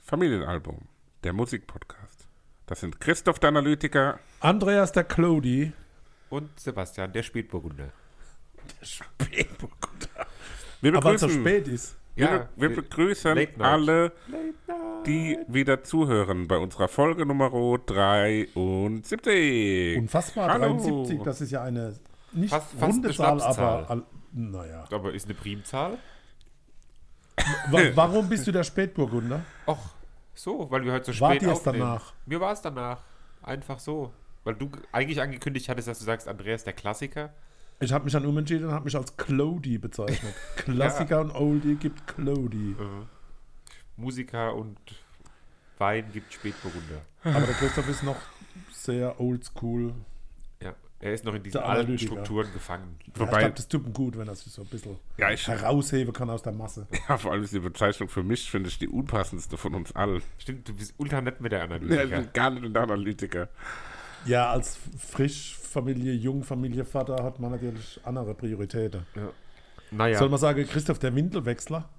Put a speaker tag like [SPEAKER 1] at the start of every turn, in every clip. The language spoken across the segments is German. [SPEAKER 1] Familienalbum, der Musikpodcast. Das sind Christoph der Analytiker.
[SPEAKER 2] Andreas der Clody.
[SPEAKER 3] Und Sebastian, der Spätburgunder.
[SPEAKER 1] Wir
[SPEAKER 2] Aber zu
[SPEAKER 1] begrüßen,
[SPEAKER 2] spät ist.
[SPEAKER 1] wir,
[SPEAKER 3] Ja,
[SPEAKER 1] wir
[SPEAKER 3] wir- Late
[SPEAKER 1] begrüßen
[SPEAKER 3] Night.
[SPEAKER 1] alle, die wieder zuhören bei unserer Folge Nummer 73.
[SPEAKER 2] Unfassbar,
[SPEAKER 1] Hallo.
[SPEAKER 2] 73, das ist ja eine nicht
[SPEAKER 3] Fast- fast
[SPEAKER 2] runde
[SPEAKER 3] eine
[SPEAKER 2] Zahl,
[SPEAKER 3] Schnapszahl.
[SPEAKER 2] aber al- naja.
[SPEAKER 3] Aber ist eine Primzahl?
[SPEAKER 2] Wa warum bist du der Spätburgunder?
[SPEAKER 3] Och, so, weil wir heute so spät
[SPEAKER 2] War dir es
[SPEAKER 3] aufnehmen.
[SPEAKER 2] danach?
[SPEAKER 3] Mir war es danach. Einfach so. Weil du eigentlich angekündigt hattest, dass du sagst, Andreas, der Klassiker.
[SPEAKER 2] Ich habe mich dann umentschieden und habe mich als Clody bezeichnet. Klassiker und Oldie gibt Clody.
[SPEAKER 3] Musiker und Wein gibt Spätburgunder.
[SPEAKER 2] Aber der Christoph ist noch sehr oldschool.
[SPEAKER 3] Ja, er ist noch in diesen
[SPEAKER 2] Der
[SPEAKER 3] alten
[SPEAKER 2] Analytiker.
[SPEAKER 3] Strukturen gefangen.
[SPEAKER 2] Ja, ich
[SPEAKER 1] Wobei,
[SPEAKER 2] glaube, das tut ihm gut, wenn er sich so ein bisschen
[SPEAKER 1] Ja, ich-
[SPEAKER 2] herausheben kann aus der Masse.
[SPEAKER 1] ja, vor allem ist die Bezeichnung für mich, finde ich, die unpassendste von uns allen.
[SPEAKER 3] Stimmt, du bist ultra nett mit der
[SPEAKER 1] Ja,
[SPEAKER 3] Analytiker.
[SPEAKER 1] ich bin gar nicht ein Analytiker.
[SPEAKER 2] Ja, als Frischfamilie, Jungfamilie, Vater hat man natürlich andere Prioritäten.
[SPEAKER 3] Naja,
[SPEAKER 2] Soll man sagen, Christoph der Windelwechsler?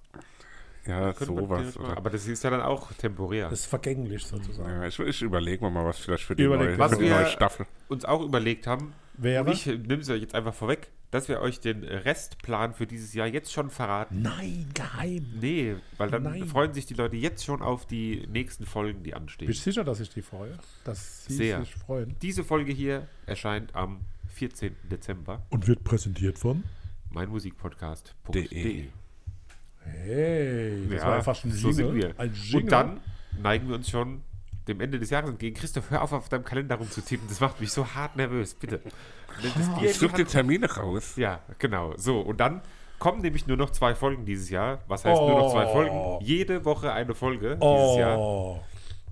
[SPEAKER 1] Ja,
[SPEAKER 3] könnte man
[SPEAKER 1] sowas.
[SPEAKER 3] direkt mal-
[SPEAKER 1] Oder?
[SPEAKER 3] aber das ist ja dann auch temporär.
[SPEAKER 2] Das ist vergänglich sozusagen.
[SPEAKER 1] Ja, ich ich überlege mal was vielleicht für die,
[SPEAKER 2] Überleg
[SPEAKER 1] neue,
[SPEAKER 2] mal.
[SPEAKER 1] für die
[SPEAKER 3] Was wir-
[SPEAKER 1] neue Staffel.
[SPEAKER 3] uns auch überlegt haben,
[SPEAKER 2] Wäre?
[SPEAKER 3] und ich nehme es euch jetzt einfach vorweg, dass wir euch den Restplan für dieses Jahr jetzt schon verraten.
[SPEAKER 2] Nein, geheim.
[SPEAKER 3] Nee, weil dann
[SPEAKER 2] Nein.
[SPEAKER 3] freuen sich die Leute jetzt schon auf die nächsten Folgen, die anstehen.
[SPEAKER 2] Bist du sicher, dass ich die freue? Dass sie
[SPEAKER 3] Sehr.
[SPEAKER 2] sich freuen.
[SPEAKER 3] Diese Folge hier erscheint am 14. Dezember.
[SPEAKER 2] Und wird präsentiert von?
[SPEAKER 3] meinmusikpodcast.de.
[SPEAKER 2] Hey, das war ja fast ein
[SPEAKER 3] so
[SPEAKER 2] Jingle.
[SPEAKER 3] sind wir.
[SPEAKER 2] Ein Jingle.
[SPEAKER 3] Und dann neigen wir uns schon dem Ende des Jahres entgegen. Christoph, hör auf, auf deinem Kalender rumzutippen. Das macht mich so hart nervös, bitte. Wenn das Bier in die
[SPEAKER 1] Ich suche
[SPEAKER 3] Hand-
[SPEAKER 1] die Termine raus.
[SPEAKER 3] ja, genau. So, und dann kommen nämlich nur noch zwei Folgen dieses Jahr. Was heißt nur noch zwei
[SPEAKER 2] Oh.
[SPEAKER 3] Folgen? Jede Woche eine Folge dieses Jahr.
[SPEAKER 2] Oh,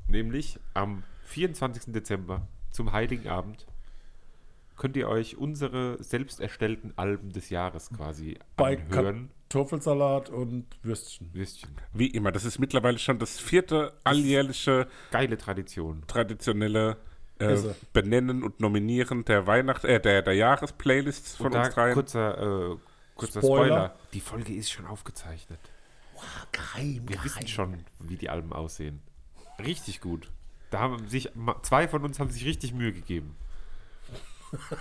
[SPEAKER 3] Nämlich am 24. Dezember zum Heiligen Abend könnt ihr euch unsere selbst erstellten Alben des Jahres quasi
[SPEAKER 2] bei
[SPEAKER 3] anhören.
[SPEAKER 2] Kartoffelsalat und Würstchen.
[SPEAKER 3] Würstchen.
[SPEAKER 1] Wie immer, das ist mittlerweile schon das vierte alljährliche
[SPEAKER 3] Geile Tradition.
[SPEAKER 1] traditionelle äh,
[SPEAKER 2] Ist er.
[SPEAKER 1] Benennen und Nominieren der Weihnacht äh, der, der Jahresplaylists von
[SPEAKER 3] und da
[SPEAKER 1] uns dreien.
[SPEAKER 3] kurzer, äh, kurzer Spoiler.
[SPEAKER 2] Spoiler.
[SPEAKER 3] Die Folge ist schon aufgezeichnet.
[SPEAKER 2] Geheim,
[SPEAKER 3] Wir wissen schon, wie die Alben aussehen. Richtig gut. Da haben sich ma- zwei von uns haben sich richtig Mühe gegeben.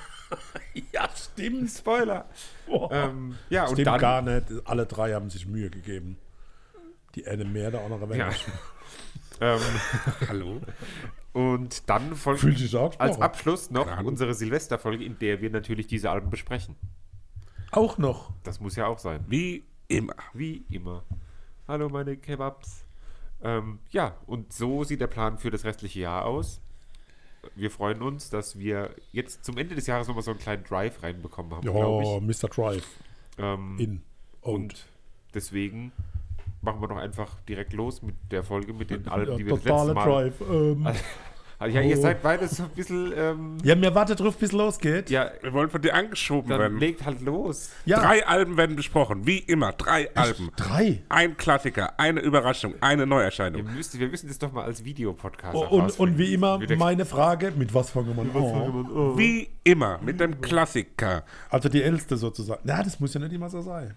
[SPEAKER 2] Ja, stimmt.
[SPEAKER 3] Spoiler.
[SPEAKER 2] Oh.
[SPEAKER 3] Ähm, ja, und
[SPEAKER 2] stimmt
[SPEAKER 3] dann
[SPEAKER 2] gar nicht. Alle drei haben sich Mühe gegeben. Die eine mehr, der andere
[SPEAKER 3] Ja.
[SPEAKER 2] weniger.
[SPEAKER 3] ähm,
[SPEAKER 1] Hallo.
[SPEAKER 3] und dann folgt
[SPEAKER 2] Fühlt sich auch
[SPEAKER 3] Als
[SPEAKER 2] gesprochen.
[SPEAKER 3] Abschluss noch
[SPEAKER 1] Klar.
[SPEAKER 3] unsere Silvesterfolge, in der wir natürlich diese Alben besprechen.
[SPEAKER 2] Auch noch.
[SPEAKER 3] Das muss ja auch sein.
[SPEAKER 1] Wie immer.
[SPEAKER 3] Wie immer. Hallo meine Kebabs. Ähm, ja, und so sieht der Plan für das restliche Jahr aus. Wir freuen uns, dass wir jetzt zum Ende des Jahres nochmal so einen kleinen Drive reinbekommen haben, glaube
[SPEAKER 2] Oh,
[SPEAKER 3] ich.
[SPEAKER 2] Mr. Drive.
[SPEAKER 3] Ähm,
[SPEAKER 2] In. Und.
[SPEAKER 3] und deswegen machen wir doch einfach direkt los mit der Folge, mit den Alben,
[SPEAKER 2] ja,
[SPEAKER 3] die wir das
[SPEAKER 2] totale
[SPEAKER 3] letzte Mal... Also,
[SPEAKER 2] Drive. Ähm.
[SPEAKER 3] Ja, ihr
[SPEAKER 2] Oh.
[SPEAKER 3] seid beide so ein bisschen... Ähm,
[SPEAKER 2] Ja, mir wartet drauf, bis losgeht.
[SPEAKER 3] ja,
[SPEAKER 1] Wir wollen von dir angeschoben
[SPEAKER 3] dann
[SPEAKER 1] werden.
[SPEAKER 3] legt halt los.
[SPEAKER 2] Ja.
[SPEAKER 1] Drei Alben werden besprochen. Wie immer. Drei Alben.
[SPEAKER 2] Drei.
[SPEAKER 1] Ein Klassiker, eine Überraschung, eine
[SPEAKER 3] Ihr
[SPEAKER 1] Neuerscheinung.
[SPEAKER 3] müsst, wir müssen das doch mal als Videopodcast
[SPEAKER 2] Oh, Und, und wie immer
[SPEAKER 3] Mit der-
[SPEAKER 2] meine Frage, mit was fangen wir an? Oh.
[SPEAKER 1] Wie immer. Mit dem Klassiker.
[SPEAKER 2] Also die Älteste sozusagen. Ja, das muss ja nicht immer so sein.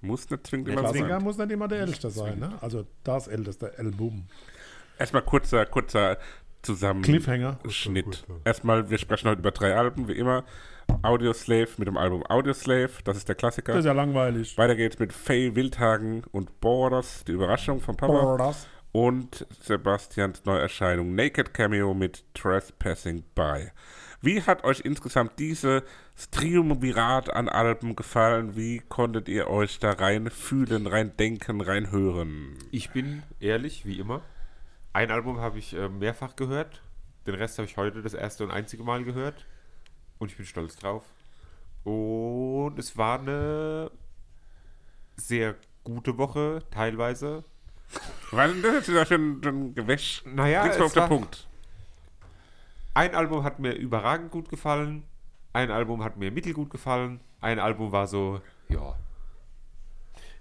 [SPEAKER 1] Muss nicht zwingend
[SPEAKER 3] Ja,
[SPEAKER 1] immer
[SPEAKER 3] Klassiker.
[SPEAKER 1] sein.
[SPEAKER 2] Klassiker muss nicht immer der Älteste sein, ne? Also das älteste Album.
[SPEAKER 1] Erstmal kurzer, kurzer zusammen.
[SPEAKER 2] Cliffhanger.
[SPEAKER 1] Schnitt. Erstmal, wir sprechen heute über drei Alben, wie immer. Audioslave mit dem Album Audioslave, das ist der Klassiker.
[SPEAKER 2] Das ist ja langweilig.
[SPEAKER 1] Weiter geht's mit Faye Wildhagen und Borders, die Überraschung von Papa.
[SPEAKER 2] Borders.
[SPEAKER 1] Und Sebastians Neuerscheinung Naked Cameo mit Trespassing By. Wie hat euch insgesamt dieses Triumvirat an Alben gefallen? Wie konntet ihr euch da rein fühlen, rein denken, rein hören?
[SPEAKER 3] Ich bin ehrlich, wie immer. Ein Album habe ich äh, mehrfach gehört. Den Rest habe ich heute das erste und einzige Mal gehört. Und ich bin stolz drauf. Und es war eine sehr gute Woche, teilweise.
[SPEAKER 1] Was ist denn das jetzt wieder für ein, für ein Gewäsch?
[SPEAKER 3] Naja,
[SPEAKER 1] Kriegst du
[SPEAKER 3] es
[SPEAKER 1] auf den
[SPEAKER 3] war-
[SPEAKER 1] Punkt.
[SPEAKER 3] Ein Album hat mir überragend gut gefallen. Ein Album hat mir mittelgut gefallen. Ein Album war so, ja.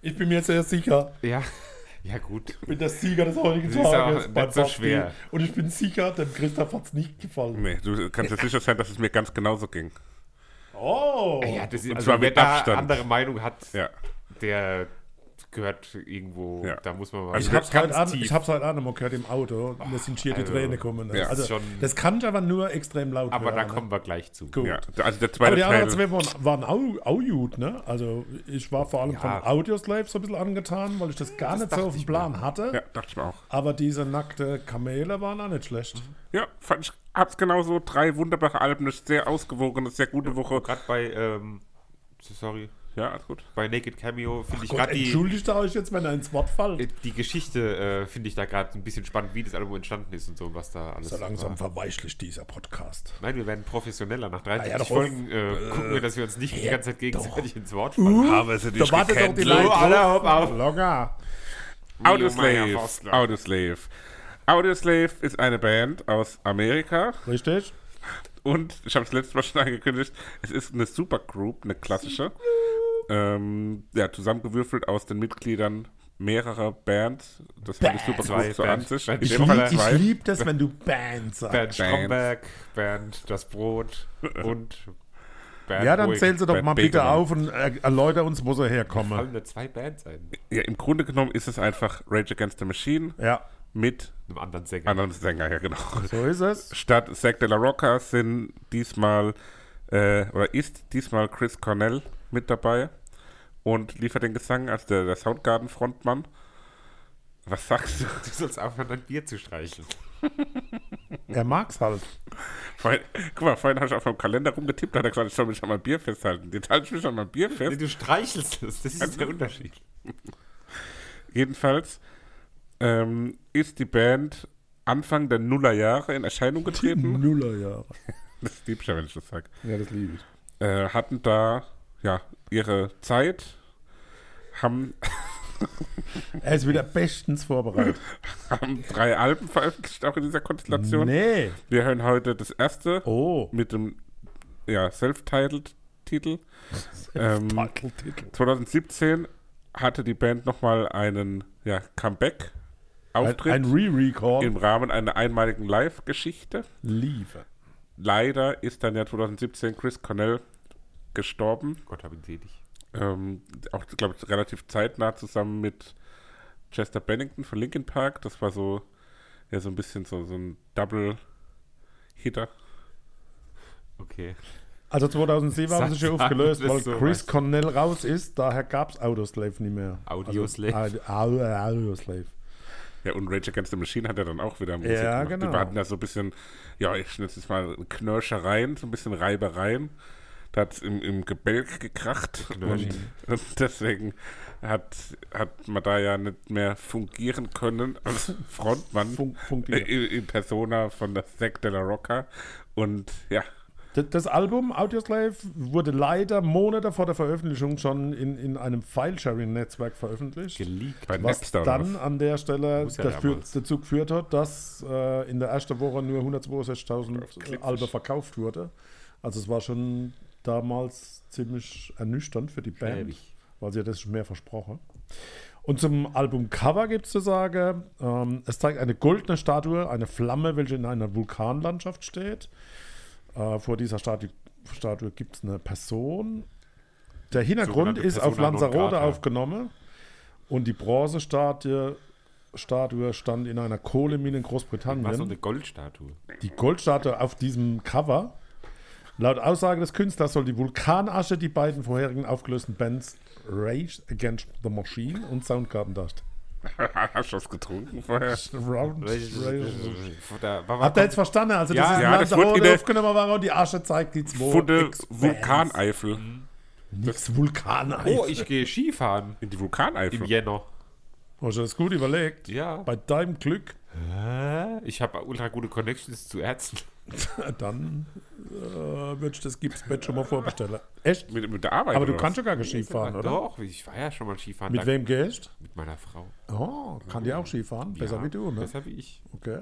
[SPEAKER 2] Ich bin mir jetzt sehr sicher,
[SPEAKER 3] Ja, ja gut.
[SPEAKER 2] ich bin der Sieger des heutigen
[SPEAKER 3] Das ist
[SPEAKER 2] Tages.
[SPEAKER 3] auch
[SPEAKER 2] beim
[SPEAKER 3] nicht so
[SPEAKER 2] Basti.
[SPEAKER 3] schwer.
[SPEAKER 2] Und ich bin sicher, dem Christoph hat es nicht gefallen.
[SPEAKER 1] Nee, du kannst dir sicher sein, dass es mir ganz genauso ging.
[SPEAKER 2] Oh!
[SPEAKER 3] Ja, das ist,
[SPEAKER 1] Oh. Und
[SPEAKER 3] also
[SPEAKER 1] zwar
[SPEAKER 3] wer
[SPEAKER 1] mit
[SPEAKER 3] da
[SPEAKER 1] Abstand.
[SPEAKER 3] andere Meinung hat,
[SPEAKER 1] Ja.
[SPEAKER 3] der gehört irgendwo,
[SPEAKER 1] Ja.
[SPEAKER 3] da muss man mal
[SPEAKER 1] Also
[SPEAKER 2] Ich
[SPEAKER 1] Das
[SPEAKER 2] hab's, heute Abend, ich hab's heute Abend mal gehört im Auto und mir sind hier die
[SPEAKER 3] also,
[SPEAKER 2] Tränen gekommen. Ne?
[SPEAKER 1] ja,
[SPEAKER 2] also,
[SPEAKER 3] ist schon-
[SPEAKER 2] das kann ich aber nur extrem laut
[SPEAKER 3] aber
[SPEAKER 2] hören.
[SPEAKER 3] da
[SPEAKER 2] ne?
[SPEAKER 3] kommen wir gleich zu.
[SPEAKER 2] Gut.
[SPEAKER 1] Ja, also der
[SPEAKER 2] Aber
[SPEAKER 1] zweite
[SPEAKER 2] die
[SPEAKER 1] Teil.
[SPEAKER 2] anderen zwei waren, waren auch, auch gut, ne? Also ich war vor allem
[SPEAKER 3] Ja.
[SPEAKER 2] von Audioslave so ein bisschen angetan, weil ich das gar nicht so
[SPEAKER 3] dachte
[SPEAKER 2] auf dem
[SPEAKER 3] ich
[SPEAKER 2] Plan hatte.
[SPEAKER 1] ja, dachte ich mir auch.
[SPEAKER 2] Aber diese nackte Kamele waren auch nicht schlecht.
[SPEAKER 1] Ja, fand ich, hab's genauso. Drei wunderbare Alben, eine sehr ausgewogene, sehr gute
[SPEAKER 2] Oh
[SPEAKER 1] Woche.
[SPEAKER 3] Gerade bei, ähm, sorry,
[SPEAKER 1] Ja, alles gut.
[SPEAKER 3] bei Naked Cameo finde ich
[SPEAKER 2] Gott,
[SPEAKER 3] gerade die,
[SPEAKER 2] entschuldigt euch jetzt, wenn er ins Wort fällt.
[SPEAKER 3] die Geschichte, äh, finde ich da gerade ein bisschen spannend, wie das Album entstanden ist und so und was da alles
[SPEAKER 2] So langsam
[SPEAKER 3] war.
[SPEAKER 2] verweichlicht dieser Podcast.
[SPEAKER 3] Nein, wir werden professioneller. Nach 30
[SPEAKER 2] Ah, ja, doch.
[SPEAKER 3] Folgen äh, gucken wir, dass wir uns nicht die ganze Zeit gegenseitig ins Wort
[SPEAKER 1] Uh,
[SPEAKER 3] fallen.
[SPEAKER 1] Habe sie
[SPEAKER 2] Da wartet doch die
[SPEAKER 3] So,
[SPEAKER 2] Leute.
[SPEAKER 3] Alter, hopp
[SPEAKER 2] drauf.
[SPEAKER 3] auf.
[SPEAKER 2] Locker.
[SPEAKER 1] Audioslave.
[SPEAKER 3] Meier Forstler.
[SPEAKER 1] Audioslave. Audioslave ist eine Band aus Amerika
[SPEAKER 2] Richtig?
[SPEAKER 1] und ich habe es letztes Mal schon angekündigt, es ist eine Supergroup, eine klassische. Ähm, ja, zusammengewürfelt aus den Mitgliedern mehrerer Bands. Das hat die
[SPEAKER 2] Bands.
[SPEAKER 3] Zwei
[SPEAKER 1] Supergroup so an
[SPEAKER 3] Bands.
[SPEAKER 1] sich.
[SPEAKER 3] Bands.
[SPEAKER 1] In
[SPEAKER 2] Ich
[SPEAKER 1] dem Fall
[SPEAKER 2] liebe
[SPEAKER 1] zwei.
[SPEAKER 2] ich lieb das, wenn du Band sagst.
[SPEAKER 3] Bernd Stromberg, Bernd das Brot und Bernd
[SPEAKER 2] Ja, dann
[SPEAKER 3] Ruhig.
[SPEAKER 2] zähl sie doch
[SPEAKER 1] Bad
[SPEAKER 2] mal bitte
[SPEAKER 1] Begemann.
[SPEAKER 2] auf und äh, erläuter uns, wo sie herkommen.
[SPEAKER 3] Fallen nur zwei Bands ein.
[SPEAKER 1] Ja, Im Grunde genommen ist es einfach Rage Against the Machine
[SPEAKER 2] Ja,
[SPEAKER 1] mit
[SPEAKER 3] Einem anderen Sänger.
[SPEAKER 1] anderen Sänger, ja genau.
[SPEAKER 2] so ist es.
[SPEAKER 1] Statt Zack de la Rocca sind diesmal äh, oder ist diesmal Chris Cornell mit dabei und liefert den Gesang als der, der Soundgarden-Frontmann. Was sagst du?
[SPEAKER 3] Du sollst aufhören, ein Bier zu streicheln.
[SPEAKER 2] Er mag's halt.
[SPEAKER 1] Vorhin, guck mal, vorhin habe ich auf meinem Kalender rumgetippt, hat er gesagt, ich soll mich an meinem Bier festhalten. Jetzt halte ich mich an meinem Bier
[SPEAKER 3] Nee,
[SPEAKER 1] fest.
[SPEAKER 3] du streichelst es. Das ist der Unterschied.
[SPEAKER 1] Jedenfalls ähm, ist die Band Anfang der Nullerjahre in Erscheinung getreten.
[SPEAKER 2] Nullerjahre.
[SPEAKER 1] Das liebe ich ja, wenn ich das sage.
[SPEAKER 2] Ja, das liebe ich.
[SPEAKER 1] äh, hatten da ja ihre Zeit, haben,
[SPEAKER 2] Er ist wieder bestens vorbereitet.
[SPEAKER 1] haben drei Alben veröffentlicht, auch in dieser Konstellation.
[SPEAKER 2] nee.
[SPEAKER 1] Wir hören heute das erste
[SPEAKER 2] Oh.
[SPEAKER 1] mit dem ja, Self-Titled-Titel. ähm,
[SPEAKER 2] Titel.
[SPEAKER 1] 2017 hatte die Band nochmal einen ja,
[SPEAKER 2] Ein, ein
[SPEAKER 1] Comeback-Auftritt im
[SPEAKER 2] Re-Record.
[SPEAKER 1] Rahmen einer einmaligen Live-Geschichte.
[SPEAKER 2] Liebe.
[SPEAKER 1] Leider ist dann ja 2017 Chris Cornell gestorben.
[SPEAKER 3] Gott hab ihn selig.
[SPEAKER 1] ähm, auch, glaube ich, relativ zeitnah zusammen mit Chester Bennington von Linkin Park. Das war so, ja, so ein bisschen so, so ein Double-Hitter.
[SPEAKER 3] Okay.
[SPEAKER 2] Also 2007 haben sie sich ja
[SPEAKER 3] Sag-
[SPEAKER 2] aufgelöst,
[SPEAKER 3] sag
[SPEAKER 2] weil
[SPEAKER 3] das so,
[SPEAKER 2] Chris
[SPEAKER 3] weißt du.
[SPEAKER 2] Cornell raus ist. Daher gab's Audioslave nicht mehr.
[SPEAKER 3] Audioslave.
[SPEAKER 2] Also, Au- Au- Audioslave.
[SPEAKER 1] Ja, und Rage Against the Machine hat er dann auch wieder Musik
[SPEAKER 2] Ja, genau.
[SPEAKER 1] Die hatten da so ein bisschen, ja, ich nenne es jetzt mal Knirschereien, so ein bisschen Reibereien. Da hat es im, im Gebälk gekracht.
[SPEAKER 3] Knirschen.
[SPEAKER 1] Und, und deswegen hat, hat man da ja nicht mehr fungieren können als Frontmann.
[SPEAKER 2] Funk, Funk,
[SPEAKER 1] Äh, in, in Persona von der Zack de la Rocca. Und ja,
[SPEAKER 2] D- Das Album Audioslave wurde leider Monate vor der Veröffentlichung schon in, in einem File-Sharing-Netzwerk veröffentlicht.
[SPEAKER 3] Geleakt.
[SPEAKER 1] bei
[SPEAKER 2] Was
[SPEAKER 1] Napster oder
[SPEAKER 2] dann an der Stelle
[SPEAKER 3] Muss ja
[SPEAKER 2] dafür,
[SPEAKER 3] damals.
[SPEAKER 2] dazu geführt hat, dass äh, in der ersten Woche nur 162.000
[SPEAKER 1] Klick.
[SPEAKER 2] Alben verkauft wurde. Also es war schon damals ziemlich ernüchternd für die Band,
[SPEAKER 3] Schäbig.
[SPEAKER 2] weil sie hat das schon mehr versprochen. Und zum Albumcover gibt es zu sagen, ähm, es zeigt eine goldene Statue, eine Flamme, welche in einer Vulkanlandschaft steht. Äh, vor dieser Statue, Statue gibt es eine Person. Der Hintergrund
[SPEAKER 3] Sogenannte
[SPEAKER 2] ist auf
[SPEAKER 3] Persona non
[SPEAKER 2] Lanzarote
[SPEAKER 3] grata.
[SPEAKER 2] aufgenommen und die Bronzestatue Statue stand in einer Kohlemine in
[SPEAKER 3] War so eine
[SPEAKER 2] Großbritannien.
[SPEAKER 3] Goldstatue.
[SPEAKER 2] Die Goldstatue auf diesem Cover. Laut Aussage des Künstlers soll die Vulkanasche die beiden vorherigen aufgelösten Bands Rage Against the Machine und Soundgarden darstellen.
[SPEAKER 1] Hast du was getrunken vorher?
[SPEAKER 2] Round- Rage-
[SPEAKER 3] Da war, war,
[SPEAKER 2] Habt ihr jetzt verstanden? Also, das
[SPEAKER 3] Ja,
[SPEAKER 2] ist
[SPEAKER 1] ja, das wurde in
[SPEAKER 2] Lanzarote
[SPEAKER 1] der-
[SPEAKER 2] aufgenommen war und die Asche zeigt die zwei.
[SPEAKER 1] Funde
[SPEAKER 2] Ex-Bands.
[SPEAKER 1] Vulkaneifel.
[SPEAKER 2] Mhm. Nix Vulkaneifel.
[SPEAKER 3] oh, ich gehe Skifahren.
[SPEAKER 1] In die
[SPEAKER 3] Im
[SPEAKER 1] Vulkaneifel.
[SPEAKER 3] Jänner.
[SPEAKER 2] Hast du das gut überlegt?
[SPEAKER 3] Ja.
[SPEAKER 2] Bei deinem Glück,
[SPEAKER 3] Hä? Ich habe ultra gute Connections zu Ärzten.
[SPEAKER 2] dann äh, würde ich das Gipsbett schon mal vorbestellen. Echt?
[SPEAKER 1] Mit, mit der Arbeit.
[SPEAKER 2] Aber du
[SPEAKER 1] oder
[SPEAKER 2] kannst
[SPEAKER 1] was?
[SPEAKER 2] ja gar nicht Skifahren,
[SPEAKER 3] Ah,
[SPEAKER 2] oder?
[SPEAKER 3] Doch, ich war ja schon mal Skifahren.
[SPEAKER 2] Mit
[SPEAKER 3] Da-
[SPEAKER 2] wem gehst
[SPEAKER 3] Mit meiner Frau.
[SPEAKER 2] Oh, kann die auch Skifahren? Besser
[SPEAKER 3] ja,
[SPEAKER 2] wie du, ne?
[SPEAKER 3] Besser wie ich.
[SPEAKER 2] Okay.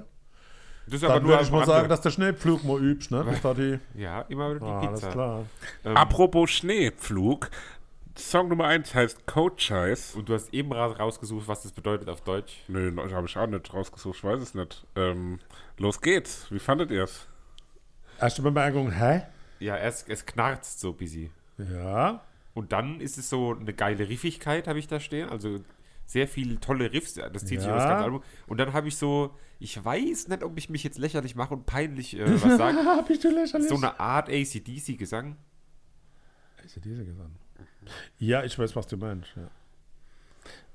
[SPEAKER 3] Das ist
[SPEAKER 2] Dann würde ich
[SPEAKER 3] am
[SPEAKER 2] mal
[SPEAKER 3] Rande.
[SPEAKER 2] sagen, dass der Schneepflug mal übst, ne? Bis da die.
[SPEAKER 3] Ja, immer wieder die
[SPEAKER 2] Ah, alles
[SPEAKER 3] Pizza.
[SPEAKER 2] klar.
[SPEAKER 3] Ähm,
[SPEAKER 1] Apropos Schneepflug. Song Nummer 1 heißt Code Scheiß.
[SPEAKER 3] Und du hast eben ra- rausgesucht, was das bedeutet auf Deutsch.
[SPEAKER 1] Nö, ne, habe ich auch nicht rausgesucht, ich weiß es nicht. Ähm, los geht's. Wie fandet ihr es?
[SPEAKER 2] Erste Bemerkung, hä?
[SPEAKER 3] Ja, erst es knarzt so busy.
[SPEAKER 2] Ja.
[SPEAKER 3] Und dann ist es so eine geile Riffigkeit, habe ich da stehen. Also sehr viele tolle Riffs. Das zieht sich
[SPEAKER 2] Ja.
[SPEAKER 3] über das ganze Album. Und dann habe ich so, ich weiß nicht, ob ich mich jetzt lächerlich mache und peinlich äh, was sage.
[SPEAKER 2] Ah, bist du lächerlich?
[SPEAKER 3] so eine Art ACDC-Gesang.
[SPEAKER 2] Ist ja dieser Gesang. Ja, ich weiß, was du meinst. Ja.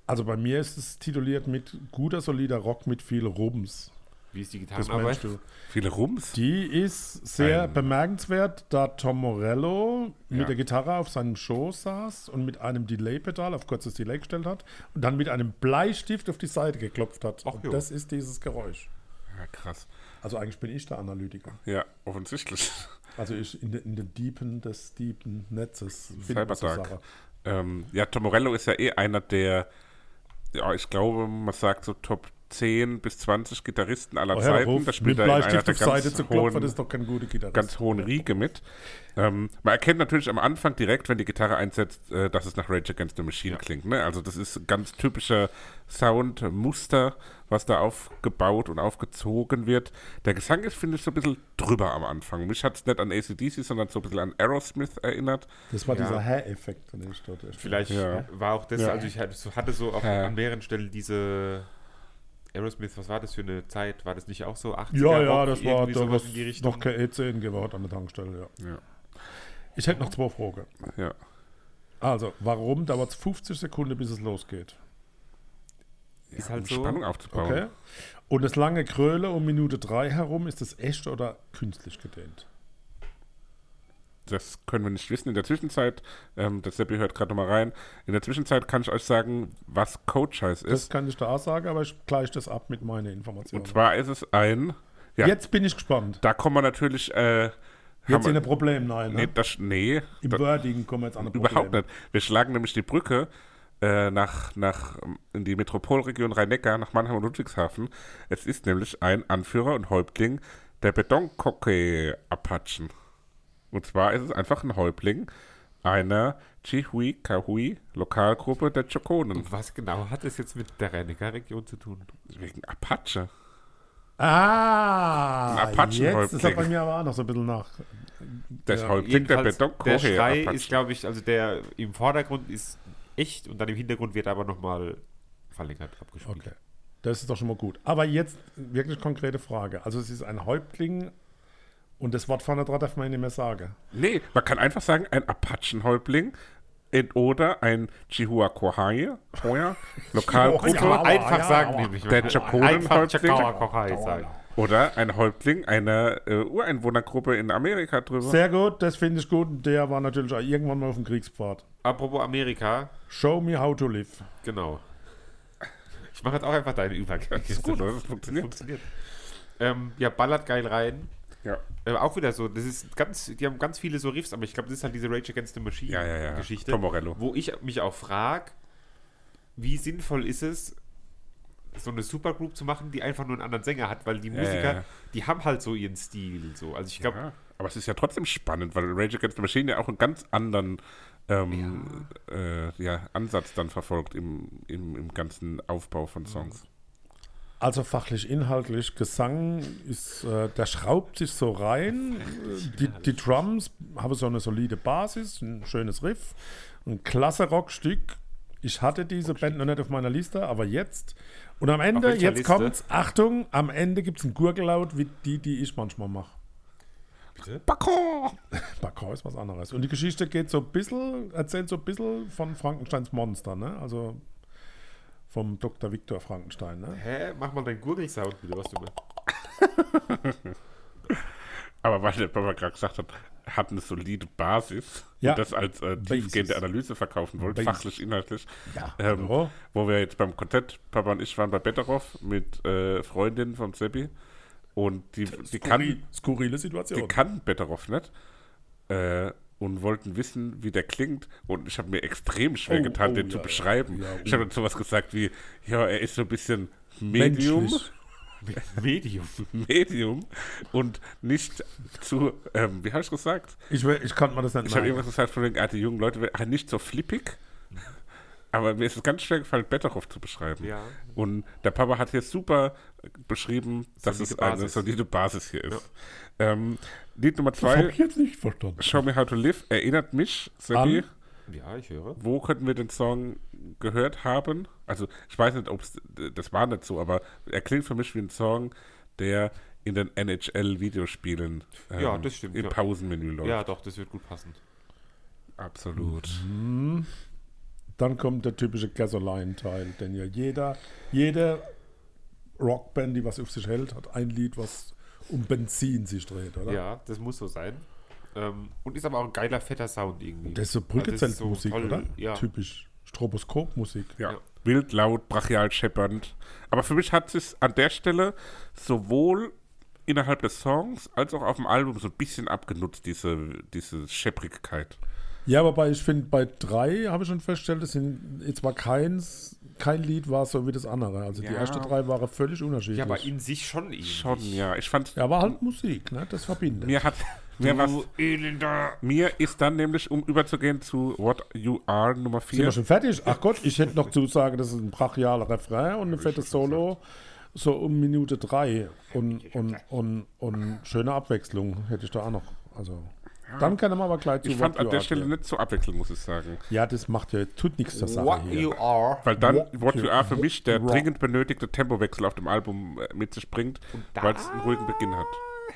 [SPEAKER 2] Also bei mir ist es tituliert mit guter, solider Rock mit viel Rums.
[SPEAKER 3] Wie ist die
[SPEAKER 2] Das meinst
[SPEAKER 3] Gitarrenarbeit?
[SPEAKER 2] du?
[SPEAKER 1] Viele Rums.
[SPEAKER 2] Die ist sehr
[SPEAKER 3] Ein-
[SPEAKER 2] bemerkenswert, da Tom Morello
[SPEAKER 3] Ja.
[SPEAKER 2] mit der Gitarre auf seinem Schoß saß und mit einem Delay-Pedal auf kurzes Delay gestellt hat und dann mit einem Bleistift auf die Seite geklopft hat.
[SPEAKER 3] Ach
[SPEAKER 2] und
[SPEAKER 3] jo.
[SPEAKER 2] das ist dieses Geräusch.
[SPEAKER 1] Ja, krass.
[SPEAKER 2] Also eigentlich bin ich der Analytiker.
[SPEAKER 1] Ja, offensichtlich.
[SPEAKER 2] Also ich in, de, in den Diepen des Diepen Netzes. findet man so
[SPEAKER 1] Cyberdark.
[SPEAKER 2] Sachen.
[SPEAKER 1] Ähm, ja, Tom Morello ist ja eh einer der, ja, ich glaube, man sagt so Top 10 bis 20 Gitarristen aller
[SPEAKER 2] Oh, Herr
[SPEAKER 1] Zeiten.
[SPEAKER 2] Ruf,
[SPEAKER 1] Da
[SPEAKER 2] mit
[SPEAKER 1] spielt er in einer
[SPEAKER 2] Bleistift
[SPEAKER 1] der
[SPEAKER 2] auf Seite
[SPEAKER 1] ganz
[SPEAKER 2] zu klopfen,
[SPEAKER 1] hohen,
[SPEAKER 2] das ist doch kein guter Gitarrist.
[SPEAKER 1] ganz hohen Riege mit. Ähm, man erkennt natürlich am Anfang direkt, wenn die Gitarre einsetzt, äh, dass es nach Rage Against the Machine klingt. Ne? Also das ist ein ganz typischer Soundmuster, was da aufgebaut und aufgezogen wird. Der Gesang ist, finde ich, so ein bisschen drüber am Anfang. Mich hat es nicht an ACDC, sondern so ein bisschen an Aerosmith erinnert.
[SPEAKER 2] Das war
[SPEAKER 3] Ja.
[SPEAKER 2] dieser Hair-Effekt, den ich dort erst-
[SPEAKER 3] Vielleicht
[SPEAKER 1] Ja.
[SPEAKER 3] war auch das,
[SPEAKER 1] Ja.
[SPEAKER 3] also ich hatte so- hatte so auch
[SPEAKER 1] Ja.
[SPEAKER 3] an mehreren Stellen diese Aerosmith, was war das für eine Zeit? War das nicht auch so 80er?
[SPEAKER 2] Ja, ja,
[SPEAKER 3] Rock,
[SPEAKER 2] das war
[SPEAKER 3] irgendwie
[SPEAKER 2] da
[SPEAKER 3] sowas
[SPEAKER 2] was
[SPEAKER 3] in die Richtung.
[SPEAKER 2] noch kein E10 geworden an der Tankstelle, ja.
[SPEAKER 1] Ja,
[SPEAKER 2] Ich hätte noch zwei Fragen.
[SPEAKER 1] ja.
[SPEAKER 2] Also, warum dauert es 50 Sekunden, bis es losgeht?
[SPEAKER 3] Ist
[SPEAKER 1] Um
[SPEAKER 3] halt so.
[SPEAKER 1] Spannung aufzubauen.
[SPEAKER 2] Okay? Und das lange Kröle um Minute 3 herum, ist das echt oder künstlich gedehnt?
[SPEAKER 1] Das können wir nicht wissen. In der Zwischenzeit, ähm, der Seppi hört gerade nochmal rein, in der Zwischenzeit kann ich euch sagen, was Coachize
[SPEAKER 2] Das
[SPEAKER 1] ist.
[SPEAKER 2] kann ich da auch sagen, aber ich gleiche das ab mit meiner Information.
[SPEAKER 1] Und zwar ist es ein, ja,
[SPEAKER 2] Jetzt bin ich gespannt.
[SPEAKER 1] da kommen wir natürlich, äh, haben
[SPEAKER 2] Jetzt
[SPEAKER 1] wir,
[SPEAKER 2] sind ein Problem, nein.
[SPEAKER 1] nee,
[SPEAKER 2] Ne?
[SPEAKER 1] das, nee
[SPEAKER 2] Im
[SPEAKER 1] da,
[SPEAKER 2] Wording kommen wir jetzt an ein Problem.
[SPEAKER 1] überhaupt nicht. Wir schlagen nämlich die Brücke äh, nach, nach, ähm, in die Metropolregion Rhein-Neckar, nach Mannheim und Ludwigshafen. Es ist nämlich ein Anführer und Häuptling der Bedonkoke-Apachen. Und zwar ist es einfach ein Häuptling einer Chihui Kahui Lokalgruppe der Chokonen.
[SPEAKER 3] Was genau hat das jetzt mit der Rhein-Neckar-Region zu tun?
[SPEAKER 1] Wegen Apache.
[SPEAKER 2] Ah,
[SPEAKER 1] Ein Apachenhäuptling.
[SPEAKER 2] jetzt ist er bei mir aber auch noch so ein bisschen nach.
[SPEAKER 1] Das
[SPEAKER 2] Ja,
[SPEAKER 1] Häuptling der
[SPEAKER 3] Jedenfalls, der Schrei ist,
[SPEAKER 1] Bedonkoke-Apachen.
[SPEAKER 3] glaube ich, also der im Vordergrund ist echt und dann im Hintergrund wird aber nochmal verlängert abgespielt.
[SPEAKER 2] Okay. Das ist doch schon mal gut. Aber jetzt wirklich konkrete Frage. Also es ist ein Häuptling und das Wort vorne dran darf man nicht mehr sagen.
[SPEAKER 1] Nee, man kann einfach sagen, ein Apachenhäuptling in- oder ein Chihuahua Kohai, Hoya, Lokalgruppe
[SPEAKER 2] Chihuahua.
[SPEAKER 3] Einfach
[SPEAKER 2] Ja,
[SPEAKER 3] sagen,
[SPEAKER 2] aber-
[SPEAKER 3] nämlich.
[SPEAKER 1] Der Chokolen-
[SPEAKER 3] Einfach Chakawa
[SPEAKER 1] Häuptling.
[SPEAKER 3] Kohai sagen.
[SPEAKER 1] oder ein Häuptling einer äh, Ureinwohnergruppe in Amerika drüber.
[SPEAKER 2] Sehr gut, das finde ich gut. Und Der war natürlich auch irgendwann mal auf dem Kriegspfad.
[SPEAKER 3] Apropos Amerika,
[SPEAKER 2] Show me how to live.
[SPEAKER 3] genau. Ich mache jetzt auch einfach deine Übergang.
[SPEAKER 1] Das ist gut, oder? Das funktioniert.
[SPEAKER 3] funktioniert. Ähm, ja, ballert geil rein.
[SPEAKER 1] Ja.
[SPEAKER 3] Äh, auch wieder so, das ist ganz, die haben ganz viele so Riffs, aber ich glaube, das ist halt diese Rage Against the Machine
[SPEAKER 1] Ja, ja, ja.
[SPEAKER 3] Geschichte.
[SPEAKER 1] Tom Morello.
[SPEAKER 3] Wo ich mich auch frage, wie sinnvoll ist es, so eine Supergroup zu machen, die einfach nur einen anderen Sänger hat, weil die
[SPEAKER 1] ja,
[SPEAKER 3] Musiker,
[SPEAKER 1] ja.
[SPEAKER 3] die haben halt so ihren Stil. So. Also ich glaube,
[SPEAKER 1] ja. Aber es ist ja trotzdem spannend, weil Rage Against the Machine ja auch einen ganz anderen ähm, Äh, ja, Ansatz dann verfolgt im, im, im ganzen Aufbau von Songs.
[SPEAKER 2] Also fachlich, inhaltlich, Gesang ist, äh, der schraubt sich so rein. Äh, Die, die Drums haben so eine solide Basis, ein schönes Riff, ein klasse Rockstück. Ich hatte diese Band noch nicht auf meiner Liste, aber jetzt. Und am Ende,
[SPEAKER 3] welcher
[SPEAKER 2] jetzt
[SPEAKER 3] Liste?
[SPEAKER 2] kommt's, Achtung, am Ende gibt's einen Gurgelaut, wie die, die ich manchmal mache.
[SPEAKER 1] Bacon!
[SPEAKER 2] Bakau ist was anderes. Und die Geschichte geht so ein bisschen, erzählt so ein bisschen von Frankensteins Monster, ne? Also vom Dr. Viktor Frankenstein, ne?
[SPEAKER 3] hä, mach mal deinen Gurgelsound bitte, was du machst.
[SPEAKER 1] Aber weil der Papa gerade gesagt hat, hat eine solide Basis
[SPEAKER 2] Ja.
[SPEAKER 1] und das als äh, tiefgehende
[SPEAKER 2] Basis.
[SPEAKER 1] Analyse verkaufen wollte,
[SPEAKER 2] Basis.
[SPEAKER 1] fachlich, inhaltlich.
[SPEAKER 2] Ja.
[SPEAKER 1] Ähm,
[SPEAKER 2] Ja.
[SPEAKER 1] Wo wir jetzt beim Kontett, Papa und ich waren bei Betteroff mit äh, Freundinnen vom Seppi und die, die,
[SPEAKER 2] Skurri-
[SPEAKER 1] kann,
[SPEAKER 2] skurrile
[SPEAKER 1] die
[SPEAKER 2] Situation.
[SPEAKER 1] kann Betteroff nicht äh, und wollten wissen, wie der klingt und ich habe mir extrem schwer
[SPEAKER 2] Oh,
[SPEAKER 1] getan,
[SPEAKER 2] oh,
[SPEAKER 1] den
[SPEAKER 2] ja,
[SPEAKER 1] zu
[SPEAKER 2] ja.
[SPEAKER 1] beschreiben.
[SPEAKER 2] Ja, oh.
[SPEAKER 1] ich habe dann sowas gesagt wie, ja, er ist so ein bisschen Medium.
[SPEAKER 2] Menschlich.
[SPEAKER 3] Medium.
[SPEAKER 1] Medium und nicht zu, ähm, wie habe ich gesagt?
[SPEAKER 2] Ich, will- ich kann mir das nicht
[SPEAKER 1] Ich habe
[SPEAKER 2] merken.
[SPEAKER 1] irgendwas gesagt von wegen, ah, die jungen Leute, ah, nicht so flippig. Aber mir ist es ganz schwer gefallen, Betterhoff zu beschreiben.
[SPEAKER 3] Ja.
[SPEAKER 1] Und der Papa hat hier super beschrieben, dass
[SPEAKER 3] Solide
[SPEAKER 1] es eine
[SPEAKER 3] Basis.
[SPEAKER 1] solide Basis hier ist. Ähm, Lied Nummer
[SPEAKER 2] Das habe
[SPEAKER 1] zwei,
[SPEAKER 2] ich jetzt nicht verstanden.
[SPEAKER 1] Show Me How to Live, erinnert mich,
[SPEAKER 2] An
[SPEAKER 1] Seppi,
[SPEAKER 3] Ja, ich höre.
[SPEAKER 1] Wo könnten wir den Song gehört haben? Also, ich weiß nicht, ob es das war nicht so, aber er klingt für mich wie ein Song, der in den NHL-Videospielen ähm,
[SPEAKER 3] Ja, das stimmt,
[SPEAKER 1] im
[SPEAKER 3] ja.
[SPEAKER 1] Pausenmenü läuft.
[SPEAKER 3] Ja, doch, das wird gut passen.
[SPEAKER 1] Absolut.
[SPEAKER 2] Dann kommt der typische Gasoline-Teil, denn ja jeder, jede Rockband, die was auf sich hält, hat ein Lied, was um Benzin sich dreht, oder?
[SPEAKER 3] Ja, das muss so sein. Ähm, und ist aber auch ein geiler, fetter Sound irgendwie.
[SPEAKER 2] Das ist so
[SPEAKER 3] Also, das ist so
[SPEAKER 2] Brückezeltmusik,
[SPEAKER 3] toll,
[SPEAKER 2] oder?
[SPEAKER 3] Ja.
[SPEAKER 2] Typisch Stroboskopmusik.
[SPEAKER 1] Ja.
[SPEAKER 3] Ja.
[SPEAKER 1] Wild, laut, brachial, scheppernd. Aber für mich hat es an der Stelle sowohl innerhalb des Songs als auch auf dem Album so ein bisschen abgenutzt, diese, diese Schepprigkeit.
[SPEAKER 2] Ja, wobei ich finde, bei drei habe ich schon festgestellt, es sind jetzt war keins, kein Lied war so wie das andere. Also die
[SPEAKER 1] Ja.
[SPEAKER 2] ersten drei waren völlig unterschiedlich.
[SPEAKER 3] ja, aber in sich schon irgendwie.
[SPEAKER 1] Schon, ja. Ich fand,
[SPEAKER 2] Ja, aber halt Musik, ne? Das verbindet.
[SPEAKER 1] mir hat, mir, was,
[SPEAKER 3] Du elender.
[SPEAKER 1] mir ist dann nämlich, um überzugehen zu What You Are Nummer
[SPEAKER 2] Sind wir
[SPEAKER 1] 4,
[SPEAKER 2] schon fertig? Ach Gott, ich hätte noch Zusagen, das ist ein brachialer Refrain und ein fettes Solo. So um Minute drei. Und, und, und, und schöne Abwechslung hätte ich da auch noch. Also, dann kann man aber gleich zu
[SPEAKER 1] ich fand
[SPEAKER 2] What You
[SPEAKER 1] an der
[SPEAKER 2] Are
[SPEAKER 1] Stelle
[SPEAKER 2] gehen.
[SPEAKER 1] nicht so abwechselnd, muss ich sagen.
[SPEAKER 2] Ja, das macht ja, tut nichts zur Sache
[SPEAKER 3] What
[SPEAKER 2] hier.
[SPEAKER 3] you are.
[SPEAKER 1] Weil dann
[SPEAKER 2] What
[SPEAKER 1] What You
[SPEAKER 2] You
[SPEAKER 1] Are für mich der
[SPEAKER 2] Rock.
[SPEAKER 1] dringend benötigte Tempowechsel auf dem Album äh, mit sich bringt,
[SPEAKER 3] da- Ah,
[SPEAKER 1] weil es einen ruhigen Beginn hat.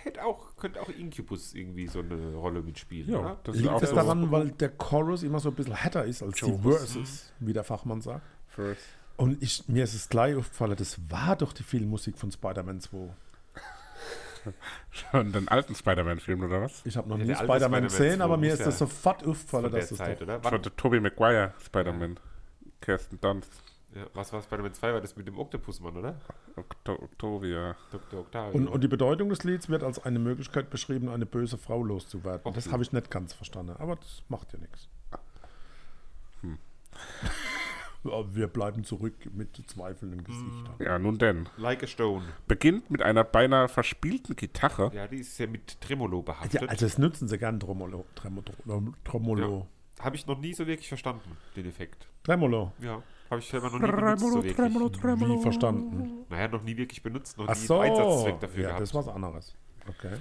[SPEAKER 3] Hätte auch, könnte auch Incubus irgendwie so eine Rolle mitspielen.
[SPEAKER 1] Ja,
[SPEAKER 3] oder?
[SPEAKER 1] das ist
[SPEAKER 2] Liegt
[SPEAKER 1] auch
[SPEAKER 2] das
[SPEAKER 1] so.
[SPEAKER 2] daran, weil der Chorus immer so ein bisschen härter ist als die Verses,
[SPEAKER 3] mhm.
[SPEAKER 2] wie der Fachmann sagt?
[SPEAKER 1] First.
[SPEAKER 2] Und ich, mir ist es gleich aufgefallen, das war doch die Filmmusik von Spider-Man 2.
[SPEAKER 1] Schon den alten Spider-Man-Film, oder was?
[SPEAKER 2] Ich habe noch
[SPEAKER 3] Ja,
[SPEAKER 2] nie
[SPEAKER 3] der alte
[SPEAKER 2] Spider-Man
[SPEAKER 3] Spider-Man
[SPEAKER 2] gesehen,
[SPEAKER 3] 2
[SPEAKER 2] aber mir
[SPEAKER 3] muss
[SPEAKER 2] ist
[SPEAKER 3] ja
[SPEAKER 2] das sofort aufgefallen,
[SPEAKER 3] von der
[SPEAKER 2] dass das
[SPEAKER 3] Zeit,
[SPEAKER 2] doch,
[SPEAKER 3] oder?
[SPEAKER 1] Das war
[SPEAKER 3] Wann,
[SPEAKER 1] der Tobey Maguire Spider-Man. Kirsten Dunst.
[SPEAKER 3] ja, was war Spider-Man 2? War das mit dem Oktopusmann, oder?
[SPEAKER 1] Okto Octavia.
[SPEAKER 3] Dr. Octavio.
[SPEAKER 2] Und, und die Bedeutung des Lieds wird als eine Möglichkeit beschrieben, eine böse Frau loszuwerden.
[SPEAKER 3] Och,
[SPEAKER 2] das
[SPEAKER 3] du.
[SPEAKER 2] habe ich nicht ganz verstanden, aber das macht ja nichts.
[SPEAKER 3] Hm.
[SPEAKER 2] Ja, Wir bleiben zurück mit zweifelnden Gesichtern.
[SPEAKER 3] Hm.
[SPEAKER 1] Ja, nun denn.
[SPEAKER 3] like a Stone.
[SPEAKER 1] Beginnt mit einer beinahe verspielten Gitarre.
[SPEAKER 3] Ja, die ist ja mit Tremolo behaftet.
[SPEAKER 2] Ja, also das nutzen sie gern, Tremolo. Tremolo. Tremolo.
[SPEAKER 3] Habe ich noch nie so wirklich verstanden, den Effekt.
[SPEAKER 2] Tremolo.
[SPEAKER 3] Ja, habe ich selber noch nie benutzt so wirklich.
[SPEAKER 2] Wie verstanden?
[SPEAKER 3] Naja, noch nie wirklich benutzt, noch
[SPEAKER 2] Ach
[SPEAKER 3] nie
[SPEAKER 2] so.
[SPEAKER 3] einen Einsatzzweck dafür
[SPEAKER 2] ja,
[SPEAKER 3] gehabt.
[SPEAKER 2] das ist was anderes. Okay.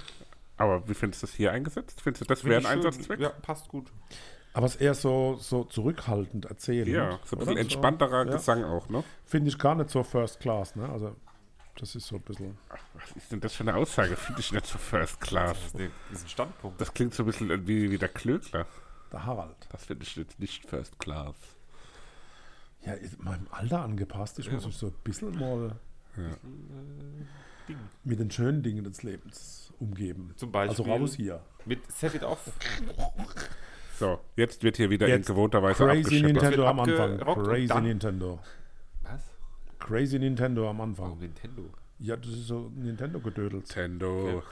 [SPEAKER 1] Aber wie findest du das hier eingesetzt? Findest du, das
[SPEAKER 3] Finde
[SPEAKER 1] wäre ein
[SPEAKER 3] ich schön.
[SPEAKER 1] Einsatzzweck?
[SPEAKER 3] Ja, passt gut.
[SPEAKER 2] Aber es ist eher so, so zurückhaltend erzählen.
[SPEAKER 1] Ja, so ein bisschen entspannterer Gesang auch, ne?
[SPEAKER 2] Finde ich gar nicht so First Class, ne? Also, das ist so ein bisschen.
[SPEAKER 1] Was ist denn das für eine Aussage? Finde ich nicht so First Class.
[SPEAKER 3] Das ist, ne, das ist ein Standpunkt.
[SPEAKER 1] Das klingt so ein bisschen wie, wie der Klöckler.
[SPEAKER 2] Der Harald.
[SPEAKER 1] Das finde ich jetzt nicht First Class.
[SPEAKER 2] Ja, ist meinem Alter angepasst. Ich muss mich so ein bisschen mal
[SPEAKER 3] Ding.
[SPEAKER 2] mit den schönen Dingen des Lebens umgeben.
[SPEAKER 3] Zum Beispiel-
[SPEAKER 2] Also raus hier.
[SPEAKER 3] Mit Set It Off.
[SPEAKER 1] So, jetzt wird hier wieder in
[SPEAKER 2] Jetzt
[SPEAKER 1] gewohnter Weise
[SPEAKER 2] Crazy
[SPEAKER 1] abgescheppert.
[SPEAKER 2] Nintendo am
[SPEAKER 3] Wird
[SPEAKER 2] Anfang.
[SPEAKER 3] abgerockt und
[SPEAKER 2] Crazy
[SPEAKER 3] dann-
[SPEAKER 2] Nintendo.
[SPEAKER 3] Was?
[SPEAKER 2] Crazy Nintendo am
[SPEAKER 3] Warum
[SPEAKER 2] Anfang.
[SPEAKER 3] Nintendo?
[SPEAKER 2] Ja, das ist so Nintendo-gedödelt.
[SPEAKER 1] Nintendo.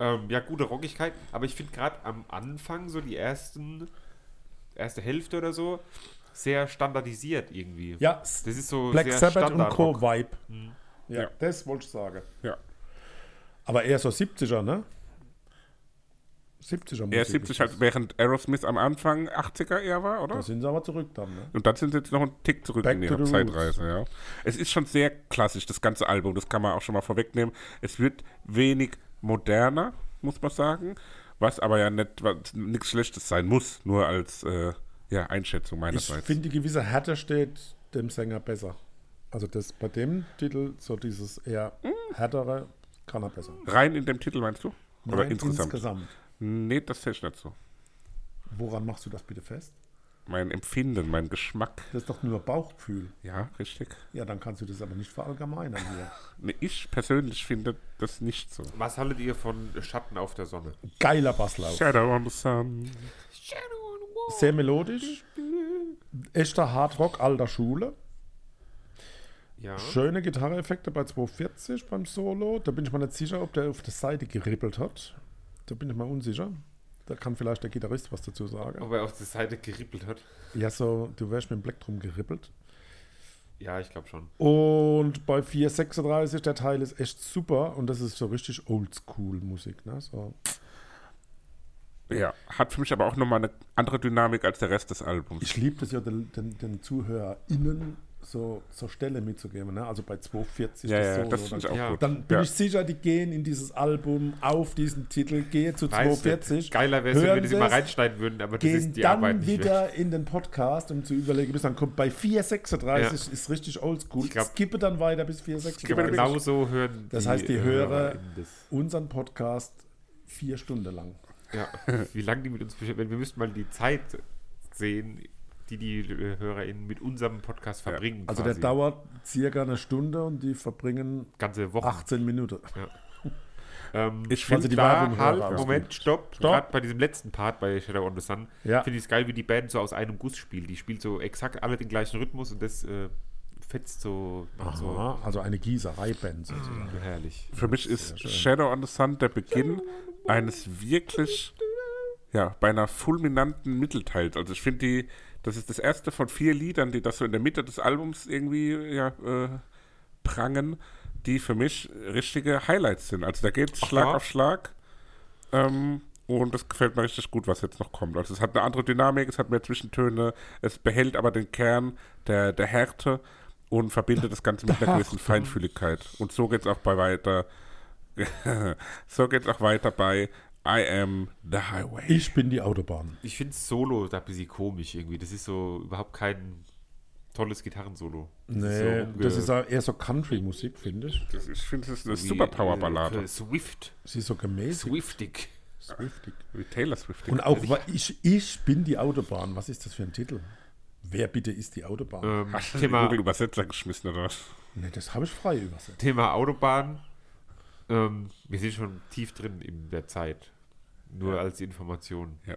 [SPEAKER 3] Ähm, ja, gute Rockigkeit, aber ich finde gerade am Anfang so die ersten, erste Hälfte oder so, sehr standardisiert irgendwie.
[SPEAKER 2] Ja,
[SPEAKER 3] Das ist so
[SPEAKER 2] Black
[SPEAKER 3] sehr
[SPEAKER 2] Sabbath und
[SPEAKER 3] Standardrock.
[SPEAKER 2] Co. Vibe. Mhm. Ja,
[SPEAKER 1] Ja.
[SPEAKER 2] das wollte ich sagen.
[SPEAKER 1] Ja.
[SPEAKER 2] Aber eher so 70er, ne? 70er Musik.
[SPEAKER 1] Er
[SPEAKER 2] ist
[SPEAKER 1] ist 70
[SPEAKER 2] das.
[SPEAKER 1] halt, während Aerosmith am Anfang 80er eher war, oder?
[SPEAKER 2] Da sind sie aber zurück dann, ne?
[SPEAKER 1] Und dann sind sie jetzt noch einen Tick zurück
[SPEAKER 2] Back
[SPEAKER 1] in
[SPEAKER 2] to
[SPEAKER 1] ihrer
[SPEAKER 2] the
[SPEAKER 1] Zeitreise, ja. Es ist schon sehr klassisch, das ganze Album, das kann man auch schon mal vorwegnehmen. Es wird wenig moderner, muss man sagen, was aber ja nicht- was nichts Schlechtes sein muss, nur als äh, ja, Einschätzung
[SPEAKER 2] Ich
[SPEAKER 1] meinerseits.
[SPEAKER 2] finde, die gewisse Härte steht dem Sänger besser. Also das bei dem Titel, so dieses eher härtere, kann er besser.
[SPEAKER 1] Rein in dem Titel meinst du? Oder
[SPEAKER 2] Nein,
[SPEAKER 1] insgesamt? Nee, das sehe ich nicht so.
[SPEAKER 2] Woran machst du das bitte fest?
[SPEAKER 1] Mein Empfinden, mein Geschmack.
[SPEAKER 2] Das ist doch nur Bauchgefühl.
[SPEAKER 1] Ja, richtig.
[SPEAKER 2] Ja, dann kannst du das aber nicht verallgemeinern hier.
[SPEAKER 1] Nee, ich persönlich finde das nicht so.
[SPEAKER 3] Was haltet ihr von Schatten auf der Sonne?
[SPEAKER 2] Geiler Basslauf.
[SPEAKER 1] Shadow on the Sun.
[SPEAKER 2] Sehr melodisch. Echter Hardrock alter Schule.
[SPEAKER 3] Ja.
[SPEAKER 1] Hm?
[SPEAKER 2] Schöne Gitarreeffekte bei 240 beim Solo. Da bin ich mir nicht sicher, ob der auf der Seite gerippelt hat. Da bin ich mal unsicher. Da kann vielleicht der Gitarrist was dazu sagen.
[SPEAKER 3] Ob er auf der Seite gerippelt hat?
[SPEAKER 2] Ja, so, du wärst mit dem Black drum gerippelt.
[SPEAKER 3] Ja, ich glaube schon.
[SPEAKER 2] Und bei 436, der Teil ist echt super und das ist so richtig Oldschool-Musik. Ne? So.
[SPEAKER 1] Ja, hat für mich aber auch nochmal eine andere Dynamik als der Rest des Albums.
[SPEAKER 2] Ich liebe das ja, den, den, den ZuhörerInnen so, so Stelle mitzugeben. Ne? Also bei 2,40
[SPEAKER 1] Ja, ja,
[SPEAKER 2] Solo.
[SPEAKER 1] das finde ich
[SPEAKER 2] dann,
[SPEAKER 1] auch
[SPEAKER 3] Ah. Ja.
[SPEAKER 1] gut.
[SPEAKER 2] dann bin
[SPEAKER 1] ja.
[SPEAKER 2] ich sicher, die gehen in dieses Album auf diesen Titel, gehe zu
[SPEAKER 3] Weißt du,
[SPEAKER 2] 2,40.
[SPEAKER 3] Geiler wäre es, wenn wir
[SPEAKER 2] hören
[SPEAKER 3] das immer
[SPEAKER 2] das,
[SPEAKER 3] reinschneiden würden, aber das
[SPEAKER 2] Gehen
[SPEAKER 3] ist die
[SPEAKER 2] dann
[SPEAKER 3] Arbeit nicht wert.
[SPEAKER 2] wieder in den Podcast, um zu überlegen, bis dann kommt bei 4,36
[SPEAKER 3] Ja.
[SPEAKER 2] ist richtig oldschool.
[SPEAKER 3] Ich glaub-
[SPEAKER 2] skippe dann weiter bis
[SPEAKER 3] Ich
[SPEAKER 2] 4,36.
[SPEAKER 3] glaube, Genau so hören
[SPEAKER 2] Das heißt, die Hörer-
[SPEAKER 3] HörerInnen das.
[SPEAKER 2] unseren Podcast vier Stunden lang.
[SPEAKER 3] Ja, wie lange die mit uns beschäftigt. Wir müssten mal die Zeit sehen, die die äh, HörerInnen mit unserem Podcast verbringen.
[SPEAKER 2] Also
[SPEAKER 3] quasi.
[SPEAKER 2] der dauert circa eine Stunde und die verbringen
[SPEAKER 3] ganze Woche.
[SPEAKER 2] 18 Minuten.
[SPEAKER 3] Ähm,
[SPEAKER 1] Ich
[SPEAKER 2] Also
[SPEAKER 1] finde
[SPEAKER 2] die
[SPEAKER 1] die
[SPEAKER 3] da
[SPEAKER 2] Werbung
[SPEAKER 3] halt,
[SPEAKER 2] hören.
[SPEAKER 3] Moment, stopp.
[SPEAKER 2] Stopp.
[SPEAKER 3] Gerade bei diesem letzten Part bei Shadow on the Sun
[SPEAKER 2] Ja.
[SPEAKER 3] finde ich es geil, wie die Band so aus einem Guss spielt. Die spielt so exakt alle den gleichen Rhythmus und das äh, fetzt so, macht so
[SPEAKER 2] Aha, also eine Gießerei-Band sozusagen.
[SPEAKER 3] herrlich.
[SPEAKER 1] Für mich ist Shadow on the Sun der Beginn eines wirklich, ja, beinahe fulminanten Mittelteils. Also ich finde die, das ist das erste von vier Liedern, die das so in der Mitte des Albums irgendwie, ja, äh, prangen, die für mich richtige Highlights sind. Also da geht Schlag
[SPEAKER 3] ja?
[SPEAKER 1] auf Schlag. Ähm, und das gefällt mir richtig gut, was jetzt noch kommt. Also es hat eine andere Dynamik, es hat mehr Zwischentöne, es behält aber den Kern der, der Härte und verbindet das Ganze mit einer gewissen Feinfühligkeit. Und so geht's auch bei weiter. so geht's auch weiter bei I am the Highway.
[SPEAKER 2] Ich bin die Autobahn.
[SPEAKER 3] Ich finde Solo da ein bisschen komisch irgendwie. Das ist so überhaupt kein tolles Gitarrensolo. Das
[SPEAKER 2] Nee,
[SPEAKER 3] so
[SPEAKER 2] das
[SPEAKER 3] umge-
[SPEAKER 2] ist auch eher so Country-Musik, finde ich.
[SPEAKER 1] Das, ich finde, das ist eine
[SPEAKER 3] wie,
[SPEAKER 1] super
[SPEAKER 3] äh,
[SPEAKER 1] Powerballade.
[SPEAKER 3] Swift.
[SPEAKER 2] Sie ist so gemäßigt.
[SPEAKER 3] Swiftig.
[SPEAKER 2] Swiftig.
[SPEAKER 1] Wie Taylor Swift.
[SPEAKER 2] Und auch, wa- ich, ich bin die Autobahn. Was ist das für ein Titel? Wer bitte ist die Autobahn?
[SPEAKER 3] Ähm,
[SPEAKER 1] Hast du den
[SPEAKER 3] Thema,
[SPEAKER 1] Google-Übersetzer geschmissen oder was?
[SPEAKER 2] Nee, das habe ich frei übersetzt.
[SPEAKER 3] Thema Autobahn. Ähm, wir sind schon tief drin in der Zeit. Nur als Information.
[SPEAKER 1] Ja.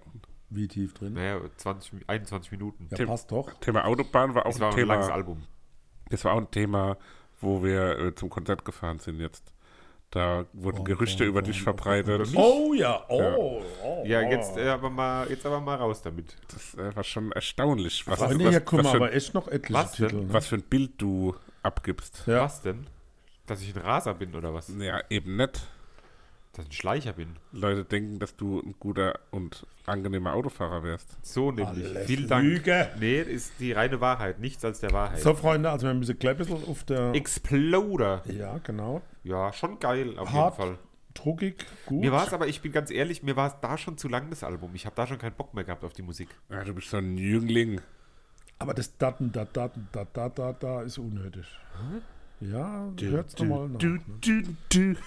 [SPEAKER 2] Wie tief drin?
[SPEAKER 3] Naja, 20, Mi- 21 Minuten.
[SPEAKER 2] Ja,
[SPEAKER 1] Tim-
[SPEAKER 2] passt doch.
[SPEAKER 1] Thema Autobahn war auch
[SPEAKER 3] Das war
[SPEAKER 1] ein
[SPEAKER 3] ein langes
[SPEAKER 1] Thema.
[SPEAKER 3] Album.
[SPEAKER 1] Das war auch ein Thema, wo wir äh, zum Konzert gefahren sind jetzt. Da wurden
[SPEAKER 2] Oh,
[SPEAKER 1] Gerüchte
[SPEAKER 2] oh,
[SPEAKER 1] über
[SPEAKER 2] oh,
[SPEAKER 1] dich
[SPEAKER 2] oh,
[SPEAKER 1] verbreitet.
[SPEAKER 2] Oh ja, oh. oh
[SPEAKER 3] Ja, jetzt, äh, aber mal, jetzt aber mal raus damit.
[SPEAKER 1] Das äh, war schon erstaunlich, was,
[SPEAKER 2] Freunde,
[SPEAKER 1] was,
[SPEAKER 2] hier kommen
[SPEAKER 1] was, für,
[SPEAKER 2] aber echt noch etliche
[SPEAKER 3] Was denn?
[SPEAKER 2] Titel. Ne?
[SPEAKER 1] was für ein Bild du abgibst.
[SPEAKER 2] Ja.
[SPEAKER 3] Was denn? Dass ich ein Raser bin oder was?
[SPEAKER 1] Ja, eben nicht.
[SPEAKER 3] Dass ich ein Schleicher bin.
[SPEAKER 1] Leute denken, dass du ein guter und angenehmer Autofahrer wärst.
[SPEAKER 3] So nämlich.
[SPEAKER 2] Alles
[SPEAKER 3] Vielen Dank.
[SPEAKER 2] Lüge.
[SPEAKER 3] Nee, ist die reine Wahrheit. Nichts als der Wahrheit.
[SPEAKER 2] So, Freunde, also wir müssen gleich ein bisschen auf der.
[SPEAKER 3] Exploder.
[SPEAKER 2] ja, genau.
[SPEAKER 3] Ja, schon geil auf
[SPEAKER 2] Hart.
[SPEAKER 3] jeden Fall.
[SPEAKER 2] Druckig, gut.
[SPEAKER 3] Mir war es aber, ich bin ganz ehrlich, mir war es da schon zu lang, das Album. Ich habe da schon keinen Bock mehr gehabt auf die Musik.
[SPEAKER 1] Ja, du bist so ein Jüngling.
[SPEAKER 2] aber das Daten, da, Daten, da, da, da, da ist unnötig. Ja, hört's doch mal nach.
[SPEAKER 1] Du, du, du.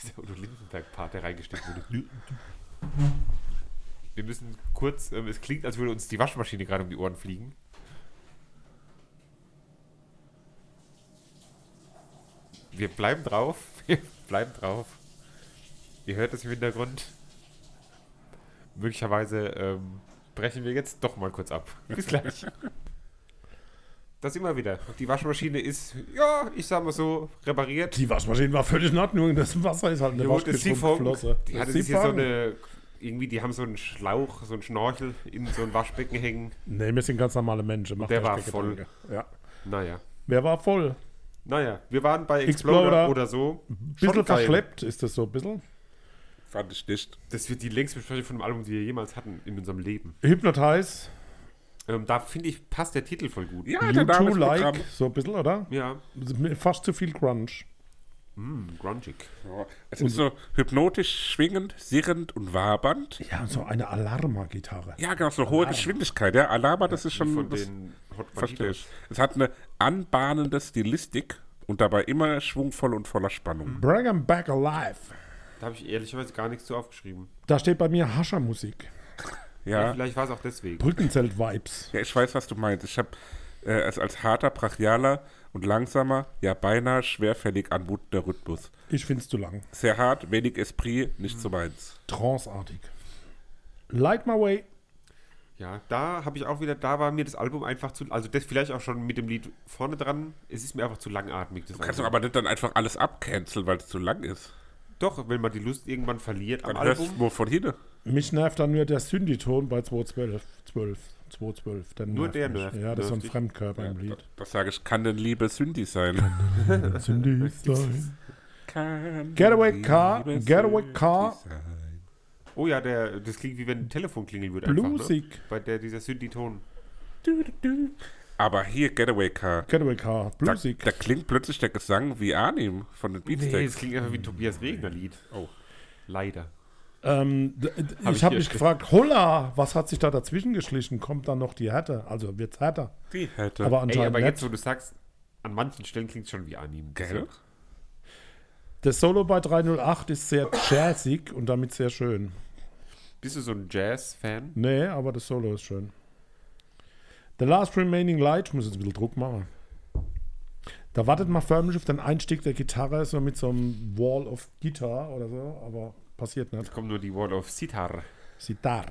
[SPEAKER 3] Dieser Udo Lindenberg-Part, der reingesteckt wurde. Wir müssen kurz, ähm, es klingt, als würde uns die Waschmaschine gerade um die Ohren fliegen. Wir bleiben drauf. Wir bleiben drauf. Ihr hört es im Hintergrund. Möglicherweise ähm, brechen wir jetzt doch mal kurz ab. Bis gleich. Das immer wieder. Die Waschmaschine ist, ja, ich sag mal so, repariert.
[SPEAKER 2] Die Waschmaschine war völlig in Ordnung. Das Wasser ist halt eine
[SPEAKER 3] Ja, gut, das Siphon.
[SPEAKER 2] Waschmaschine.
[SPEAKER 3] Die hatte sich hier so eine. Irgendwie, die haben so einen Schlauch, so einen Schnorchel in so ein Waschbecken hängen.
[SPEAKER 2] Nee, wir sind ganz normale Menschen. Macht
[SPEAKER 3] der
[SPEAKER 2] euch
[SPEAKER 3] war
[SPEAKER 2] keine
[SPEAKER 3] voll.
[SPEAKER 2] Gedanken. Ja.
[SPEAKER 3] Naja.
[SPEAKER 2] Wer war voll?
[SPEAKER 3] Naja, wir waren bei Exploder,
[SPEAKER 2] Exploder.
[SPEAKER 3] oder so.
[SPEAKER 2] Ein
[SPEAKER 3] Schon
[SPEAKER 2] Mhm. bisschen
[SPEAKER 3] geil.
[SPEAKER 2] verschleppt ist das so ein bisschen.
[SPEAKER 1] Fand ich nicht.
[SPEAKER 3] Das wird die längste Besprechung von einem Album, die wir jemals hatten in unserem Leben.
[SPEAKER 2] Hypnotize,
[SPEAKER 3] Ähm, da finde ich, passt der Titel voll gut.
[SPEAKER 1] Ja, der Name ist
[SPEAKER 2] U2-like,
[SPEAKER 1] Programm.
[SPEAKER 2] so ein bisschen, oder?
[SPEAKER 3] Ja.
[SPEAKER 2] Fast zu viel Grunge.
[SPEAKER 3] Hm, grungig.
[SPEAKER 1] Ja, Es ist so hypnotisch, schwingend, sirrend und wabernd.
[SPEAKER 2] Ja, so eine Alarma-Gitarre.
[SPEAKER 1] Ja, genau, so eine hohe Geschwindigkeit. Ja, Alama, das ist schon...
[SPEAKER 3] Von
[SPEAKER 1] das,
[SPEAKER 3] den Hot
[SPEAKER 1] Verstehe
[SPEAKER 3] Banditos.
[SPEAKER 1] ich. Es hat eine anbahnende Stilistik und dabei immer schwungvoll und voller Spannung.
[SPEAKER 2] Bring 'em back alive.
[SPEAKER 3] Da habe ich ehrlicherweise gar nichts zu aufgeschrieben.
[SPEAKER 2] Da steht bei mir Haschermusik.
[SPEAKER 1] Ja,
[SPEAKER 3] Vielleicht war es auch deswegen.
[SPEAKER 2] Brückenzelt-Vibes.
[SPEAKER 1] ja ich weiß, was du meinst. Ich habe äh, es als harter, brachialer und langsamer, ja beinahe schwerfällig anmutender Rhythmus.
[SPEAKER 2] Ich find's zu lang.
[SPEAKER 1] Sehr hart, wenig Esprit, nicht so meins.
[SPEAKER 2] Tranceartig. Light My Way.
[SPEAKER 3] Ja, da habe ich auch wieder, da war mir das Album einfach zu, also das vielleicht auch schon mit dem Lied vorne dran, es ist mir einfach zu langatmig. Das
[SPEAKER 1] Du kannst
[SPEAKER 3] Album.
[SPEAKER 1] doch aber nicht dann einfach alles abcanceln, weil es zu lang ist.
[SPEAKER 3] Doch, wenn man die Lust irgendwann verliert am
[SPEAKER 1] Dann hörst du
[SPEAKER 3] Album.
[SPEAKER 1] nur von hinten.
[SPEAKER 2] Mich nervt dann nur der Synditon bei 212. 12. 212. Der
[SPEAKER 3] Nur
[SPEAKER 2] nervt
[SPEAKER 3] der
[SPEAKER 2] mich.
[SPEAKER 3] nervt-
[SPEAKER 2] Ja, das ist so ein
[SPEAKER 3] nervt dich.
[SPEAKER 2] Fremdkörper im Lied.
[SPEAKER 1] Das sage ich, kann denn liebe Cindy sein?
[SPEAKER 2] Cindy sein.
[SPEAKER 1] Kann
[SPEAKER 2] Getaway
[SPEAKER 1] denn
[SPEAKER 2] Car,
[SPEAKER 1] liebe
[SPEAKER 2] Getaway
[SPEAKER 1] Cindy
[SPEAKER 2] Car.
[SPEAKER 1] sein?
[SPEAKER 3] Oh ja, der, das klingt wie wenn ein Telefon klingeln würde. Einfach, ne?
[SPEAKER 2] Bluesig.
[SPEAKER 3] Bei der dieser Synthi-Ton.
[SPEAKER 1] Du, du, du. Aber hier Getaway Car.
[SPEAKER 2] Getaway Car,
[SPEAKER 1] Da,
[SPEAKER 2] Bluesy.
[SPEAKER 1] da klingt plötzlich der Gesang wie Arnim von den
[SPEAKER 3] Nee, das
[SPEAKER 1] Beatsteaks.
[SPEAKER 3] klingt einfach wie ein Tobias Regner-Lied. Oh. Leider.
[SPEAKER 2] Ähm, d- d-
[SPEAKER 3] Hab ich
[SPEAKER 2] ich habe
[SPEAKER 3] hier
[SPEAKER 2] mich
[SPEAKER 3] stehen.
[SPEAKER 2] gefragt, holla, was hat sich da dazwischen geschlichen? Kommt dann noch die Härte? Also wird's härter.
[SPEAKER 1] Die hätte.
[SPEAKER 2] Aber
[SPEAKER 3] Ey,
[SPEAKER 2] anscheinend
[SPEAKER 3] aber jetzt,
[SPEAKER 2] nicht.
[SPEAKER 3] wo du sagst, an manchen Stellen klingt es schon wie Anime.
[SPEAKER 1] Gell?
[SPEAKER 2] Das Solo bei 308 ist sehr jazzig und damit sehr schön.
[SPEAKER 3] Bist du so ein Jazz-Fan?
[SPEAKER 2] Nee, aber das Solo ist schön. The Last Remaining Light, ich muss jetzt ein bisschen Druck machen. Da wartet man förmlich auf den Einstieg der Gitarre, so mit so einem Wall of Guitar oder so, aber passiert nicht.
[SPEAKER 3] Jetzt kommt nur die Wall of Sitar.
[SPEAKER 2] Sitar.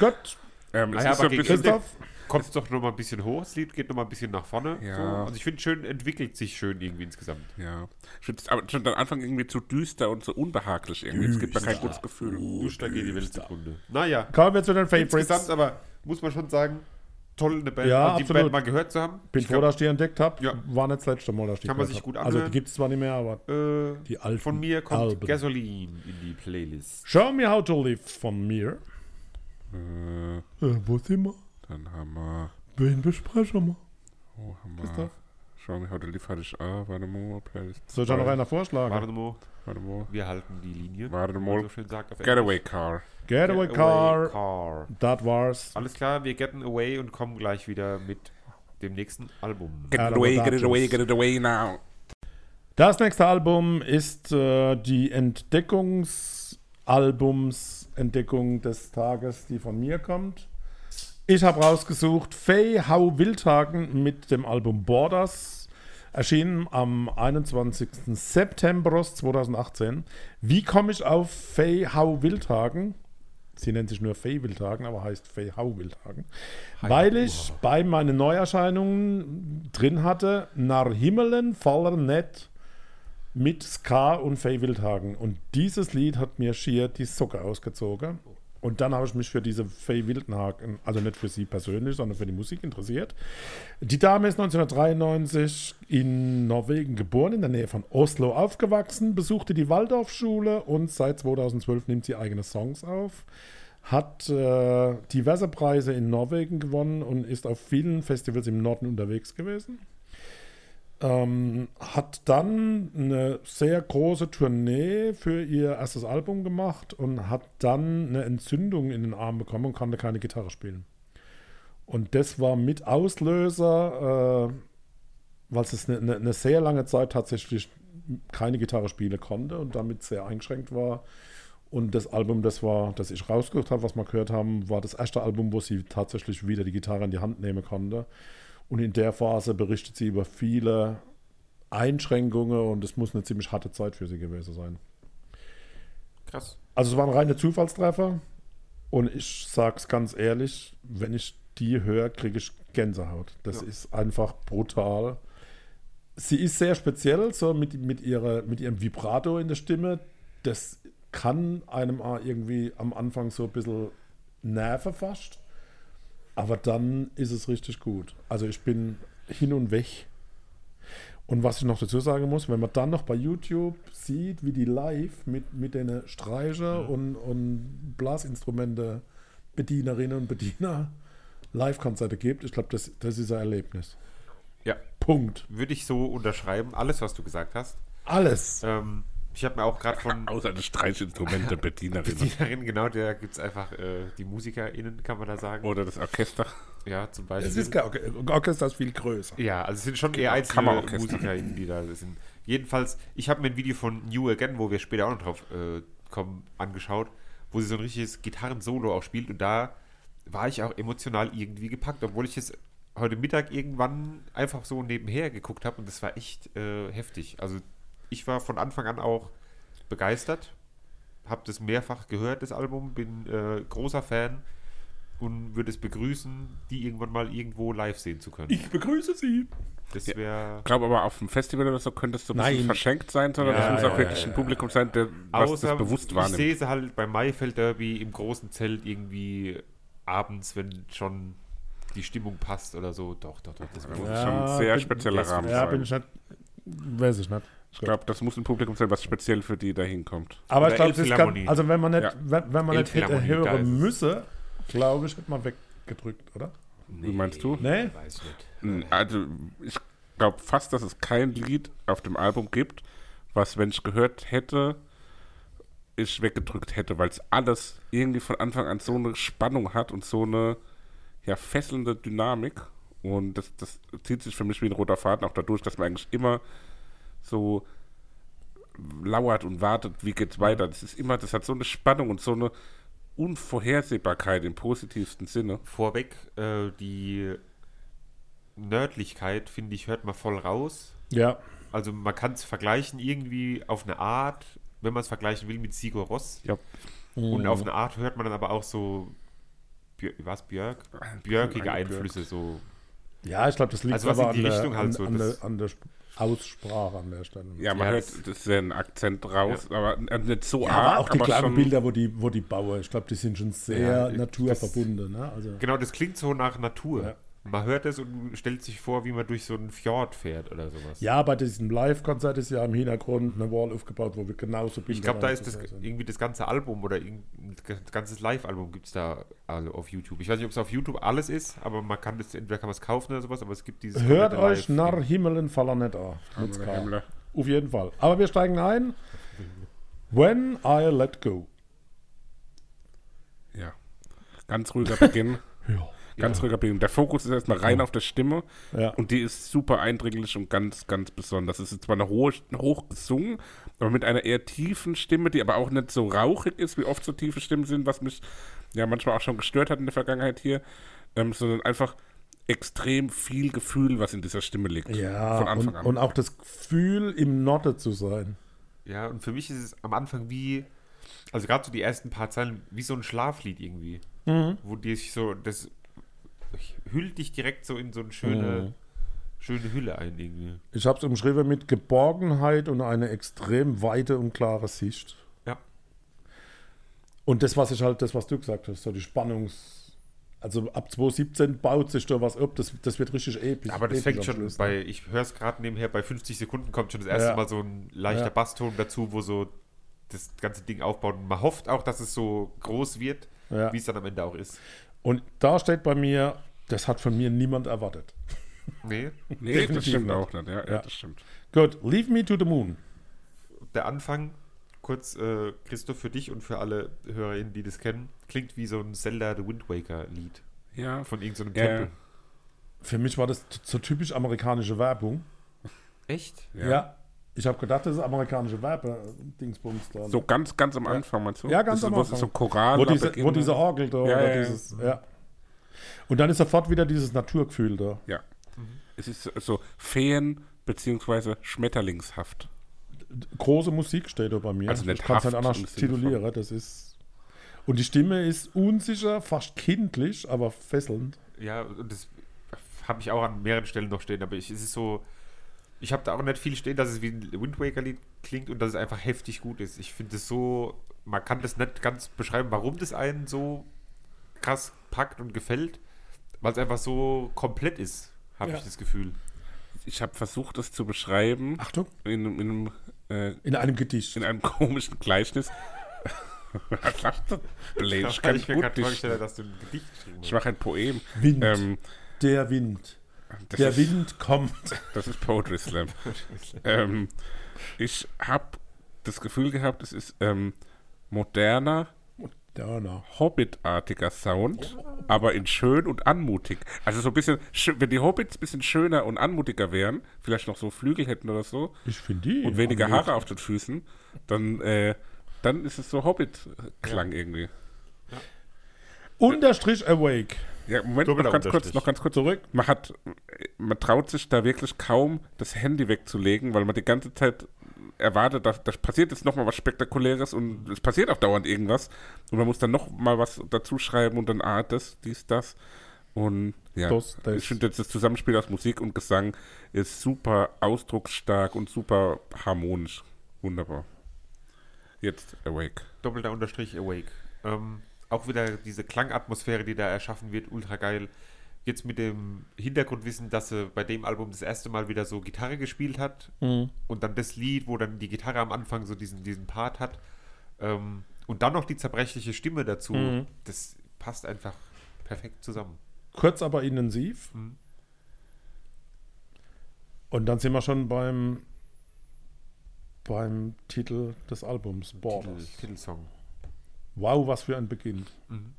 [SPEAKER 2] Gut,
[SPEAKER 1] Ähm, es
[SPEAKER 3] Ah ja,
[SPEAKER 1] ist so
[SPEAKER 3] aber
[SPEAKER 1] ein
[SPEAKER 3] gegen
[SPEAKER 1] bisschen,
[SPEAKER 2] Christoph.
[SPEAKER 3] Kommt es doch noch mal ein bisschen hoch, das Lied geht noch mal ein bisschen nach vorne.
[SPEAKER 1] Ja.
[SPEAKER 3] So. Also ich finde schön, entwickelt sich schön irgendwie insgesamt.
[SPEAKER 1] ja. Ich finde es aber schon am Anfang irgendwie zu düster und so unbehaglich irgendwie. Es gibt mir kein gutes Gefühl.
[SPEAKER 3] Dusch, da geht die Welt zugrunde. Naja,
[SPEAKER 2] Kommen wir zu den
[SPEAKER 3] insgesamt
[SPEAKER 2] Favorites.
[SPEAKER 3] aber muss man schon sagen, toll eine Band,
[SPEAKER 2] Ja,
[SPEAKER 3] die
[SPEAKER 2] absolut.
[SPEAKER 3] Band mal gehört zu haben.
[SPEAKER 2] Bin
[SPEAKER 3] Ich
[SPEAKER 2] froh,
[SPEAKER 3] glaub,
[SPEAKER 2] dass ich die entdeckt habe.
[SPEAKER 3] Ja.
[SPEAKER 2] War nicht das letzte Mal, dass ich die
[SPEAKER 3] Kann man
[SPEAKER 2] gehört
[SPEAKER 3] sich
[SPEAKER 2] hab.
[SPEAKER 3] gut
[SPEAKER 2] Also
[SPEAKER 3] anhören.
[SPEAKER 2] die gibt es zwar nicht mehr, aber
[SPEAKER 3] äh,
[SPEAKER 2] die alten
[SPEAKER 3] von mir kommt
[SPEAKER 2] Alben.
[SPEAKER 3] Gasoline in die Playlist.
[SPEAKER 2] Show Me How to Live von mir.
[SPEAKER 1] Äh,
[SPEAKER 2] Äh, wo sind wir?
[SPEAKER 1] dann haben wir.
[SPEAKER 2] Wen besprechen wir?
[SPEAKER 1] Wo haben wir?
[SPEAKER 2] Christoph?
[SPEAKER 1] Schau mich heute lief hatte ich. Ah, warte mal. Playlist.
[SPEAKER 2] Soll ich da noch einer vorschlagen?
[SPEAKER 3] Warte mal,
[SPEAKER 1] Warte mal.
[SPEAKER 3] wir halten die Linie.
[SPEAKER 1] Warte
[SPEAKER 3] wie man
[SPEAKER 1] mal.
[SPEAKER 3] So schön sagt auf
[SPEAKER 1] Getaway
[SPEAKER 3] Englisch.
[SPEAKER 1] Car.
[SPEAKER 2] Getaway Car.
[SPEAKER 3] Getaway Car.
[SPEAKER 2] Das war's.
[SPEAKER 3] Alles klar, wir getten away und kommen gleich wieder mit dem nächsten Album.
[SPEAKER 1] Get
[SPEAKER 2] Ja,
[SPEAKER 1] it
[SPEAKER 2] da
[SPEAKER 1] away,
[SPEAKER 2] war
[SPEAKER 1] get it
[SPEAKER 2] Datus.
[SPEAKER 1] away, get it away now.
[SPEAKER 2] Das nächste Album ist äh, die Entdeckungsalbums Entdeckung des Tages, die von mir kommt. Ich habe rausgesucht Faye Hau Wildhagen mit dem Album Borders, erschienen am 21. September 2018. Wie komme ich auf Faye Hau Wildhagen? Sie nennt sich nur Faye Wildhagen, aber heißt Faye Hau Wildhagen. Weil ich bei meinen Neuerscheinungen drin hatte, Nar Himmelen faller net mit Ska und Faye Wildhagen. Und dieses Lied hat mir schier die Socke ausgezogen. Und dann habe ich mich für diese Faye Wildhagen, also nicht für sie persönlich, sondern für die Musik interessiert. Die Dame ist 1993 in Norwegen geboren, in der Nähe von Oslo aufgewachsen, besuchte die Waldorfschule und seit 2012 nimmt sie eigene Songs auf, hat äh, diverse Preise in Norwegen gewonnen und ist auf vielen Festivals im Norden unterwegs gewesen. Ähm, hat dann eine sehr große Tournee für ihr erstes Album gemacht und hat dann eine Entzündung in den Arm bekommen und konnte keine Gitarre spielen. Und das war mit Auslöser, äh, weil es eine, eine, eine sehr lange Zeit tatsächlich keine Gitarre spielen konnte und damit sehr eingeschränkt war. Und das Album, das war, das ich rausgesucht habe, was wir gehört haben, war das erste Album, wo sie tatsächlich wieder die Gitarre in die Hand nehmen konnte. Und in der Phase berichtet sie über viele Einschränkungen und es muss eine ziemlich harte Zeit für sie gewesen sein.
[SPEAKER 3] Krass.
[SPEAKER 2] Also es waren reine Zufallstreffer und ich sag's ganz ehrlich, wenn ich die höre, kriege ich Gänsehaut. Das
[SPEAKER 3] Ja.
[SPEAKER 2] ist einfach brutal. Sie ist sehr speziell, so mit, mit, ihrer, mit ihrem Vibrato in der Stimme. Das kann einem auch irgendwie am Anfang so ein bisschen Nerven fast. Aber dann ist es richtig gut. Also ich bin hin und weg. Und was ich noch dazu sagen muss, wenn man dann noch bei YouTube sieht, wie die live mit, mit den Streicher und, und Blasinstrumente Bedienerinnen und Bediener Live-Konzerte gibt, ich glaube, das, das ist ein Erlebnis.
[SPEAKER 3] Ja,
[SPEAKER 2] Punkt.
[SPEAKER 3] würde ich so unterschreiben, alles, was du gesagt hast.
[SPEAKER 2] Alles.
[SPEAKER 3] Ähm, ich habe mir auch gerade von
[SPEAKER 1] Außer das Streichinstrument der Bedienerin.
[SPEAKER 3] Bedienerin, genau, da gibt es einfach äh, die MusikerInnen, kann man da sagen.
[SPEAKER 1] Oder das Orchester.
[SPEAKER 3] ja, zum Beispiel.
[SPEAKER 2] Es ist kein Orche- Orchester ist viel größer.
[SPEAKER 3] ja, also es sind schon eher einzelne
[SPEAKER 1] Kammerorchester.
[SPEAKER 3] MusikerInnen, die da sind. Jedenfalls, ich habe mir ein Video von New Again, wo wir später auch noch drauf äh, kommen, angeschaut, wo sie so ein richtiges Gitarren-Solo auch spielt und da war ich auch emotional irgendwie gepackt, obwohl ich es heute Mittag irgendwann einfach so nebenher geguckt habe und das war echt äh, heftig. Also ich war von Anfang an auch begeistert, habe das mehrfach gehört, das Album, bin äh, großer Fan und würde es begrüßen, die irgendwann mal irgendwo live sehen zu können.
[SPEAKER 2] Ich begrüße Sie.
[SPEAKER 3] Das wäre
[SPEAKER 1] Ich glaube aber auf dem Festival oder so könnte es so ein bisschen
[SPEAKER 2] Nein.
[SPEAKER 1] verschenkt sein, sondern es
[SPEAKER 2] Ja,
[SPEAKER 1] muss
[SPEAKER 2] ja,
[SPEAKER 1] auch
[SPEAKER 2] ja,
[SPEAKER 1] wirklich
[SPEAKER 2] ja,
[SPEAKER 1] ein Publikum sein, der was das bewusst
[SPEAKER 3] ich
[SPEAKER 1] wahrnimmt.
[SPEAKER 3] sehe sie halt beim Maifeld Derby im großen Zelt irgendwie abends, wenn schon die Stimmung passt oder so. Doch, doch, doch. Das
[SPEAKER 1] Das
[SPEAKER 3] wär-
[SPEAKER 1] muss schon ein sehr spezieller Rahmen
[SPEAKER 2] Ja, bin
[SPEAKER 1] sein.
[SPEAKER 2] ich nicht. Weiß ich nicht.
[SPEAKER 1] Ich glaube, das muss ein Publikum sein, was speziell für die da hinkommt.
[SPEAKER 2] Aber
[SPEAKER 3] Oder
[SPEAKER 2] ich glaube, es ist
[SPEAKER 3] Elbphilharmonie.
[SPEAKER 2] ganz, also wenn man nicht,
[SPEAKER 1] Ja.
[SPEAKER 2] wenn, wenn man nicht hätte
[SPEAKER 3] Elbphilharmonie, da ist
[SPEAKER 2] hören
[SPEAKER 3] es.
[SPEAKER 2] müsse, glaube ich, hätte man weggedrückt, oder?
[SPEAKER 1] Wie meinst du?
[SPEAKER 2] Nee?
[SPEAKER 4] Weiß nicht.
[SPEAKER 1] Also, ich glaube fast, dass es kein Lied auf dem Album gibt, was, wenn ich gehört hätte, ich weggedrückt hätte, weil es alles irgendwie von Anfang an so eine Spannung hat und so eine ja, fesselnde Dynamik. Und das, das zieht sich für mich wie ein roter Faden auch dadurch, dass man eigentlich immer so lauert und wartet, wie geht's weiter. Das ist immer, das hat so eine Spannung und so eine Unvorhersehbarkeit im positivsten Sinne.
[SPEAKER 3] Vorweg, äh, die Nördlichkeit, finde ich, hört man voll raus.
[SPEAKER 2] Ja.
[SPEAKER 3] Also man kann es vergleichen irgendwie auf eine Art, wenn man es vergleichen will, mit Sigur Ross.
[SPEAKER 1] Ja,
[SPEAKER 3] Und auf eine Art hört man dann aber auch so, Björ- was, Björk? Björkige
[SPEAKER 1] Björk.
[SPEAKER 3] Einflüsse, so.
[SPEAKER 2] Ja, ich glaube, das liegt
[SPEAKER 3] Also was
[SPEAKER 2] aber
[SPEAKER 3] in die
[SPEAKER 2] an,
[SPEAKER 3] Richtung
[SPEAKER 2] der,
[SPEAKER 3] halt
[SPEAKER 2] an,
[SPEAKER 3] so,
[SPEAKER 2] an,
[SPEAKER 3] das-
[SPEAKER 2] der, an der Sp- Aussprache an der Stelle.
[SPEAKER 1] Ja, man
[SPEAKER 3] Ja,
[SPEAKER 1] hört,
[SPEAKER 3] das-
[SPEAKER 1] das ist ja ein Akzent raus, aber äh, nicht so
[SPEAKER 2] Ja,
[SPEAKER 1] arg,
[SPEAKER 2] aber auch die
[SPEAKER 1] aber
[SPEAKER 2] kleinen
[SPEAKER 1] schon,
[SPEAKER 2] Bilder, wo die, wo die Bauer, ich glaube, die sind schon sehr
[SPEAKER 3] Ja, das-
[SPEAKER 2] naturverbunden. Ne? Also,
[SPEAKER 3] Genau, das klingt so nach Natur.
[SPEAKER 2] Ja.
[SPEAKER 3] Man hört es und stellt sich vor, wie man durch so einen Fjord fährt oder sowas.
[SPEAKER 2] ja, bei diesem Live-Konzert ist ja im Hintergrund eine Wall aufgebaut, wo wir genauso Bilder
[SPEAKER 3] Ich glaube, da ist das
[SPEAKER 2] reingesetzt sind.
[SPEAKER 3] irgendwie das ganze Album oder irgendein ganzes Live-Album gibt es da alle auf YouTube. Ich weiß nicht, ob es auf YouTube alles ist, aber man kann das, entweder kann man es kaufen oder sowas, aber es gibt dieses.
[SPEAKER 2] Hört
[SPEAKER 3] komplette
[SPEAKER 2] euch
[SPEAKER 3] Live-Ding.
[SPEAKER 2] nach Himmelen fallen nicht an. Mit K.
[SPEAKER 1] Himmler.
[SPEAKER 2] Auf jeden Fall. Aber wir steigen ein. When I Let Go.
[SPEAKER 1] Ja. Ganz ruhiger Beginn.
[SPEAKER 2] Ja.
[SPEAKER 1] Ganz ruhiger Beginn. Der Fokus ist erstmal rein auf der Stimme
[SPEAKER 2] Ja.
[SPEAKER 1] und die ist super eindringlich und ganz, ganz besonders. Es ist zwar noch hoch, hoch gesungen, aber mit einer eher tiefen Stimme, die aber auch nicht so rauchig ist, wie oft so tiefe Stimmen sind, was mich ja manchmal auch schon gestört hat in der Vergangenheit hier, ähm, sondern einfach extrem viel Gefühl, was in dieser Stimme liegt. von
[SPEAKER 2] Ja,
[SPEAKER 1] Anfang
[SPEAKER 2] und,
[SPEAKER 1] an.
[SPEAKER 2] und auch das Gefühl, im Norde zu sein.
[SPEAKER 3] Ja, und für mich ist es am Anfang wie, also gerade so die ersten paar Zeilen, wie so ein Schlaflied irgendwie.
[SPEAKER 2] Mhm.
[SPEAKER 3] Wo die sich so, das hüllt dich direkt so in so eine schöne,
[SPEAKER 2] Mhm.
[SPEAKER 3] schöne Hülle ein irgendwie.
[SPEAKER 2] Ich habe es umschrieben mit Geborgenheit und eine extrem weite und klare Sicht.
[SPEAKER 3] Ja.
[SPEAKER 2] Und das, was ich halt, das, was du gesagt hast, so die Spannungs... Also ab 2017 baut sich da was ab, das, das wird richtig episch.
[SPEAKER 3] Aber das
[SPEAKER 2] episch am
[SPEAKER 3] fängt schon
[SPEAKER 2] Schluss. ne?
[SPEAKER 3] bei, ich höre es gerade nebenher, bei 50 Sekunden kommt schon das erste
[SPEAKER 2] Ja.
[SPEAKER 3] Mal so ein leichter
[SPEAKER 2] Ja.
[SPEAKER 3] Basston dazu, wo so das ganze Ding aufbaut. Und man hofft auch, dass es so groß wird,
[SPEAKER 2] Ja.
[SPEAKER 3] wie es dann am Ende auch ist.
[SPEAKER 2] Und da steht bei mir, das hat von mir niemand erwartet.
[SPEAKER 3] Nee,
[SPEAKER 1] nee, das
[SPEAKER 2] definitiv
[SPEAKER 1] stimmt
[SPEAKER 2] nicht.
[SPEAKER 1] auch nicht. Ja, ja.
[SPEAKER 2] Ja.
[SPEAKER 1] das stimmt.
[SPEAKER 2] Gut, Leave Me to the Moon.
[SPEAKER 3] der Anfang, kurz, äh, Christoph, für dich und für alle HörerInnen, die das kennen, klingt wie so ein Zelda The Wind Waker Lied.
[SPEAKER 1] Ja,
[SPEAKER 3] Von irgendeinem
[SPEAKER 1] Ja, ja.
[SPEAKER 3] Tempel.
[SPEAKER 2] Für mich war das t- so typisch amerikanische Werbung.
[SPEAKER 3] Echt?
[SPEAKER 2] Ja. Ich habe gedacht, das ist amerikanische Werbe-Dingsbums da.
[SPEAKER 1] So ganz, ganz am Anfang, meinst du?
[SPEAKER 2] Ja, ganz
[SPEAKER 1] das
[SPEAKER 2] am
[SPEAKER 1] ist, wo es
[SPEAKER 2] Anfang.
[SPEAKER 1] So Choral
[SPEAKER 2] wo,
[SPEAKER 1] am
[SPEAKER 2] diese,
[SPEAKER 1] Beginn-
[SPEAKER 2] wo diese Orgel da.
[SPEAKER 1] Ja,
[SPEAKER 2] oder
[SPEAKER 1] ja, ja.
[SPEAKER 2] dieses, ja. Und dann ist sofort wieder dieses Naturgefühl da.
[SPEAKER 1] Ja.
[SPEAKER 2] Mhm.
[SPEAKER 1] Es ist so- so Feen- beziehungsweise Schmetterlingshaft.
[SPEAKER 2] Große Musik steht da bei mir.
[SPEAKER 1] Also nicht
[SPEAKER 2] ich kann es
[SPEAKER 1] Haft
[SPEAKER 2] nicht anders
[SPEAKER 1] im Sinne
[SPEAKER 2] titulieren. Das ist. Und die Stimme ist unsicher, fast kindlich, aber fesselnd.
[SPEAKER 3] Ja, und das habe ich auch an mehreren Stellen noch stehen, aber ich, es ist so. Ich habe da auch nicht viel stehen, dass es wie ein Wind Waker-Lied klingt und dass es einfach heftig gut ist. Ich finde es so. Man kann das nicht ganz beschreiben, warum das einen so krass packt und gefällt, weil es einfach so komplett ist, habe
[SPEAKER 2] Ja.
[SPEAKER 3] ich das Gefühl.
[SPEAKER 1] Ich habe versucht, das zu beschreiben
[SPEAKER 2] Achtung,
[SPEAKER 1] in, in, einem, äh,
[SPEAKER 2] in einem Gedicht.
[SPEAKER 1] in einem komischen Gleichnis. Was lachst du? Blöd, ich
[SPEAKER 3] kann
[SPEAKER 1] kann
[SPEAKER 3] ich mir
[SPEAKER 1] gut
[SPEAKER 3] gerade
[SPEAKER 1] dich.
[SPEAKER 3] vorstellen, dass du ein Gedicht geschrieben
[SPEAKER 1] Ich
[SPEAKER 3] hast.
[SPEAKER 1] mache ein Poem.
[SPEAKER 2] Wind.
[SPEAKER 1] Ähm,
[SPEAKER 2] Der Wind.
[SPEAKER 1] das,
[SPEAKER 2] Der
[SPEAKER 1] ist,
[SPEAKER 2] Wind kommt.
[SPEAKER 1] das ist Poetry Slam. ähm, ich habe das Gefühl gehabt, es ist ähm, moderner,
[SPEAKER 2] Ja, na.
[SPEAKER 1] Hobbit-artiger Sound, aber in schön und anmutig. Also so ein bisschen, schö- wenn die Hobbits ein bisschen schöner und anmutiger wären, vielleicht noch so Flügel hätten oder so
[SPEAKER 2] Ich finde die.
[SPEAKER 1] und weniger
[SPEAKER 2] anmutig.
[SPEAKER 1] Haare auf den Füßen, dann, äh, dann ist es so Hobbit-Klang irgendwie.
[SPEAKER 2] Unterstrich Awake.
[SPEAKER 1] Ja, Moment,
[SPEAKER 3] Doppelter
[SPEAKER 2] genau
[SPEAKER 1] noch ganz, kurz,
[SPEAKER 3] Unterstrich.
[SPEAKER 1] noch ganz kurz zurück. Man hat, man traut sich da wirklich kaum, das Handy wegzulegen, weil man die ganze Zeit erwartet, dass das passiert jetzt nochmal was Spektakuläres und es passiert auch dauernd irgendwas. Und man muss dann nochmal was dazu schreiben und dann, ah, das, dies, das. Und ja,
[SPEAKER 2] Das, das.
[SPEAKER 1] ich finde jetzt das Zusammenspiel aus Musik und Gesang ist super ausdrucksstark und super harmonisch. Wunderbar. Jetzt Awake.
[SPEAKER 3] Doppelter Unterstrich Awake. Ähm, auch wieder diese Klangatmosphäre, die da erschaffen wird, ultra geil. Jetzt mit dem Hintergrundwissen, dass sie bei dem Album das erste Mal wieder so Gitarre gespielt hat
[SPEAKER 2] Mhm.
[SPEAKER 3] und dann das Lied, wo dann die Gitarre am Anfang so diesen, diesen Part hat ähm,
[SPEAKER 2] Mhm.
[SPEAKER 3] und dann noch die zerbrechliche Stimme dazu, das passt einfach perfekt zusammen.
[SPEAKER 2] kurz, aber intensiv.
[SPEAKER 1] Mhm.
[SPEAKER 2] Und dann sind wir schon beim, beim Titel des Albums,
[SPEAKER 3] Titel,
[SPEAKER 2] Borders.
[SPEAKER 3] Titelsong.
[SPEAKER 2] Wow, was für ein Beginn.
[SPEAKER 3] Mhm.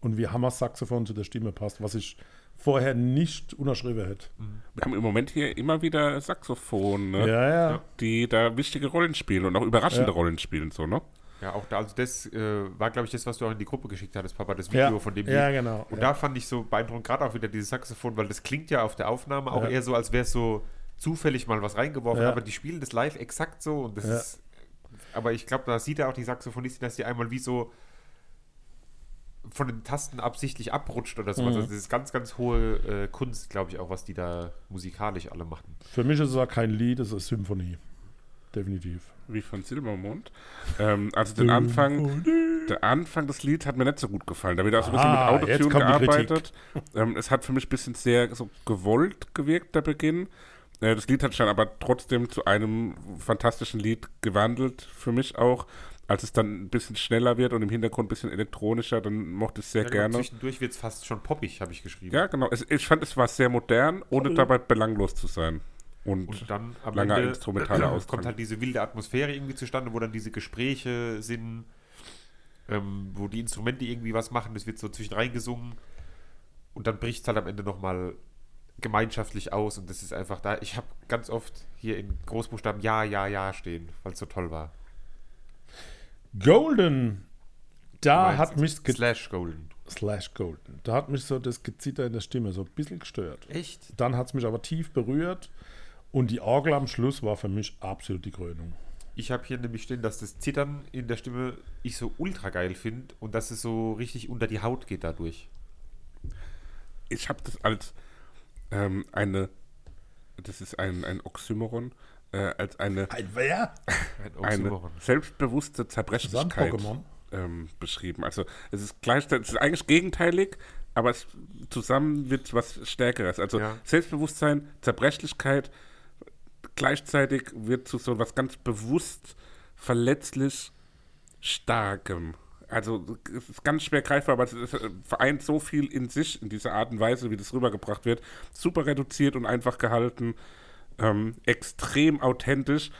[SPEAKER 2] Und wie Hammer-Saxophon zu der Stimme passt, was ich vorher nicht unterschrieben hätte.
[SPEAKER 3] Mhm.
[SPEAKER 1] Wir haben im Moment hier immer wieder Saxophon, ne?
[SPEAKER 2] Ja, ja.
[SPEAKER 1] die da wichtige Rollen spielen und auch überraschende Rollen spielen, so, ne?
[SPEAKER 3] Ja, auch da, also das äh, war, glaube ich, das, was du auch in die Gruppe geschickt hattest, Papa, das Video
[SPEAKER 2] Ja.
[SPEAKER 3] von dem
[SPEAKER 2] Ja,
[SPEAKER 3] Lied.
[SPEAKER 2] genau.
[SPEAKER 3] Und
[SPEAKER 2] Ja.
[SPEAKER 3] da fand ich so beeindruckend, gerade auch wieder dieses Saxophon, weil das klingt ja auf der Aufnahme auch
[SPEAKER 2] Ja.
[SPEAKER 3] eher so, als wäre es so zufällig mal was reingeworfen,
[SPEAKER 2] Ja.
[SPEAKER 3] aber die spielen das live exakt so und das
[SPEAKER 2] Ja.
[SPEAKER 3] ist, aber ich glaube, da sieht er auch die Saxophonistin, dass die einmal wie so von den Tasten absichtlich abrutscht oder
[SPEAKER 2] Mhm.
[SPEAKER 3] sowas. Also das ist ganz, ganz hohe äh, Kunst, glaube ich, auch, was die da musikalisch alle machen.
[SPEAKER 2] Für mich ist es auch kein Lied, es ist Symphonie. Definitiv.
[SPEAKER 1] Wie von Silbermond. ähm, also den Anfang, der Anfang des Lieds hat mir nicht so gut gefallen. Da wird auch so ein bisschen
[SPEAKER 2] Ah,
[SPEAKER 1] mit
[SPEAKER 2] jetzt
[SPEAKER 1] Autotune
[SPEAKER 2] kommt die Kritik.
[SPEAKER 1] gearbeitet. Ähm, es hat für mich ein bisschen sehr so gewollt gewirkt, der Beginn. Äh, das Lied hat sich dann aber trotzdem zu einem fantastischen Lied gewandelt, für mich auch. Als es dann ein bisschen schneller wird und im Hintergrund ein bisschen elektronischer, dann mochte ich es sehr
[SPEAKER 3] Ja, genau,
[SPEAKER 1] gerne.
[SPEAKER 3] Zwischendurch wird es fast schon poppig, habe ich geschrieben.
[SPEAKER 1] Ja, genau. Es, ich fand, es war sehr modern, ohne dabei belanglos zu sein. Und,
[SPEAKER 3] Mhm. Und dann am
[SPEAKER 1] langer
[SPEAKER 3] Ende
[SPEAKER 1] instrumentaler Austrag.
[SPEAKER 3] kommt halt diese wilde Atmosphäre irgendwie zustande, wo dann diese Gespräche sind, ähm, wo die Instrumente irgendwie was machen, es wird so zwischendrin gesungen und dann bricht es halt am Ende nochmal gemeinschaftlich aus und das ist einfach da. Ich habe ganz oft hier in Großbuchstaben Ja, Ja, Ja stehen, weil es so toll war.
[SPEAKER 2] Golden. Da
[SPEAKER 3] Meinst
[SPEAKER 2] Ah, hat
[SPEAKER 3] du?
[SPEAKER 2] mich ge-
[SPEAKER 3] Slash Golden.
[SPEAKER 2] slash Golden. Da hat mich so das Gezitter in der Stimme so ein bisschen gestört.
[SPEAKER 3] Echt?
[SPEAKER 2] Dann hat es mich aber tief berührt und die Orgel am Schluss war für mich absolut die Krönung.
[SPEAKER 3] Ich habe hier nämlich stehen, dass das Zittern in der Stimme ich so ultra geil finde und dass es so richtig unter die Haut geht dadurch.
[SPEAKER 1] ich habe das als ähm, eine, das ist ein, ein Oxymoron, äh, als eine,
[SPEAKER 2] Ein Halt wer?
[SPEAKER 3] Ein
[SPEAKER 1] eine
[SPEAKER 3] Oxymoron.
[SPEAKER 1] selbstbewusste Zerbrechlichkeit
[SPEAKER 2] Sand-Pokémon?
[SPEAKER 1] ähm, beschrieben. Also es ist gleich, es ist eigentlich gegenteilig, aber es, zusammen wird was Stärkeres. Also
[SPEAKER 3] Ja.
[SPEAKER 1] Selbstbewusstsein, Zerbrechlichkeit, gleichzeitig wird zu so was ganz bewusst verletzlich Starkem. Also es ist ganz schwer greifbar, aber es ist, äh, vereint so viel in sich, in dieser Art und Weise, wie das rübergebracht wird. Super reduziert und einfach gehalten. Ähm, extrem authentisch.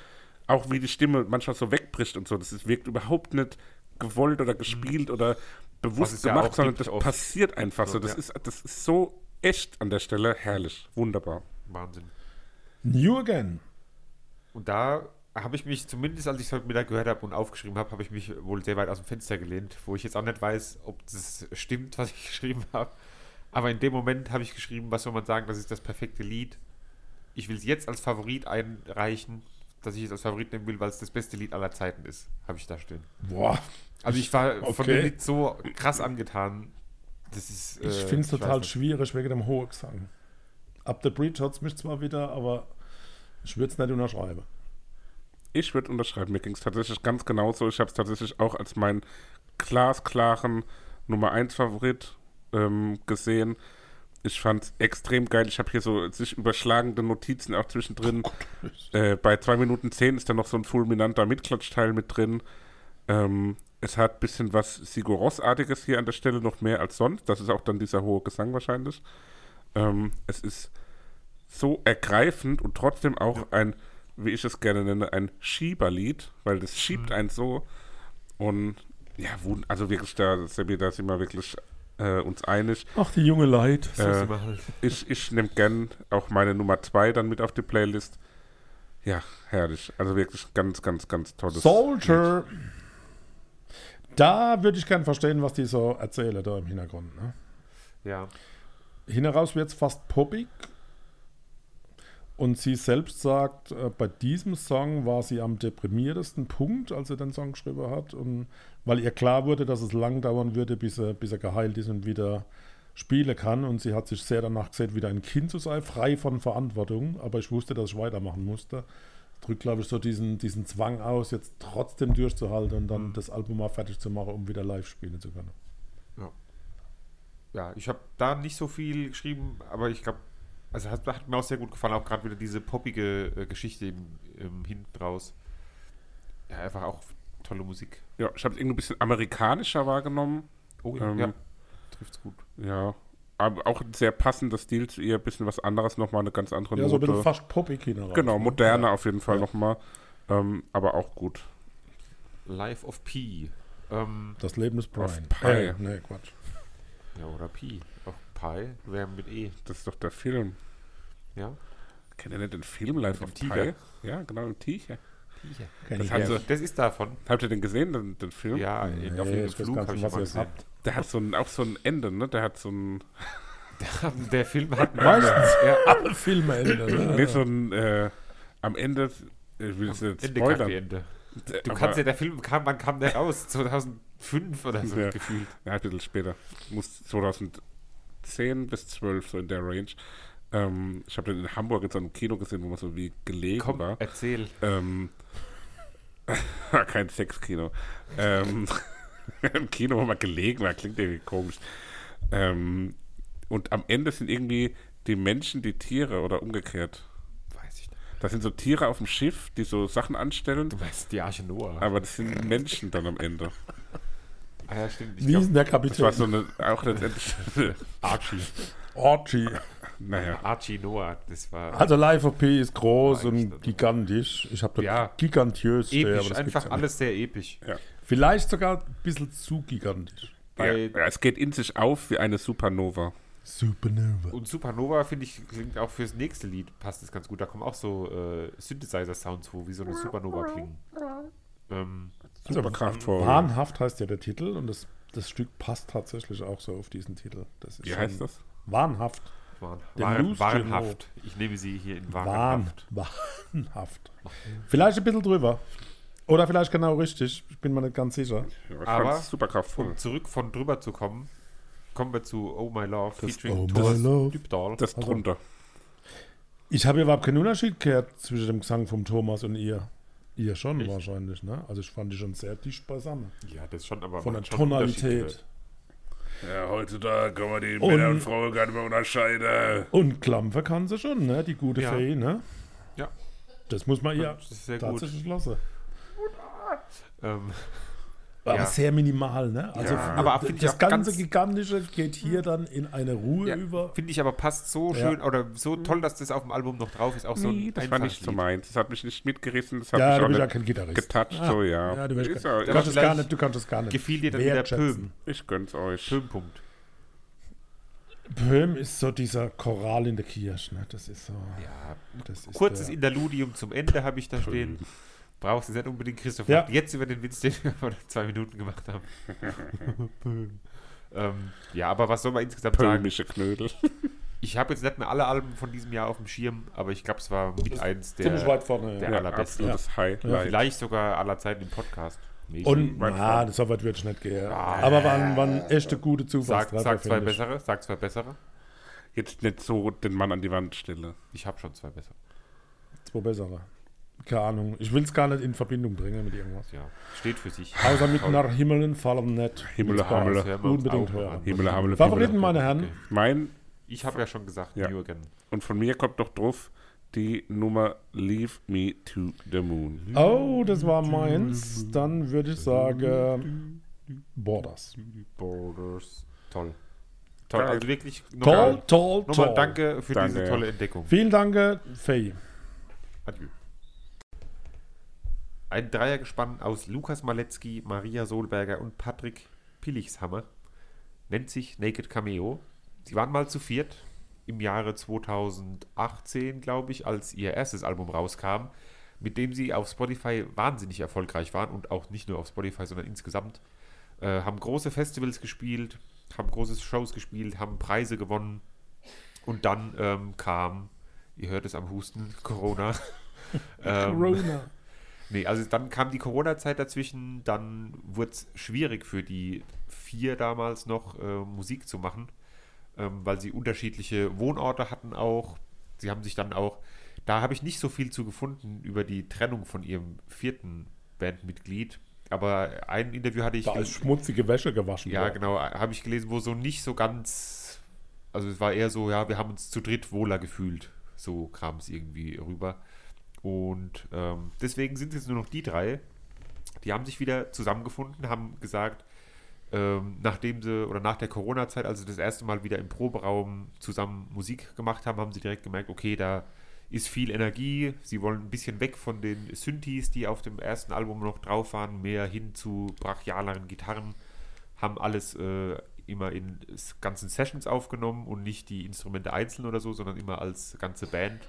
[SPEAKER 1] Auch wie die Stimme manchmal so wegbricht und so. Das ist, wirkt überhaupt nicht gewollt oder gespielt oder
[SPEAKER 3] Was es
[SPEAKER 1] bewusst
[SPEAKER 3] ja
[SPEAKER 1] gemacht,
[SPEAKER 3] auch
[SPEAKER 1] sondern
[SPEAKER 3] gibt
[SPEAKER 1] das
[SPEAKER 3] oft.
[SPEAKER 1] passiert einfach so. Das,
[SPEAKER 3] Ja.
[SPEAKER 1] ist, das ist so echt an der Stelle. Herrlich. Wunderbar.
[SPEAKER 3] Wahnsinn.
[SPEAKER 2] New Again.
[SPEAKER 3] Und da habe ich mich, zumindest als ich es heute Mittag gehört habe und aufgeschrieben habe, habe ich mich wohl sehr weit aus dem Fenster gelehnt, wo ich jetzt auch nicht weiß, ob das stimmt, was ich geschrieben habe. Aber in dem Moment habe ich geschrieben, was soll man sagen, das ist das perfekte Lied. Ich will es jetzt als Favorit einreichen, dass ich es als Favorit nehmen will, weil es das beste Lied aller Zeiten ist, habe ich da stehen.
[SPEAKER 2] Boah,
[SPEAKER 3] Also ich war von
[SPEAKER 2] Okay.
[SPEAKER 3] dem Lied so krass angetan. Das ist,
[SPEAKER 2] ich
[SPEAKER 3] äh,
[SPEAKER 2] finde es
[SPEAKER 3] weiß
[SPEAKER 2] total
[SPEAKER 3] nicht.
[SPEAKER 2] schwierig wegen dem hohen Gesang. Ab der Breach hat es mich zwar wieder, aber ich würde es nicht unterschreiben.
[SPEAKER 1] Ich würde unterschreiben, mir ging es tatsächlich ganz genauso. Ich habe es tatsächlich auch als meinen glasklaren Nummer 1 Favorit ähm, gesehen. Ich fand es extrem geil. Ich habe hier so sich überschlagende Notizen auch zwischendrin. Äh, bei 2 Minuten 10 ist da noch so ein fulminanter Mitklatschteil mit drin. Ähm, es hat ein bisschen was Sigur Ross-artiges hier an der Stelle, noch mehr als sonst. Das ist auch dann dieser hohe Gesang wahrscheinlich. Ähm, es ist so ergreifend und trotzdem auch ein, wie ich es gerne nenne, ein Schieberlied, weil
[SPEAKER 2] Mhm.
[SPEAKER 1] das schiebt einen so. Und ja, wun- also wirklich, da, Sebi, da sind wir wirklich äh, uns einig.
[SPEAKER 2] Ach, die junge Leid.
[SPEAKER 3] So
[SPEAKER 1] Äh,
[SPEAKER 3] sind wir halt.
[SPEAKER 1] Ich, ich nehme gern auch meine Nummer 2 dann mit auf die Playlist. Ja, herrlich. Also wirklich ganz, ganz, ganz tolles.
[SPEAKER 2] Soldier. Da würde ich gern verstehen, was die so erzählen da im Hintergrund. Ne?
[SPEAKER 3] Äh, Ja.
[SPEAKER 2] Hinaus wird es fast poppig. Und sie selbst sagt, äh, bei diesem Song war sie am deprimiertesten Punkt, als sie den Song geschrieben hat. Und weil ihr klar wurde, dass es lang dauern würde, bis er, bis er geheilt ist und wieder spielen kann. Und sie hat sich sehr danach gesehen, wieder ein Kind zu sein, frei von Verantwortung. Aber ich wusste, dass ich weitermachen musste. Drückt, glaube ich, so diesen, diesen Zwang aus, jetzt trotzdem durchzuhalten und
[SPEAKER 1] Mhm.
[SPEAKER 2] dann das Album mal fertig zu machen, um wieder live spielen zu können.
[SPEAKER 3] Ja, ja ich habe da nicht so viel geschrieben, aber ich glaube, also hat, hat mir auch sehr gut gefallen, auch gerade wieder diese poppige äh, Geschichte im, im hinten raus. Ja, einfach auch tolle Musik.
[SPEAKER 1] Ja, ich habe es irgendwie ein bisschen amerikanischer wahrgenommen.
[SPEAKER 3] Oh
[SPEAKER 1] Ähm,
[SPEAKER 3] ja, trifft's gut.
[SPEAKER 1] Ja, aber auch ein sehr passender Stil zu ihr, ein bisschen was anderes, nochmal eine ganz andere
[SPEAKER 2] Ja, so ein bisschen
[SPEAKER 1] Note.
[SPEAKER 2] fast poppig hin. raus,
[SPEAKER 1] Genau,
[SPEAKER 2] ne?
[SPEAKER 1] moderner auf jeden Fall nochmal, ähm, aber auch gut.
[SPEAKER 3] Life of Pi. Ähm,
[SPEAKER 2] Das Leben ist
[SPEAKER 1] Auf
[SPEAKER 2] Brian.
[SPEAKER 1] Pi.
[SPEAKER 2] Äh, nee, Quatsch.
[SPEAKER 3] ja, oder Pi. Auch Pi wäre mit E.
[SPEAKER 1] Das ist doch der Film.
[SPEAKER 3] Ja.
[SPEAKER 1] Kennt ihr nicht den Film Life
[SPEAKER 3] Mit
[SPEAKER 1] of
[SPEAKER 3] dem Tiger.
[SPEAKER 1] Pi? Ja, genau, im Tiger.
[SPEAKER 2] Kenn
[SPEAKER 1] Das
[SPEAKER 2] ich
[SPEAKER 1] hat
[SPEAKER 2] nicht.
[SPEAKER 1] so-
[SPEAKER 3] Das ist davon.
[SPEAKER 1] Habt ihr den gesehen, den, den Film?
[SPEAKER 3] Ja,
[SPEAKER 2] Nee,
[SPEAKER 3] auf jedem
[SPEAKER 2] ich weiß
[SPEAKER 3] Flug
[SPEAKER 2] gar
[SPEAKER 3] habe
[SPEAKER 2] nicht,
[SPEAKER 3] ich
[SPEAKER 2] was
[SPEAKER 3] mal
[SPEAKER 2] ihr jetzt
[SPEAKER 3] gesehen.
[SPEAKER 2] habt.
[SPEAKER 1] Der hat so ein, auch so ein Ende, ne? Der hat so ein,
[SPEAKER 3] Der Film hat
[SPEAKER 2] Meistens.
[SPEAKER 3] Ja,
[SPEAKER 2] Alle Filme ändern. ne?
[SPEAKER 1] nee, so ein, äh, am Ende, ich will es jetzt
[SPEAKER 3] Ende
[SPEAKER 1] spoilern.
[SPEAKER 3] Kacke, Ende.
[SPEAKER 1] Du
[SPEAKER 3] Du kannst ja, der Film kam, wann kam der raus? 2005 oder so
[SPEAKER 1] Ja.
[SPEAKER 3] gefühlt.
[SPEAKER 1] Ja, ein bisschen später. Muss 2010 bis 12, so in der Range. Ähm, ich habe den in Hamburg in so einem Kino gesehen, wo man so wie gelegen
[SPEAKER 3] Komm,
[SPEAKER 1] war.
[SPEAKER 3] erzähl.
[SPEAKER 1] Ähm, kein Sexkino. Ähm, Im Kino, wo man gelegen war, klingt irgendwie komisch. Ähm, und am Ende sind irgendwie die Menschen die Tiere oder umgekehrt.
[SPEAKER 3] Weiß ich nicht.
[SPEAKER 1] Das sind so Tiere auf dem Schiff, die so Sachen anstellen,
[SPEAKER 3] Du meinst die Arche Noah.
[SPEAKER 1] aber das sind Menschen dann am Ende.
[SPEAKER 3] ah, ja, stimmt. Ich
[SPEAKER 2] Wie ist denn
[SPEAKER 3] glaub,
[SPEAKER 2] der
[SPEAKER 1] Das war
[SPEAKER 2] Kapitän?
[SPEAKER 1] so eine, auch letztendlich,
[SPEAKER 3] Archie.
[SPEAKER 2] Orgy.
[SPEAKER 1] naja.
[SPEAKER 3] Archie Noah. Das war
[SPEAKER 2] Also Life of P ist groß
[SPEAKER 3] Ja,
[SPEAKER 2] und gigantisch. Ich habe da
[SPEAKER 3] Ja.
[SPEAKER 2] gigantiös. stehen, aber
[SPEAKER 3] episch.
[SPEAKER 2] das gibt's
[SPEAKER 3] Einfach
[SPEAKER 2] ja
[SPEAKER 3] alles sehr episch.
[SPEAKER 2] nicht. Vielleicht sogar ein bisschen zu gigantisch.
[SPEAKER 1] Ja,
[SPEAKER 3] Bei-
[SPEAKER 1] ja, es geht in sich auf wie eine Supernova.
[SPEAKER 2] Supernova.
[SPEAKER 3] Und Supernova, finde ich, klingt auch fürs nächste Lied passt es ganz gut. Da kommen auch so äh, Synthesizer-Sounds, wo wie so eine Supernova klingen. Ähm,
[SPEAKER 1] Superkraftvoll.
[SPEAKER 2] Wahnhaft heißt ja der Titel und das, das Stück passt tatsächlich auch so auf diesen Titel. Das ist
[SPEAKER 1] Wie
[SPEAKER 2] schon
[SPEAKER 1] heißt das?
[SPEAKER 2] Wahnhaft.
[SPEAKER 3] waren,
[SPEAKER 2] Der
[SPEAKER 3] waren,
[SPEAKER 2] Loose
[SPEAKER 3] warenhaft. Ich nehme sie hier in
[SPEAKER 2] Wahn,
[SPEAKER 3] Warenhaft.
[SPEAKER 2] wahnhaft. Vielleicht ein bisschen drüber. Oder vielleicht genau richtig. Ich bin mir nicht ganz sicher.
[SPEAKER 1] Ja, ich
[SPEAKER 3] Aber-
[SPEAKER 1] fand's superkraftvoll.
[SPEAKER 3] Um zurück von drüber zu kommen, kommen wir zu Oh My Love
[SPEAKER 2] Das
[SPEAKER 3] featuring
[SPEAKER 2] Oh My
[SPEAKER 3] Thomas
[SPEAKER 2] Love.
[SPEAKER 3] Dybdahl.
[SPEAKER 1] Das drunter.
[SPEAKER 2] Ich habe überhaupt keinen Unterschied gehört zwischen dem Gesang vom Thomas und ihr. Ihr schon wahrscheinlich, ne? Also ich fand die schon sehr dicht beisammen.
[SPEAKER 3] ja, das ist schon aber
[SPEAKER 2] Von der
[SPEAKER 3] macht schon Unterschiede.
[SPEAKER 2] Tonalität.
[SPEAKER 1] Ja, heutzutage kann man die
[SPEAKER 2] Männer und
[SPEAKER 1] Frauen gar nicht mehr unterscheiden.
[SPEAKER 2] Und Klampfer kann sie schon, ne? Die gute
[SPEAKER 3] Ja.
[SPEAKER 2] Fee, ne?
[SPEAKER 3] Ja.
[SPEAKER 2] Das muss man ihr
[SPEAKER 3] Das ist sehr gut.
[SPEAKER 2] tatsächlich lassen.
[SPEAKER 3] Ähm,
[SPEAKER 2] Aber
[SPEAKER 3] Ja.
[SPEAKER 2] sehr minimal, ne? Also
[SPEAKER 1] Ja.
[SPEAKER 3] Aber
[SPEAKER 2] das,
[SPEAKER 3] finde ich
[SPEAKER 2] das
[SPEAKER 3] auch
[SPEAKER 2] ganze
[SPEAKER 3] ganz-
[SPEAKER 2] Gigantische geht hier dann in eine Ruhe
[SPEAKER 3] ja,
[SPEAKER 2] über.
[SPEAKER 3] Finde ich aber passt so
[SPEAKER 2] Ja.
[SPEAKER 3] schön oder so toll, dass das auf dem Album noch drauf ist. Auch so
[SPEAKER 1] Nee,
[SPEAKER 3] ein
[SPEAKER 1] das war nicht
[SPEAKER 3] einfaches
[SPEAKER 1] so
[SPEAKER 3] Lied.
[SPEAKER 1] meins. Das hat mich nicht mitgerissen. Das hat
[SPEAKER 2] Ja, du
[SPEAKER 1] mich
[SPEAKER 2] bist ja
[SPEAKER 1] auch
[SPEAKER 2] kein
[SPEAKER 1] nicht
[SPEAKER 2] Gitarrist.
[SPEAKER 1] getoucht.
[SPEAKER 2] Ah,
[SPEAKER 1] so, ja.
[SPEAKER 2] Ja, du, bist,
[SPEAKER 1] Ist
[SPEAKER 2] gar-
[SPEAKER 1] ja-
[SPEAKER 2] du
[SPEAKER 1] ja,
[SPEAKER 2] kannst es gar
[SPEAKER 3] vielleicht
[SPEAKER 2] nicht, du kannst es gar nicht.
[SPEAKER 3] gefiel dir dann wieder
[SPEAKER 2] wertschätzen.
[SPEAKER 1] ich gönn's euch.
[SPEAKER 3] Schönpunkt.
[SPEAKER 2] Böhm ist so dieser Choral in der Kirche, ne? Das ist so.
[SPEAKER 3] Ja,
[SPEAKER 2] Das ist
[SPEAKER 3] Kurzes
[SPEAKER 2] der,
[SPEAKER 3] Interludium zum Ende habe ich da stehen. Brauchst du nicht unbedingt, Christoph.
[SPEAKER 2] Ja.
[SPEAKER 3] macht Jetzt über den Witz, den wir vor zwei Minuten gemacht haben. ähm, ja, aber was soll man insgesamt sagen?
[SPEAKER 1] Pömische Knödel.
[SPEAKER 3] Ich habe jetzt nicht mehr alle Alben von diesem Jahr auf dem Schirm, aber ich glaube, es war mit eins
[SPEAKER 2] ziemlich
[SPEAKER 3] der,
[SPEAKER 2] weit vorne.
[SPEAKER 3] der
[SPEAKER 2] Ja.
[SPEAKER 1] Ja,
[SPEAKER 3] allerbeste.
[SPEAKER 1] absolutes Highlight.
[SPEAKER 3] vielleicht sogar aller Zeiten im Podcast.
[SPEAKER 2] Und
[SPEAKER 1] weit
[SPEAKER 2] na,
[SPEAKER 1] vorne.
[SPEAKER 2] das so weit wird nicht gehen.
[SPEAKER 3] Ah.
[SPEAKER 2] Aber waren, waren echte gute
[SPEAKER 3] sag,
[SPEAKER 2] Zufallstreffer.
[SPEAKER 3] sag zwei
[SPEAKER 2] finde ich.
[SPEAKER 3] bessere, sag zwei bessere.
[SPEAKER 1] Jetzt nicht so den Mann an die Wand stelle.
[SPEAKER 3] Ich habe schon zwei bessere.
[SPEAKER 2] Zwei bessere. Keine Ahnung. Ich will es gar nicht in Verbindung bringen mit irgendwas.
[SPEAKER 3] Ja, steht für sich.
[SPEAKER 2] Außer mit nach Himmeln fallen nicht.
[SPEAKER 1] Himmel,
[SPEAKER 2] Will's gar
[SPEAKER 1] Himmel.
[SPEAKER 2] nicht. Unbedingt hören.
[SPEAKER 1] Himmel, Himmel,
[SPEAKER 2] Favoriten,
[SPEAKER 1] Himmel.
[SPEAKER 2] meine Herren.
[SPEAKER 3] Okay.
[SPEAKER 1] Mein,
[SPEAKER 3] Ich habe ja schon gesagt,
[SPEAKER 1] Ja.
[SPEAKER 3] Jürgen.
[SPEAKER 1] und von mir kommt doch drauf die Nummer Leave Me to the Moon.
[SPEAKER 2] Oh, das war meins. Dann würde ich sagen äh, Borders.
[SPEAKER 3] Borders. Toll. Toll,
[SPEAKER 1] Geil.
[SPEAKER 3] also wirklich
[SPEAKER 2] Toll,
[SPEAKER 3] nochmal,
[SPEAKER 2] toll,
[SPEAKER 3] nochmal
[SPEAKER 2] toll.
[SPEAKER 3] danke für
[SPEAKER 1] Danke,
[SPEAKER 3] diese
[SPEAKER 1] ja.
[SPEAKER 3] tolle Entdeckung.
[SPEAKER 2] Vielen Dank, äh, Faye.
[SPEAKER 3] Adieu. Ein Dreiergespann aus Lukas Maletzki, Maria Solberger und Patrick Pillichshammer nennt sich Naked Cameo. Sie waren mal zu viert im Jahre 2018, glaube ich, als ihr erstes Album rauskam, mit dem sie auf Spotify wahnsinnig erfolgreich waren und auch nicht nur auf Spotify, sondern insgesamt. Äh, haben große Festivals gespielt, haben große Shows gespielt, haben Preise gewonnen und dann ähm, kam, ihr hört es am Husten, Corona. ähm,
[SPEAKER 2] Corona.
[SPEAKER 3] Nee, also dann kam die Corona-Zeit dazwischen, dann wurde es schwierig für die vier damals noch äh, Musik zu machen, ähm, weil sie unterschiedliche Wohnorte hatten auch. Sie haben sich dann auch, da habe ich nicht so viel zu gefunden über die Trennung von ihrem vierten Bandmitglied, aber ein Interview hatte ich.
[SPEAKER 2] Da ist schmutzige Wäsche gewaschen.
[SPEAKER 3] Ja,
[SPEAKER 2] worden.
[SPEAKER 3] genau, habe ich gelesen, wo so nicht so ganz. Also es war eher so, ja, wir haben uns zu dritt wohler gefühlt. So kam es irgendwie rüber. Und ähm, deswegen sind es jetzt nur noch die drei. Die haben sich wieder zusammengefunden, haben gesagt, ähm, nachdem sie oder nach der Corona-Zeit, als sie das erste Mal wieder im Proberaum zusammen Musik gemacht haben, haben sie direkt gemerkt, okay, da ist viel Energie. Sie wollen ein bisschen weg von den Synthes, die auf dem ersten Album noch drauf waren, mehr hin zu brachialeren Gitarren. Haben alles äh, immer in s- ganzen Sessions aufgenommen und nicht die Instrumente einzeln oder so, sondern immer als ganze Band.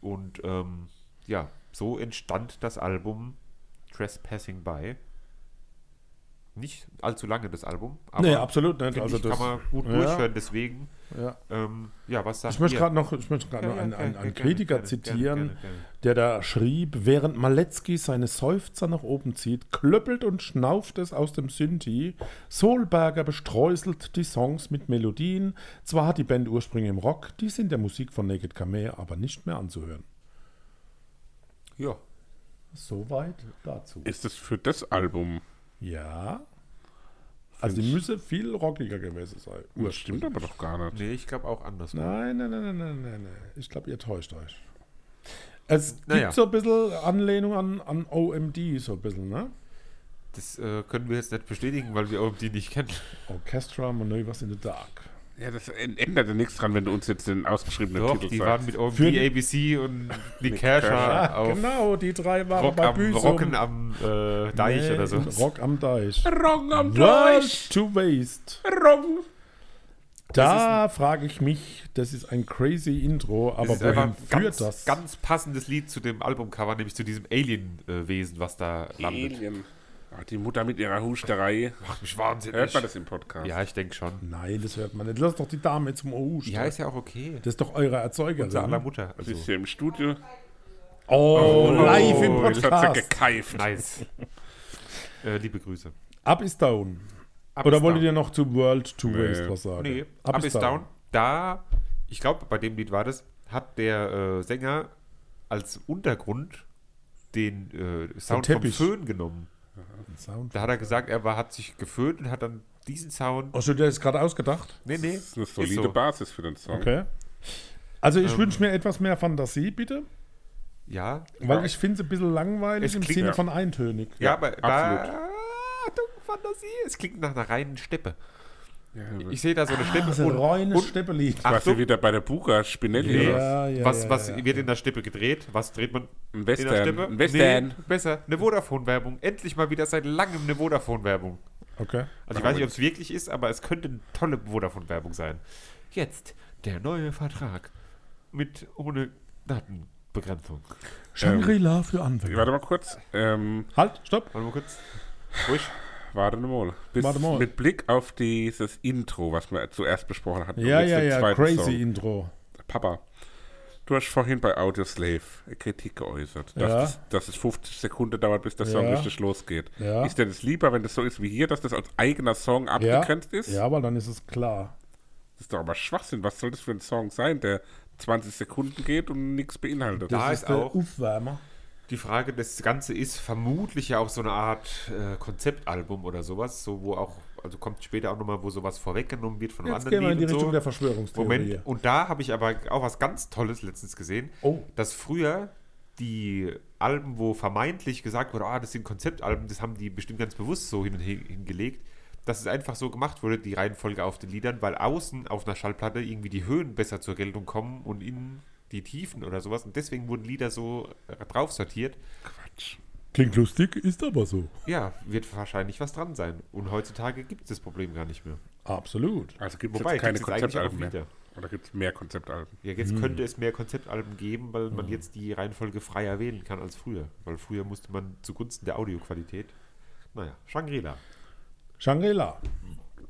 [SPEAKER 3] Und ähm, ja, so entstand das Album Trespassing By. Nicht allzu lange das Album, genau, aber
[SPEAKER 2] nee, absolut nicht.
[SPEAKER 3] finde
[SPEAKER 2] Also
[SPEAKER 3] ich,
[SPEAKER 2] das,
[SPEAKER 3] kann man gut
[SPEAKER 2] ja.
[SPEAKER 3] durchhören. Deswegen,
[SPEAKER 2] ja.
[SPEAKER 3] ähm, ja, was sagt
[SPEAKER 2] Ich möchte
[SPEAKER 3] ihr?
[SPEAKER 2] gerade noch, ich möchte gerade
[SPEAKER 3] Ja,
[SPEAKER 2] noch
[SPEAKER 3] ja,
[SPEAKER 2] einen,
[SPEAKER 3] gerne,
[SPEAKER 2] einen, einen
[SPEAKER 3] gerne,
[SPEAKER 2] Kritiker
[SPEAKER 3] gerne, gerne,
[SPEAKER 2] zitieren,
[SPEAKER 3] gerne, gerne.
[SPEAKER 2] der da schrieb, während Maletzki seine Seufzer nach oben zieht, klöppelt und schnauft es aus dem Synthi. Solberger bestreuselt die Songs mit Melodien. Zwar hat die Band Ursprünge im Rock, die sind der Musik von Naked Kameh aber nicht mehr anzuhören.
[SPEAKER 3] Ja,
[SPEAKER 2] Soweit dazu.
[SPEAKER 1] Ist es für das Album?
[SPEAKER 2] Ja. Also die müsse viel rockiger gewesen sein.
[SPEAKER 1] Das stimmt aber doch gar nicht.
[SPEAKER 3] nee, ich glaube auch anders.
[SPEAKER 2] Nein, nein, nein, nein, nein, nein, nein. Ich glaube, ihr täuscht euch. Es
[SPEAKER 3] Naja.
[SPEAKER 2] gibt so ein bisschen Anlehnung an, an OMD, so ein bisschen, ne?
[SPEAKER 3] Das äh, können wir jetzt nicht bestätigen, weil wir OMD nicht kennen.
[SPEAKER 2] Orchestra Manoeuvres in the Dark.
[SPEAKER 1] Ja, das ä- ändert ja nichts dran, wenn du uns jetzt den ausgeschriebenen
[SPEAKER 3] Doch,
[SPEAKER 1] Titel
[SPEAKER 3] die
[SPEAKER 1] sagst.
[SPEAKER 3] waren mit OMD,
[SPEAKER 2] Für-
[SPEAKER 3] ABC und Nick
[SPEAKER 1] Kershaw.
[SPEAKER 3] Kershaw Ah, auf
[SPEAKER 2] genau, die drei waren
[SPEAKER 3] Rock
[SPEAKER 2] bei
[SPEAKER 3] am,
[SPEAKER 2] Büsum.
[SPEAKER 3] Rocken am äh, Deich
[SPEAKER 2] Nee,
[SPEAKER 3] oder so.
[SPEAKER 2] in Rock am Deich.
[SPEAKER 1] Wrong am
[SPEAKER 2] World to Waste.
[SPEAKER 1] Wrong.
[SPEAKER 2] Da frage ich mich, das ist ein crazy Intro,
[SPEAKER 3] Das
[SPEAKER 2] aber
[SPEAKER 3] ist einfach
[SPEAKER 2] wohin
[SPEAKER 3] ein
[SPEAKER 2] führt
[SPEAKER 3] ganz,
[SPEAKER 2] das?
[SPEAKER 3] ganz passendes Lied zu dem Albumcover, nämlich zu diesem Alien-Wesen, was da landet.
[SPEAKER 1] Alien. Ah, die Mutter mit ihrer Husterei.
[SPEAKER 3] Macht mich wahnsinnig.
[SPEAKER 1] Hört man das im Podcast?
[SPEAKER 3] Ja, ich denke schon.
[SPEAKER 2] Nein, das hört man nicht. Lass doch die Dame zum OU
[SPEAKER 3] Die heißt ja auch okay.
[SPEAKER 2] Das ist doch eure Erzeugerin.
[SPEAKER 3] Unser aller Mutter.
[SPEAKER 1] Sie ist
[SPEAKER 3] Also,
[SPEAKER 1] hier im Studio.
[SPEAKER 2] Oh, live im
[SPEAKER 1] jetzt hat sie
[SPEAKER 2] Podcast.
[SPEAKER 1] gekeift.
[SPEAKER 3] nice. äh, liebe Grüße.
[SPEAKER 2] Up is down.
[SPEAKER 3] Up
[SPEAKER 2] Oder
[SPEAKER 3] is
[SPEAKER 2] wollt
[SPEAKER 3] down.
[SPEAKER 2] ihr noch zu World to
[SPEAKER 1] Nee.
[SPEAKER 2] Waste was sagen?
[SPEAKER 3] Nee, Up, is down. Da, ich glaube, bei dem Lied war das, hat der äh, Sänger als Untergrund den äh, Sound vom
[SPEAKER 2] Teppich.
[SPEAKER 3] Föhn genommen.
[SPEAKER 2] Sound.
[SPEAKER 3] Da hat er gesagt, er war, hat sich geföhnt und hat dann diesen Sound.
[SPEAKER 2] Oh, so, der ist gerade ausgedacht.
[SPEAKER 3] Nee, nee.
[SPEAKER 1] Das ist eine solide
[SPEAKER 3] so.
[SPEAKER 1] Basis für den Song.
[SPEAKER 2] Okay. Also
[SPEAKER 3] Ähm.
[SPEAKER 2] ich wünsche mir etwas mehr Fantasie, bitte.
[SPEAKER 3] Ja.
[SPEAKER 2] Weil ich finde es ein bisschen langweilig
[SPEAKER 3] Es
[SPEAKER 2] im
[SPEAKER 3] klingt-
[SPEAKER 2] Sinne
[SPEAKER 1] ja.
[SPEAKER 2] von eintönig.
[SPEAKER 3] Ja, aber
[SPEAKER 1] absolut.
[SPEAKER 3] da. Achtung, Fantasie. Es klingt nach einer reinen Steppe.
[SPEAKER 1] Ja,
[SPEAKER 3] Ich stehe da Ah, so eine Steppe
[SPEAKER 2] Also
[SPEAKER 3] und,
[SPEAKER 2] reines
[SPEAKER 3] und Ah.
[SPEAKER 2] Steppelied.
[SPEAKER 1] War sie
[SPEAKER 3] Achtung.
[SPEAKER 1] wieder bei der Buga Spinelli?
[SPEAKER 3] Nee.
[SPEAKER 1] oder was?
[SPEAKER 2] Ja, ja,
[SPEAKER 3] was,
[SPEAKER 2] ja,
[SPEAKER 3] was
[SPEAKER 2] ja,
[SPEAKER 3] wird in der Steppe gedreht? Was dreht man
[SPEAKER 1] Ein
[SPEAKER 3] in der
[SPEAKER 1] Western.
[SPEAKER 3] Steppe?
[SPEAKER 1] Ein Western.
[SPEAKER 3] Nee, besser. Eine Vodafone-Werbung. Endlich mal wieder seit langem eine Vodafone-Werbung.
[SPEAKER 2] Okay.
[SPEAKER 3] Also ich weiß nicht, ob es wirklich ist, aber es könnte eine tolle Vodafone-Werbung sein. Jetzt der neue Vertrag mit ohne Datenbegrenzung.
[SPEAKER 2] Shangri-La für
[SPEAKER 1] Ja,
[SPEAKER 2] Anfänger.
[SPEAKER 1] Warte mal kurz. Ähm,
[SPEAKER 2] Halt, stopp.
[SPEAKER 3] Warte mal kurz. Ruhig.
[SPEAKER 1] warte mal. Bis,
[SPEAKER 2] Warte mal.
[SPEAKER 1] Mit Blick auf dieses Intro, was wir zuerst besprochen hatten.
[SPEAKER 2] Ja,
[SPEAKER 1] und jetzt
[SPEAKER 2] ja,
[SPEAKER 1] den
[SPEAKER 2] ja,
[SPEAKER 1] zweiten
[SPEAKER 2] crazy
[SPEAKER 1] Song.
[SPEAKER 2] Intro.
[SPEAKER 1] Papa, du hast vorhin bei Audioslave eine Kritik geäußert, dass,
[SPEAKER 2] Ja.
[SPEAKER 1] das, dass es 50 Sekunden dauert, bis der Song
[SPEAKER 2] Ja.
[SPEAKER 1] richtig losgeht.
[SPEAKER 2] Ja.
[SPEAKER 1] Ist dir das lieber, wenn das so ist wie hier, dass das als eigener Song
[SPEAKER 2] Ja,
[SPEAKER 1] abgegrenzt ist?
[SPEAKER 2] ja, weil dann ist es klar.
[SPEAKER 1] Das ist doch aber Schwachsinn. Was soll das für ein Song sein, der 20 Sekunden geht und nichts beinhaltet?
[SPEAKER 3] Da
[SPEAKER 2] das
[SPEAKER 3] ist
[SPEAKER 2] ist der
[SPEAKER 3] auch-
[SPEAKER 2] Aufwärmer.
[SPEAKER 3] Die Frage, das Ganze ist vermutlich ja auch so eine Art äh, Konzeptalbum oder sowas, so wo auch, also kommt später auch nochmal, wo sowas vorweggenommen wird von einem
[SPEAKER 2] Jetzt
[SPEAKER 3] anderen
[SPEAKER 2] gehen wir in die
[SPEAKER 3] Lied und
[SPEAKER 2] Richtung
[SPEAKER 3] so.
[SPEAKER 2] der Verschwörungstheorie.
[SPEAKER 3] Moment, und da habe ich aber auch was ganz Tolles letztens gesehen,
[SPEAKER 2] Oh.
[SPEAKER 3] dass früher die Alben, wo vermeintlich gesagt wurde, ah, das sind Konzeptalben, das haben die bestimmt ganz bewusst so hin und hin- hingelegt, dass es einfach so gemacht wurde, die Reihenfolge auf den Liedern, weil außen auf einer Schallplatte irgendwie die Höhen besser zur Geltung kommen und innen die Tiefen oder sowas. Und deswegen wurden Lieder so äh, drauf sortiert.
[SPEAKER 1] Quatsch.
[SPEAKER 2] Klingt lustig, ist aber so.
[SPEAKER 3] Ja, wird wahrscheinlich was dran sein. Und heutzutage gibt es das Problem gar nicht mehr.
[SPEAKER 2] Absolut.
[SPEAKER 1] Also gibt es
[SPEAKER 3] Wobei,
[SPEAKER 1] jetzt keine
[SPEAKER 3] gibt's jetzt eigentlich
[SPEAKER 1] Konzeptalben
[SPEAKER 3] auch
[SPEAKER 1] mehr.
[SPEAKER 3] wieder.
[SPEAKER 1] Oder gibt es mehr Konzeptalben?
[SPEAKER 3] Ja, jetzt könnte es mehr Konzeptalben geben, weil man jetzt die Reihenfolge freier wählen kann als früher. Weil früher musste man zugunsten der Audioqualität. Naja, Shangri-La.
[SPEAKER 2] Shangri-La.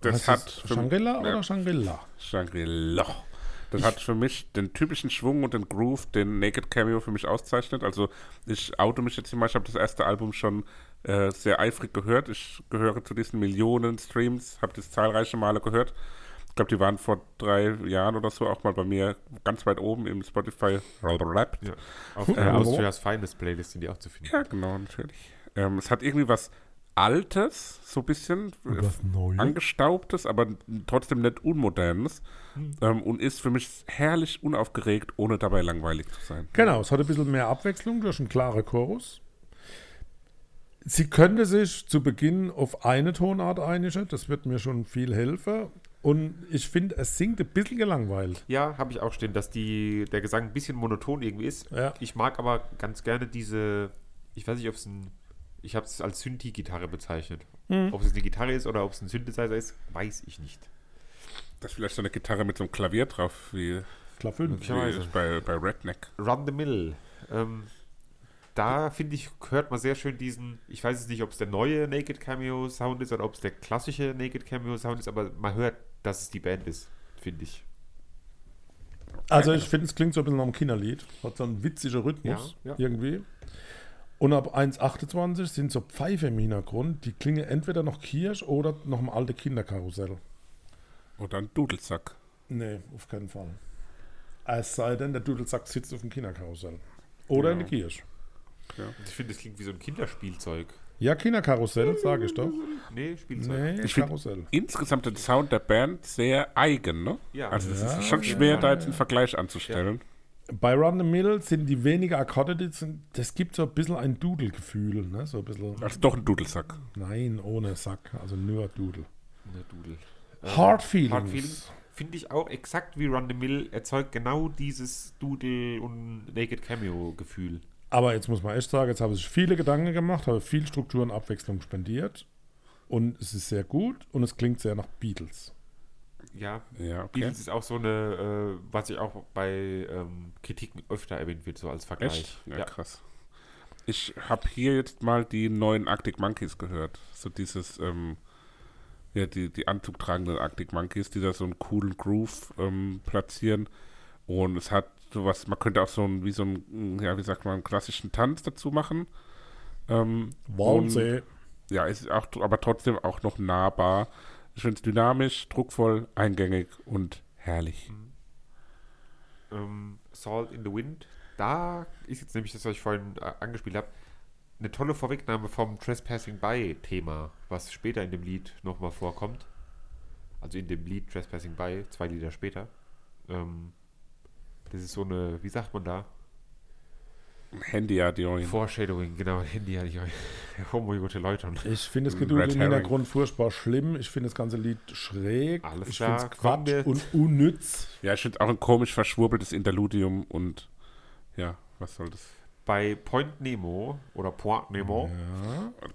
[SPEAKER 1] Das
[SPEAKER 2] Heißt
[SPEAKER 1] hat
[SPEAKER 2] es
[SPEAKER 1] für-
[SPEAKER 2] Shangri-La
[SPEAKER 1] Ja.
[SPEAKER 2] oder Shangri-La?
[SPEAKER 1] Shangri-La. Das hat für mich den typischen Schwung und den Groove, den Naked Cameo für mich auszeichnet. Also ich oute mich jetzt hier mal, ich habe das erste Album schon äh, sehr eifrig gehört. Ich gehöre zu diesen Millionen Streams, habe das zahlreiche Male gehört. Ich glaube, die waren vor drei Jahren oder so auch mal bei mir ganz weit oben im Spotify Rap.
[SPEAKER 3] Ja. Auf äh,
[SPEAKER 2] Huh.
[SPEAKER 3] der Austrias Finest Playlist sind die auch zu finden.
[SPEAKER 1] Ja, genau, natürlich. Ähm, es hat irgendwie was Altes, so ein bisschen. äh,
[SPEAKER 2] Was Neues?
[SPEAKER 1] angestaubtes, aber trotzdem nicht unmodernes
[SPEAKER 2] Hm.
[SPEAKER 1] ähm, und ist für mich herrlich unaufgeregt, ohne dabei langweilig zu sein.
[SPEAKER 2] Genau, es hat ein bisschen mehr Abwechslung durch einen klaren Chorus. Sie könnte sich zu Beginn auf eine Tonart einigen, das wird mir schon viel helfen. Und ich finde, es singt ein bisschen gelangweilt.
[SPEAKER 3] Ja, habe ich auch stehen, dass die, der Gesang ein bisschen monoton irgendwie ist.
[SPEAKER 2] Ja.
[SPEAKER 3] Ich mag aber ganz gerne diese, ich weiß nicht, ob es ein, ich habe es als Synthi-Gitarre bezeichnet. Ob es jetzt eine Gitarre ist oder ob es ein Synthesizer ist, weiß ich nicht.
[SPEAKER 1] Das ist vielleicht so eine Gitarre mit so einem Klavier drauf, wie,
[SPEAKER 2] Klar, fünf.
[SPEAKER 3] Möglicherweise.
[SPEAKER 1] wie bei, bei Redneck.
[SPEAKER 3] Run the Mill. Ähm, da finde ich, hört man sehr schön diesen, ich weiß jetzt nicht, ob es der neue Naked Cameo Sound ist oder ob es der klassische Naked Cameo Sound ist, aber man hört, dass es die Band ist, finde ich.
[SPEAKER 2] Also ich finde, es klingt so ein bisschen nach einem Kinderlied. Hat so einen witzigen Rhythmus
[SPEAKER 3] Ja, ja.
[SPEAKER 2] irgendwie. Und ab 1,28 sind so Pfeife im Hintergrund. Die klingen entweder noch Kirsch oder noch ein alte Kinderkarussell.
[SPEAKER 1] Oder ein Dudelsack.
[SPEAKER 2] Nee, auf keinen Fall. Es sei denn, der Dudelsack sitzt auf dem Kinderkarussell. Oder in der Kirsch.
[SPEAKER 3] Ich finde, es klingt wie so ein Kinderspielzeug.
[SPEAKER 2] Ja, Kinderkarussell, sage ich doch.
[SPEAKER 3] Nee, Spielzeug.
[SPEAKER 2] Nee,
[SPEAKER 1] Ich find-
[SPEAKER 2] Karussell.
[SPEAKER 1] Insgesamt den Sound der Band sehr eigen, ne?
[SPEAKER 3] Ja.
[SPEAKER 1] Also es
[SPEAKER 2] Ja,
[SPEAKER 1] ist schon
[SPEAKER 2] ja,
[SPEAKER 1] schwer, da jetzt einen Vergleich anzustellen.
[SPEAKER 2] Bei Run the Middle sind die weniger Akkorde, die sind, das gibt so ein bisschen ein Dudelgefühl. Ne? So ein bisschen,
[SPEAKER 1] Also doch ein Dudelsack.
[SPEAKER 2] nein, ohne Sack, also nur Dudel.
[SPEAKER 3] Ne, Dudel.
[SPEAKER 2] Hard Feelings.
[SPEAKER 3] Hard Feelings finde ich auch exakt wie Run the Mill erzeugt genau dieses Dudel und Naked Cameo Gefühl.
[SPEAKER 2] Aber jetzt muss man echt sagen, jetzt habe ich viele Gedanken gemacht, habe viel Struktur und Abwechslung spendiert. Und es ist sehr gut und es klingt sehr nach Beatles.
[SPEAKER 3] Ja.
[SPEAKER 1] Ja, okay.
[SPEAKER 3] Beatles ist auch so eine, äh, was ich auch bei ähm, Kritiken öfter erwähnt wird, so als Vergleich.
[SPEAKER 1] Echt? Ja, krass. Ich habe hier jetzt mal die neuen Arctic Monkeys gehört. So dieses, ähm, ja, die, die anzugtragenden Arctic Monkeys, die da so einen coolen Groove ähm, platzieren. Und es hat sowas, man könnte auch so ein, wie so ein, ja, wie sagt man, einen klassischen Tanz dazu machen. Ähm,
[SPEAKER 2] Wahnsinn.
[SPEAKER 1] ja, es ist auch, aber trotzdem auch noch nahbar. Ich finde es dynamisch, druckvoll, eingängig und herrlich.
[SPEAKER 3] ähm, Salt in the Wind. Da ist jetzt nämlich das, was ich vorhin äh, angespielt habe, eine tolle Vorwegnahme vom Trespassing By Thema, was später in dem Lied nochmal vorkommt. Also in dem Lied Trespassing By, zwei Lieder später. Ähm, das ist so eine, wie sagt man da?
[SPEAKER 1] Handy Adioin.
[SPEAKER 3] Foreshadowing, genau, Handy hatte ich euch. Oh mein Gott, Leutern.
[SPEAKER 2] Ich finde das
[SPEAKER 3] Hm,
[SPEAKER 1] Red
[SPEAKER 2] Geduld im
[SPEAKER 1] Herring.
[SPEAKER 2] Hintergrund furchtbar schlimm. Ich finde das ganze Lied schräg.
[SPEAKER 3] Alles
[SPEAKER 2] ich
[SPEAKER 3] klar,
[SPEAKER 2] finde es
[SPEAKER 3] kommen
[SPEAKER 2] Quatsch
[SPEAKER 3] wir-
[SPEAKER 2] und unnütz.
[SPEAKER 1] Ja, ich finde auch ein komisch verschwurbeltes Interludium und ja, was soll das?
[SPEAKER 3] Bei Point Nemo oder Point Nemo,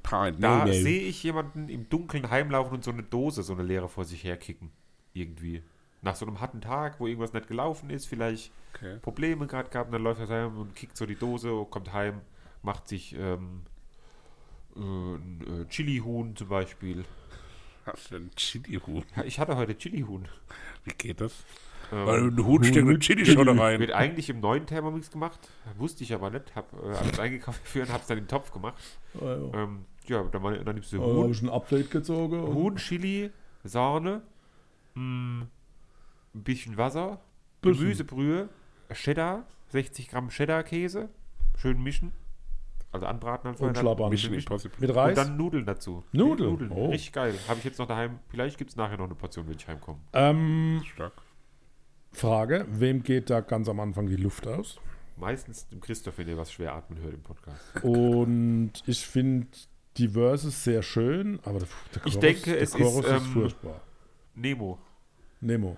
[SPEAKER 1] Paar
[SPEAKER 3] da sehe ich jemanden im Dunkeln heimlaufen und so eine Dose, so eine leere vor sich herkicken. Irgendwie. Nach so einem harten Tag, wo irgendwas nicht gelaufen ist, vielleicht
[SPEAKER 1] Okay.
[SPEAKER 3] Probleme gerade gab, und dann läuft er heim und kickt so die Dose, kommt heim, macht sich ähm, äh, ein äh, Chili-Huhn zum Beispiel.
[SPEAKER 1] Was für ein Chili-Huhn?
[SPEAKER 3] Ja, Ich hatte heute Chili-Huhn.
[SPEAKER 1] Wie geht das?
[SPEAKER 3] Ähm,
[SPEAKER 1] Ein Huhn steckt mit Chili-Scholle rein.
[SPEAKER 3] Wird eigentlich im neuen Thermomix gemacht, wusste ich aber nicht, hab äh, alles eingekauft für und hab's dann im Topf gemacht.
[SPEAKER 2] Oh,
[SPEAKER 3] Ähm, ja, dann, mal- dann nimmst du
[SPEAKER 2] habe
[SPEAKER 3] Huhn,
[SPEAKER 2] Oh, ich ein Update gezogen. und Hm.
[SPEAKER 3] Huhn, Chili, Sahne, mm, ein bisschen Wasser,
[SPEAKER 2] Bisschen.
[SPEAKER 3] Gemüsebrühe, Cheddar, 60 Gramm Cheddar-Käse, schön mischen, also anbraten halt
[SPEAKER 2] Und
[SPEAKER 3] vorher, dann
[SPEAKER 2] schlabbern.
[SPEAKER 1] Mission Impossible.
[SPEAKER 2] Mit Reis.
[SPEAKER 3] und dann Nudeln dazu.
[SPEAKER 2] Nudeln?
[SPEAKER 3] Nudeln.
[SPEAKER 2] Oh.
[SPEAKER 3] Richtig geil. Habe ich jetzt noch daheim. Vielleicht gibt es nachher noch eine Portion, wenn ich heimkomme.
[SPEAKER 2] ähm,
[SPEAKER 1] Stark.
[SPEAKER 2] Frage: Wem geht da ganz am Anfang die Luft aus?
[SPEAKER 3] Meistens dem Christoph, wenn ihr was schwer atmen hört im Podcast.
[SPEAKER 2] Und ich finde die Verses sehr schön, aber der, der
[SPEAKER 3] Ich denke,
[SPEAKER 2] der
[SPEAKER 3] es ist,
[SPEAKER 2] Chorus ist,
[SPEAKER 3] ähm,
[SPEAKER 2] furchtbar.
[SPEAKER 3] Nemo.
[SPEAKER 2] Nemo.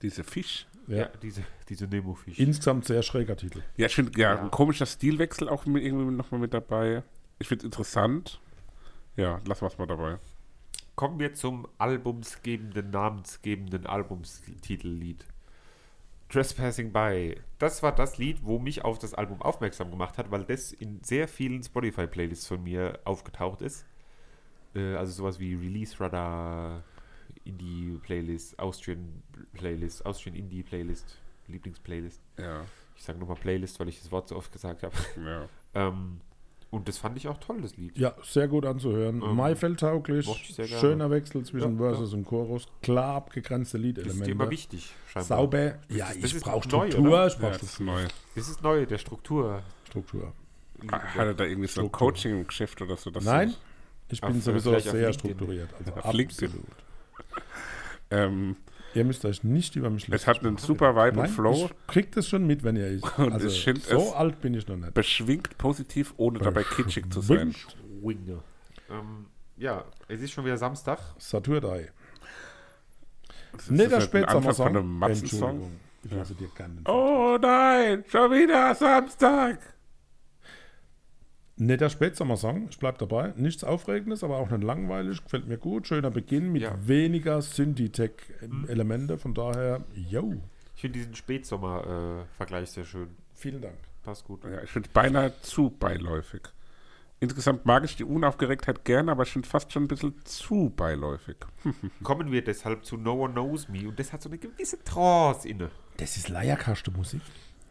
[SPEAKER 1] Diese Fisch.
[SPEAKER 2] Ja.
[SPEAKER 3] Ja, diese, diese Nemo-Fisch.
[SPEAKER 2] Insgesamt sehr schräger Titel.
[SPEAKER 1] Ja, ich finde, ja,
[SPEAKER 3] Ja.
[SPEAKER 1] ein komischer Stilwechsel auch mit, irgendwie nochmal mit dabei. Ich finde es interessant. Ja, lassen wir es mal dabei.
[SPEAKER 3] Kommen wir zum albumsgebenden, namensgebenden Albumstitellied. Trespassing By. Das war das Lied, wo mich auf das Album aufmerksam gemacht hat, weil das in sehr vielen Spotify-Playlists von mir aufgetaucht ist. Äh, Also sowas wie Release Radar, Indie-Playlist, Austrian-Playlist, Austrian-Indie-Playlist, Lieblingsplaylist.
[SPEAKER 1] Ja,
[SPEAKER 3] Ich sage nochmal Playlist, weil ich das Wort so oft gesagt habe.
[SPEAKER 1] ja.
[SPEAKER 3] Ähm, und das fand ich auch toll, das Lied.
[SPEAKER 2] Ja, sehr gut anzuhören.
[SPEAKER 3] Ähm,
[SPEAKER 2] Maifeld tauglich,
[SPEAKER 3] mochte ich sehr gerne.
[SPEAKER 2] schöner Wechsel zwischen
[SPEAKER 3] Ja,
[SPEAKER 2] Verses und Chorus, klar abgegrenzte
[SPEAKER 3] Das ist dir immer
[SPEAKER 2] Liedelemente.
[SPEAKER 3] wichtig, scheinbar.
[SPEAKER 2] Sauber. Ja,
[SPEAKER 3] ist- das
[SPEAKER 2] ich
[SPEAKER 3] ist
[SPEAKER 2] brauche
[SPEAKER 3] neu,
[SPEAKER 2] Struktur,
[SPEAKER 3] oder?
[SPEAKER 2] ich
[SPEAKER 1] ja
[SPEAKER 2] brauche
[SPEAKER 1] das ist neu.
[SPEAKER 3] Das ist neu, der Struktur.
[SPEAKER 2] Struktur.
[SPEAKER 1] Hat er da irgendwie so ein
[SPEAKER 2] Struktur.
[SPEAKER 1] Coaching im Geschäft oder so? dass
[SPEAKER 2] Nein,
[SPEAKER 1] du-
[SPEAKER 2] ich bin
[SPEAKER 3] Auf-
[SPEAKER 2] sowieso
[SPEAKER 3] vielleicht auf
[SPEAKER 2] sehr
[SPEAKER 3] LinkedIn.
[SPEAKER 2] strukturiert. Also
[SPEAKER 1] Auf LinkedIn.
[SPEAKER 2] absolut.
[SPEAKER 1] Ähm,
[SPEAKER 2] Ihr müsst euch nicht über mich
[SPEAKER 1] es hat einen super Vibe und
[SPEAKER 2] Nein,
[SPEAKER 1] Flow.
[SPEAKER 2] ich krieg das schon mit, wenn ihr ich.
[SPEAKER 1] Und
[SPEAKER 2] Also,
[SPEAKER 1] ich find
[SPEAKER 2] so
[SPEAKER 1] es-
[SPEAKER 2] alt bin ich noch nicht.
[SPEAKER 1] beschwingt positiv, ohne dabei kitschig zu sein.
[SPEAKER 2] Beschwingt.
[SPEAKER 3] Winge. Ähm, ja, es ist schon wieder Samstag.
[SPEAKER 2] Saturday.
[SPEAKER 1] Das
[SPEAKER 2] Nee,
[SPEAKER 1] ist
[SPEAKER 2] der
[SPEAKER 1] halt ein Anfang von
[SPEAKER 2] Spätsommersong.
[SPEAKER 1] einem Matzen-Song.
[SPEAKER 2] Entschuldigung. Ich lasse dir keinen.
[SPEAKER 1] Oh nein, schon wieder Samstag.
[SPEAKER 2] Netter Spätsommersong, ich bleib dabei. Nichts Aufregendes, aber auch nicht langweilig, gefällt mir gut. Schöner Beginn mit
[SPEAKER 3] Ja.
[SPEAKER 2] weniger
[SPEAKER 1] Hm.
[SPEAKER 2] Synthetech-Elemente, von daher, yo.
[SPEAKER 3] Ich finde diesen Spätsommer-Vergleich sehr schön.
[SPEAKER 2] Vielen Dank.
[SPEAKER 3] Passt gut.
[SPEAKER 1] Ja, ich finde beinahe zu beiläufig. Insgesamt mag ich die Unaufgeregtheit gern, aber ich finde fast schon ein bisschen zu beiläufig.
[SPEAKER 3] Kommen wir deshalb zu No One Knows Me und das hat so eine gewisse Trance inne.
[SPEAKER 2] Das ist leierkaste Musik.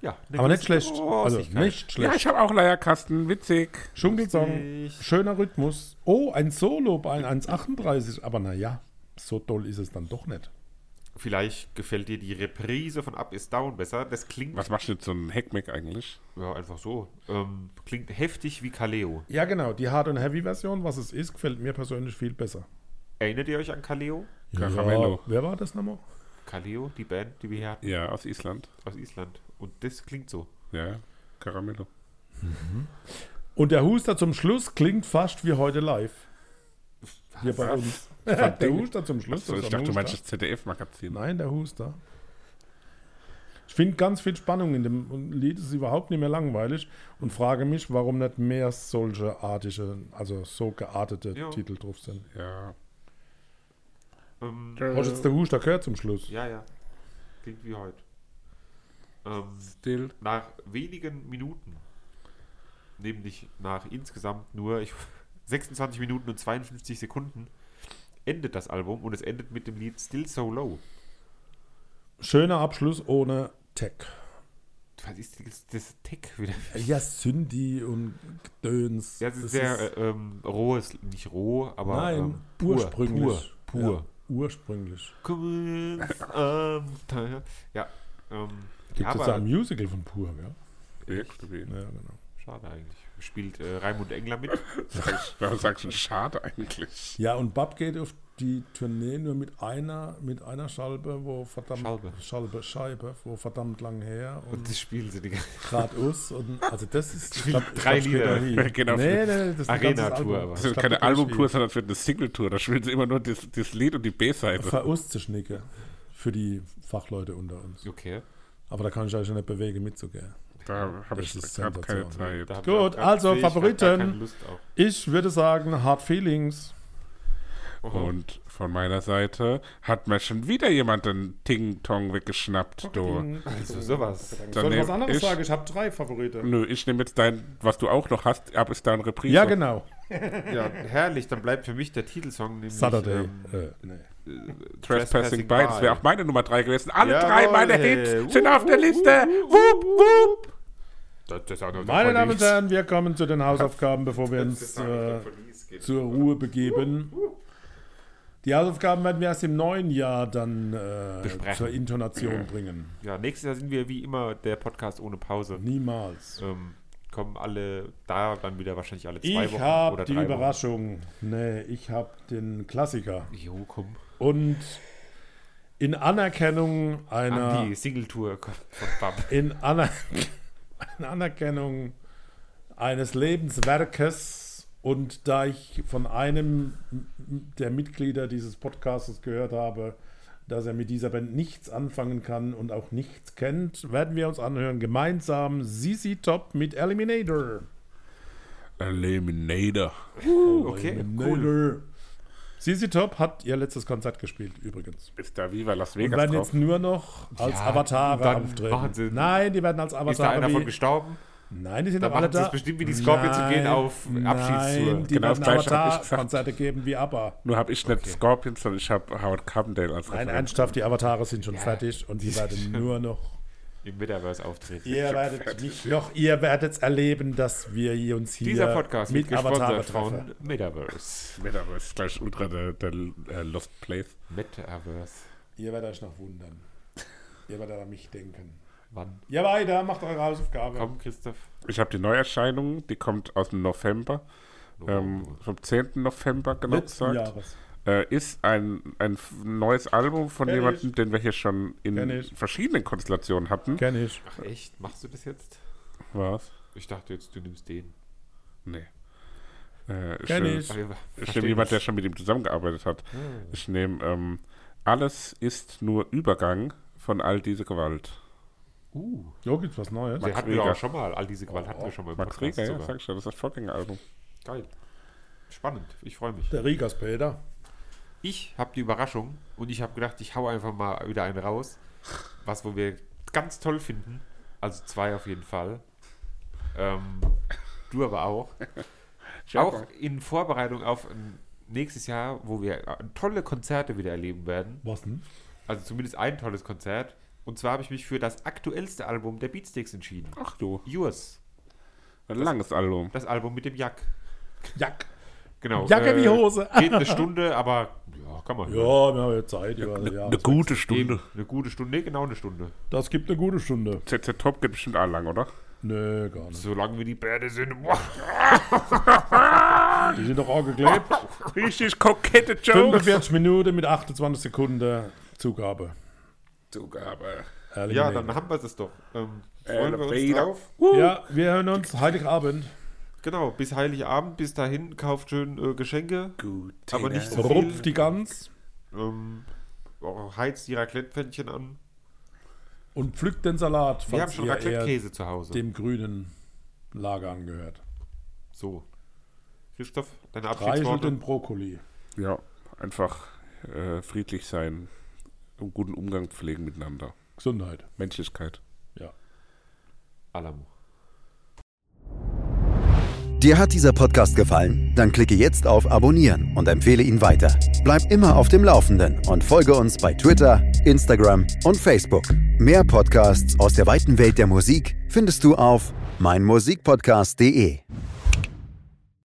[SPEAKER 3] Ja, eine
[SPEAKER 2] Aber nicht
[SPEAKER 3] gewisse
[SPEAKER 2] schlecht. Also
[SPEAKER 3] Traurigkeit.
[SPEAKER 2] nicht
[SPEAKER 1] Ja,
[SPEAKER 2] schlecht.
[SPEAKER 1] ich habe auch Leierkasten, witzig.
[SPEAKER 2] Schungelsong,
[SPEAKER 3] Richtig.
[SPEAKER 2] schöner Rhythmus. Oh, ein Solo bei 1,38, aber naja, so toll ist es dann doch nicht.
[SPEAKER 3] Vielleicht gefällt dir die Reprise von Up is Down besser. Das klingt
[SPEAKER 1] Was machst du jetzt so ein Heckmeck eigentlich?
[SPEAKER 3] ja, einfach so. Ähm, klingt heftig wie Kaleo.
[SPEAKER 2] Ja, genau, die Hard- und Heavy-Version, was es ist, gefällt mir persönlich viel besser.
[SPEAKER 3] Erinnert ihr euch an Kaleo?
[SPEAKER 1] Caramello.
[SPEAKER 2] Ja, wer war das nochmal?
[SPEAKER 3] Kaleo, die Band, die wir hier hatten
[SPEAKER 1] Ja, aus Island.
[SPEAKER 3] aus Island. Und das klingt so.
[SPEAKER 1] Ja, Caramello.
[SPEAKER 2] Und der Huster zum Schluss klingt fast wie heute live. Hier bei
[SPEAKER 1] Was?
[SPEAKER 2] uns.
[SPEAKER 1] fand
[SPEAKER 2] der
[SPEAKER 1] den-
[SPEAKER 2] Huster zum Schluss.
[SPEAKER 1] Achso,
[SPEAKER 2] das
[SPEAKER 1] ich
[SPEAKER 2] ist
[SPEAKER 1] dachte, du
[SPEAKER 2] am
[SPEAKER 1] meinst
[SPEAKER 2] Huster.
[SPEAKER 1] das ZDF-Magazin.
[SPEAKER 2] Nein, der Huster. Ich finde ganz viel Spannung in dem Lied. Es ist überhaupt nicht mehr langweilig und frage mich, warum nicht mehr solche artige, also so geartete
[SPEAKER 3] Ja.
[SPEAKER 2] Titel drauf sind.
[SPEAKER 1] Ja.
[SPEAKER 3] Ähm,
[SPEAKER 2] Hast du jetzt der Huster gehört zum Schluss?
[SPEAKER 3] ja, ja. Klingt wie heute. Ähm,
[SPEAKER 1] Still.
[SPEAKER 3] nach wenigen Minuten, nämlich nach insgesamt nur ich, 26 Minuten und 52 Sekunden, endet das Album und es endet mit dem Lied Still So Low.
[SPEAKER 2] Schöner Abschluss ohne Tech.
[SPEAKER 3] Was ist das, das Tech wieder?
[SPEAKER 2] Ja, Cindy und Döns.
[SPEAKER 3] Ja, es ist sehr äh, ähm, rohes, nicht roh, aber
[SPEAKER 2] Nein,
[SPEAKER 3] ähm, pur,
[SPEAKER 2] ursprünglich.
[SPEAKER 3] Pur, pur.
[SPEAKER 2] Ja, ursprünglich.
[SPEAKER 3] Komm ins Abenteuer. Ja, ähm, ja,
[SPEAKER 2] Gibt es da
[SPEAKER 3] aber
[SPEAKER 2] ein Musical von Pur, gell?
[SPEAKER 1] Wirklich? Wie?
[SPEAKER 2] Ja, genau.
[SPEAKER 3] schade eigentlich. Spielt äh, Raimund Engler mit.
[SPEAKER 2] Ähm,
[SPEAKER 1] Warum sagst du schade eigentlich?
[SPEAKER 2] Ja, und Bab geht auf die Tournee nur mit einer, mit einer Schalbe, wo verdammt
[SPEAKER 3] Schalbe.
[SPEAKER 2] Schalbe, Scheibe, wo verdammt lang her
[SPEAKER 3] Und
[SPEAKER 2] und
[SPEAKER 3] das spielen sie die ganze
[SPEAKER 2] geradeaus und also das ist ich ich
[SPEAKER 3] Drei
[SPEAKER 2] ich geht
[SPEAKER 3] Lieder.
[SPEAKER 2] da hin.
[SPEAKER 1] Genau.
[SPEAKER 2] Nee, nee, nee, das ist ein
[SPEAKER 3] Arena-Tour,
[SPEAKER 2] ganzes Album.
[SPEAKER 3] aber.
[SPEAKER 2] Ich
[SPEAKER 1] Das ist keine
[SPEAKER 2] glaub, da kann ich
[SPEAKER 1] Albumtour, sondern es wird eine Singletour. Da spielen sie immer nur das, das Lied und die
[SPEAKER 2] viel
[SPEAKER 1] B-Seite.
[SPEAKER 2] Verustschnicke für die Fachleute unter uns.
[SPEAKER 3] Okay.
[SPEAKER 2] Aber da kann ich euch ja nicht bewegen mitzugehen.
[SPEAKER 1] Da habe ich
[SPEAKER 2] Das ist
[SPEAKER 1] gerade keine
[SPEAKER 2] sensationell.
[SPEAKER 1] Zeit.
[SPEAKER 3] Da hab
[SPEAKER 2] Gut,
[SPEAKER 3] ich auch gar-
[SPEAKER 2] also
[SPEAKER 3] sehe ich gar- gar
[SPEAKER 2] Favoriten.
[SPEAKER 3] keine Lust auf.
[SPEAKER 2] Ich würde sagen, Hard Feelings.
[SPEAKER 3] Oh.
[SPEAKER 1] Und von meiner Seite hat mir schon wieder jemand den Ting-Tong weggeschnappt. Du.
[SPEAKER 3] Also sowas.
[SPEAKER 1] Dann nehm ich,
[SPEAKER 2] Ich habe drei Favoriten.
[SPEAKER 1] Nö, ich nehme jetzt dein, was du auch noch hast, ab ist dein Reprise.
[SPEAKER 2] Ja, genau.
[SPEAKER 3] Ja, herrlich. Dann bleibt für mich der Titelsong nämlich
[SPEAKER 2] Saturday.
[SPEAKER 3] ähm,
[SPEAKER 2] Äh, nee.
[SPEAKER 1] Trespassing by, das wäre auch meine Nummer 3 gewesen. Alle
[SPEAKER 3] Jawohl,
[SPEAKER 1] drei meine
[SPEAKER 3] hey.
[SPEAKER 1] Hits
[SPEAKER 3] Wup,
[SPEAKER 1] sind auf der
[SPEAKER 3] wup,
[SPEAKER 1] Liste.
[SPEAKER 3] wup,
[SPEAKER 1] Wupp, wupp.
[SPEAKER 3] Das, das auch noch
[SPEAKER 2] Meine
[SPEAKER 3] von
[SPEAKER 2] Damen und
[SPEAKER 3] Lies.
[SPEAKER 2] Herren, wir kommen zu den Hausaufgaben, bevor wir
[SPEAKER 3] Das
[SPEAKER 2] uns
[SPEAKER 3] ist auch noch genau.
[SPEAKER 2] äh,
[SPEAKER 3] von Lies geht.
[SPEAKER 2] zur Ruhe begeben. Die Hausaufgaben werden wir erst im neuen Jahr dann äh,
[SPEAKER 3] Besprechen.
[SPEAKER 2] zur Intonation bringen.
[SPEAKER 3] Ja, nächstes Jahr sind wir wie immer der Podcast ohne Pause.
[SPEAKER 2] Niemals.
[SPEAKER 3] Ähm, kommen alle da, dann wieder wahrscheinlich alle zwei
[SPEAKER 2] Ich
[SPEAKER 3] Wochen
[SPEAKER 2] habe
[SPEAKER 3] oder
[SPEAKER 2] die
[SPEAKER 3] drei
[SPEAKER 2] Überraschung. Nee, ich habe den Klassiker.
[SPEAKER 3] Wochen. Jo, komm.
[SPEAKER 2] Und in Anerkennung einer.
[SPEAKER 3] An die Singletour von Bab.
[SPEAKER 2] in, Aner in Anerkennung eines Lebenswerkes und da ich von einem der Mitglieder dieses Podcasts gehört habe, dass er mit dieser Band nichts anfangen kann und auch nichts kennt, werden wir uns anhören gemeinsam CC Top mit Eliminator.
[SPEAKER 1] Eliminator.
[SPEAKER 3] Okay, cool.
[SPEAKER 2] Eliminator. CC Top hat ihr letztes Konzert gespielt übrigens.
[SPEAKER 1] Ist da Viva Las
[SPEAKER 2] Und
[SPEAKER 1] Vegas
[SPEAKER 2] werden
[SPEAKER 1] drauf?
[SPEAKER 2] jetzt nur noch als
[SPEAKER 3] Ja,
[SPEAKER 2] Avatare
[SPEAKER 3] dann
[SPEAKER 2] auftreten.
[SPEAKER 3] machen sie-
[SPEAKER 2] Nein, die werden als
[SPEAKER 3] Ist da
[SPEAKER 2] Avatare
[SPEAKER 3] einer von
[SPEAKER 2] wie-
[SPEAKER 3] gestorben?
[SPEAKER 2] Nein, die sind
[SPEAKER 3] Da
[SPEAKER 2] doch alle
[SPEAKER 3] machen sie
[SPEAKER 2] da.
[SPEAKER 3] es bestimmt wie die Scorpions und gehen auf Abschiedstour.
[SPEAKER 2] Nein, die
[SPEAKER 1] Genau
[SPEAKER 2] genau
[SPEAKER 1] das
[SPEAKER 2] werden
[SPEAKER 1] Gleiche hab ich
[SPEAKER 2] Avatar-Konzerte geben wie ABBA.
[SPEAKER 1] Nur habe ich nicht Scorpions, sondern ich habe Howard Carpendale als
[SPEAKER 2] Nein,
[SPEAKER 1] Referent.
[SPEAKER 2] ernsthaft, die Avatare sind schon fertig und die
[SPEAKER 3] sind
[SPEAKER 2] werden
[SPEAKER 3] schon-
[SPEAKER 2] nur noch...
[SPEAKER 3] Im Metaverse auftreten.
[SPEAKER 2] Ihr werdet nicht noch, ihr werdet erleben, dass wir uns hier
[SPEAKER 3] Dieser Podcast wird
[SPEAKER 2] mit Avatare
[SPEAKER 3] gesponsert
[SPEAKER 2] treffen.
[SPEAKER 3] von Metaverse.
[SPEAKER 1] Metaverse ist gleich ultra der, der äh, Lost Place.
[SPEAKER 3] Metaverse.
[SPEAKER 2] Ihr werdet euch noch wundern. Ihr werdet an mich denken.
[SPEAKER 3] Wann?
[SPEAKER 2] Ja, weiter, macht eure Hausaufgabe.
[SPEAKER 3] Komm, Christoph.
[SPEAKER 1] Ich habe die Neuerscheinung, die kommt aus dem November, ähm, vom 10. November genau
[SPEAKER 2] Oh. Letzten
[SPEAKER 1] gesagt.
[SPEAKER 2] Jahres.
[SPEAKER 1] Äh, ist ein, ein f- neues Album von
[SPEAKER 2] Kenn
[SPEAKER 1] jemandem, den wir hier schon in
[SPEAKER 2] Kenn ich.
[SPEAKER 1] verschiedenen Konstellationen hatten.
[SPEAKER 2] Kenn ich.
[SPEAKER 3] Ach echt? Machst du das jetzt?
[SPEAKER 1] Was?
[SPEAKER 3] Ich dachte jetzt, du nimmst den.
[SPEAKER 1] Nee. Äh,
[SPEAKER 2] Kenn
[SPEAKER 1] schön.
[SPEAKER 2] ich.
[SPEAKER 3] Ach, ihr
[SPEAKER 1] Ich
[SPEAKER 3] versteht
[SPEAKER 1] nehme jemand, der
[SPEAKER 3] nicht.
[SPEAKER 1] schon mit ihm zusammengearbeitet hat. Ich nehme ähm, Alles ist nur Übergang von all diese Gewalt.
[SPEAKER 3] Uh,
[SPEAKER 2] Jo, gibt's was Neues?
[SPEAKER 3] den hatten wir
[SPEAKER 1] Rieger.
[SPEAKER 3] auch schon mal. All diese Gewalt hatten wir schon mal im
[SPEAKER 1] Max
[SPEAKER 3] Podcast
[SPEAKER 1] Rieger, ja,
[SPEAKER 3] sogar.
[SPEAKER 1] sag ich schon, das ist das Vorgängeralbum.
[SPEAKER 3] Geil. Spannend. Ich freue mich.
[SPEAKER 2] Der Rigas Peter.
[SPEAKER 3] Ich habe die Überraschung und ich habe gedacht, ich hau einfach mal wieder einen raus. Was, wo wir ganz toll finden. Also zwei auf jeden Fall. Ähm, du aber auch. auch in Vorbereitung auf ein nächstes Jahr, wo wir äh, tolle Konzerte wieder erleben werden.
[SPEAKER 2] Was denn?
[SPEAKER 3] Also zumindest ein tolles Konzert. Und zwar habe ich mich für das aktuellste Album der Beatsticks entschieden.
[SPEAKER 1] Ach du,
[SPEAKER 3] Yours.
[SPEAKER 1] ein langes Album.
[SPEAKER 3] Das Album mit dem Jack.
[SPEAKER 2] Jack.
[SPEAKER 3] Genau.
[SPEAKER 2] Jacke wie Hose.
[SPEAKER 3] Geht eine Stunde, aber ja, kann man.
[SPEAKER 2] Ja, wir haben ja Zeit. Ja, also, ja.
[SPEAKER 1] ne, gute
[SPEAKER 3] Eben, eine gute Stunde, nee, genau eine Stunde.
[SPEAKER 2] Das gibt eine gute Stunde.
[SPEAKER 1] ZZ Top geht bestimmt auch lang, oder?
[SPEAKER 2] Nö, gar nicht.
[SPEAKER 3] Solange wir die Bärte sind. Boah.
[SPEAKER 2] Die sind doch auch geklebt.
[SPEAKER 1] Richtig kokette Jokes.
[SPEAKER 2] 45 Minuten mit 28 Sekunden Zugabe.
[SPEAKER 1] Zugabe.
[SPEAKER 2] Ehrlich
[SPEAKER 3] Ja,
[SPEAKER 2] gemeint.
[SPEAKER 3] dann haben wir es doch. Ähm, freuen wir uns
[SPEAKER 1] Elevator.
[SPEAKER 3] drauf.
[SPEAKER 2] ja, wir hören uns Heiligabend.
[SPEAKER 3] Genau, bis Heiligabend, bis dahin, kauft schön äh, Geschenke.
[SPEAKER 1] Gut.
[SPEAKER 3] Aber nicht so
[SPEAKER 2] Rupf
[SPEAKER 3] viel.
[SPEAKER 2] die Gans
[SPEAKER 3] Ähm, oh, heizt die Raclette-Pfännchen an.
[SPEAKER 2] und pflückt den Salat,
[SPEAKER 3] Wir haben schon
[SPEAKER 2] ihr eher
[SPEAKER 3] Raclette-Käse zu Hause.
[SPEAKER 2] dem grünen Lager angehört.
[SPEAKER 3] So. Christoph, deine
[SPEAKER 2] Reichelt den
[SPEAKER 3] Abschiedsworte.
[SPEAKER 2] Brokkoli.
[SPEAKER 1] Ja, einfach äh, friedlich sein und guten Umgang pflegen miteinander.
[SPEAKER 2] Gesundheit.
[SPEAKER 1] Menschlichkeit.
[SPEAKER 2] Ja.
[SPEAKER 3] Alamo.
[SPEAKER 4] Dir hat dieser Podcast gefallen? Dann klicke jetzt auf Abonnieren und empfehle ihn weiter. Bleib immer auf dem Laufenden und folge uns bei Twitter, Instagram und Facebook. Mehr Podcasts aus der weiten Welt der Musik findest du auf meinmusikpodcast.de.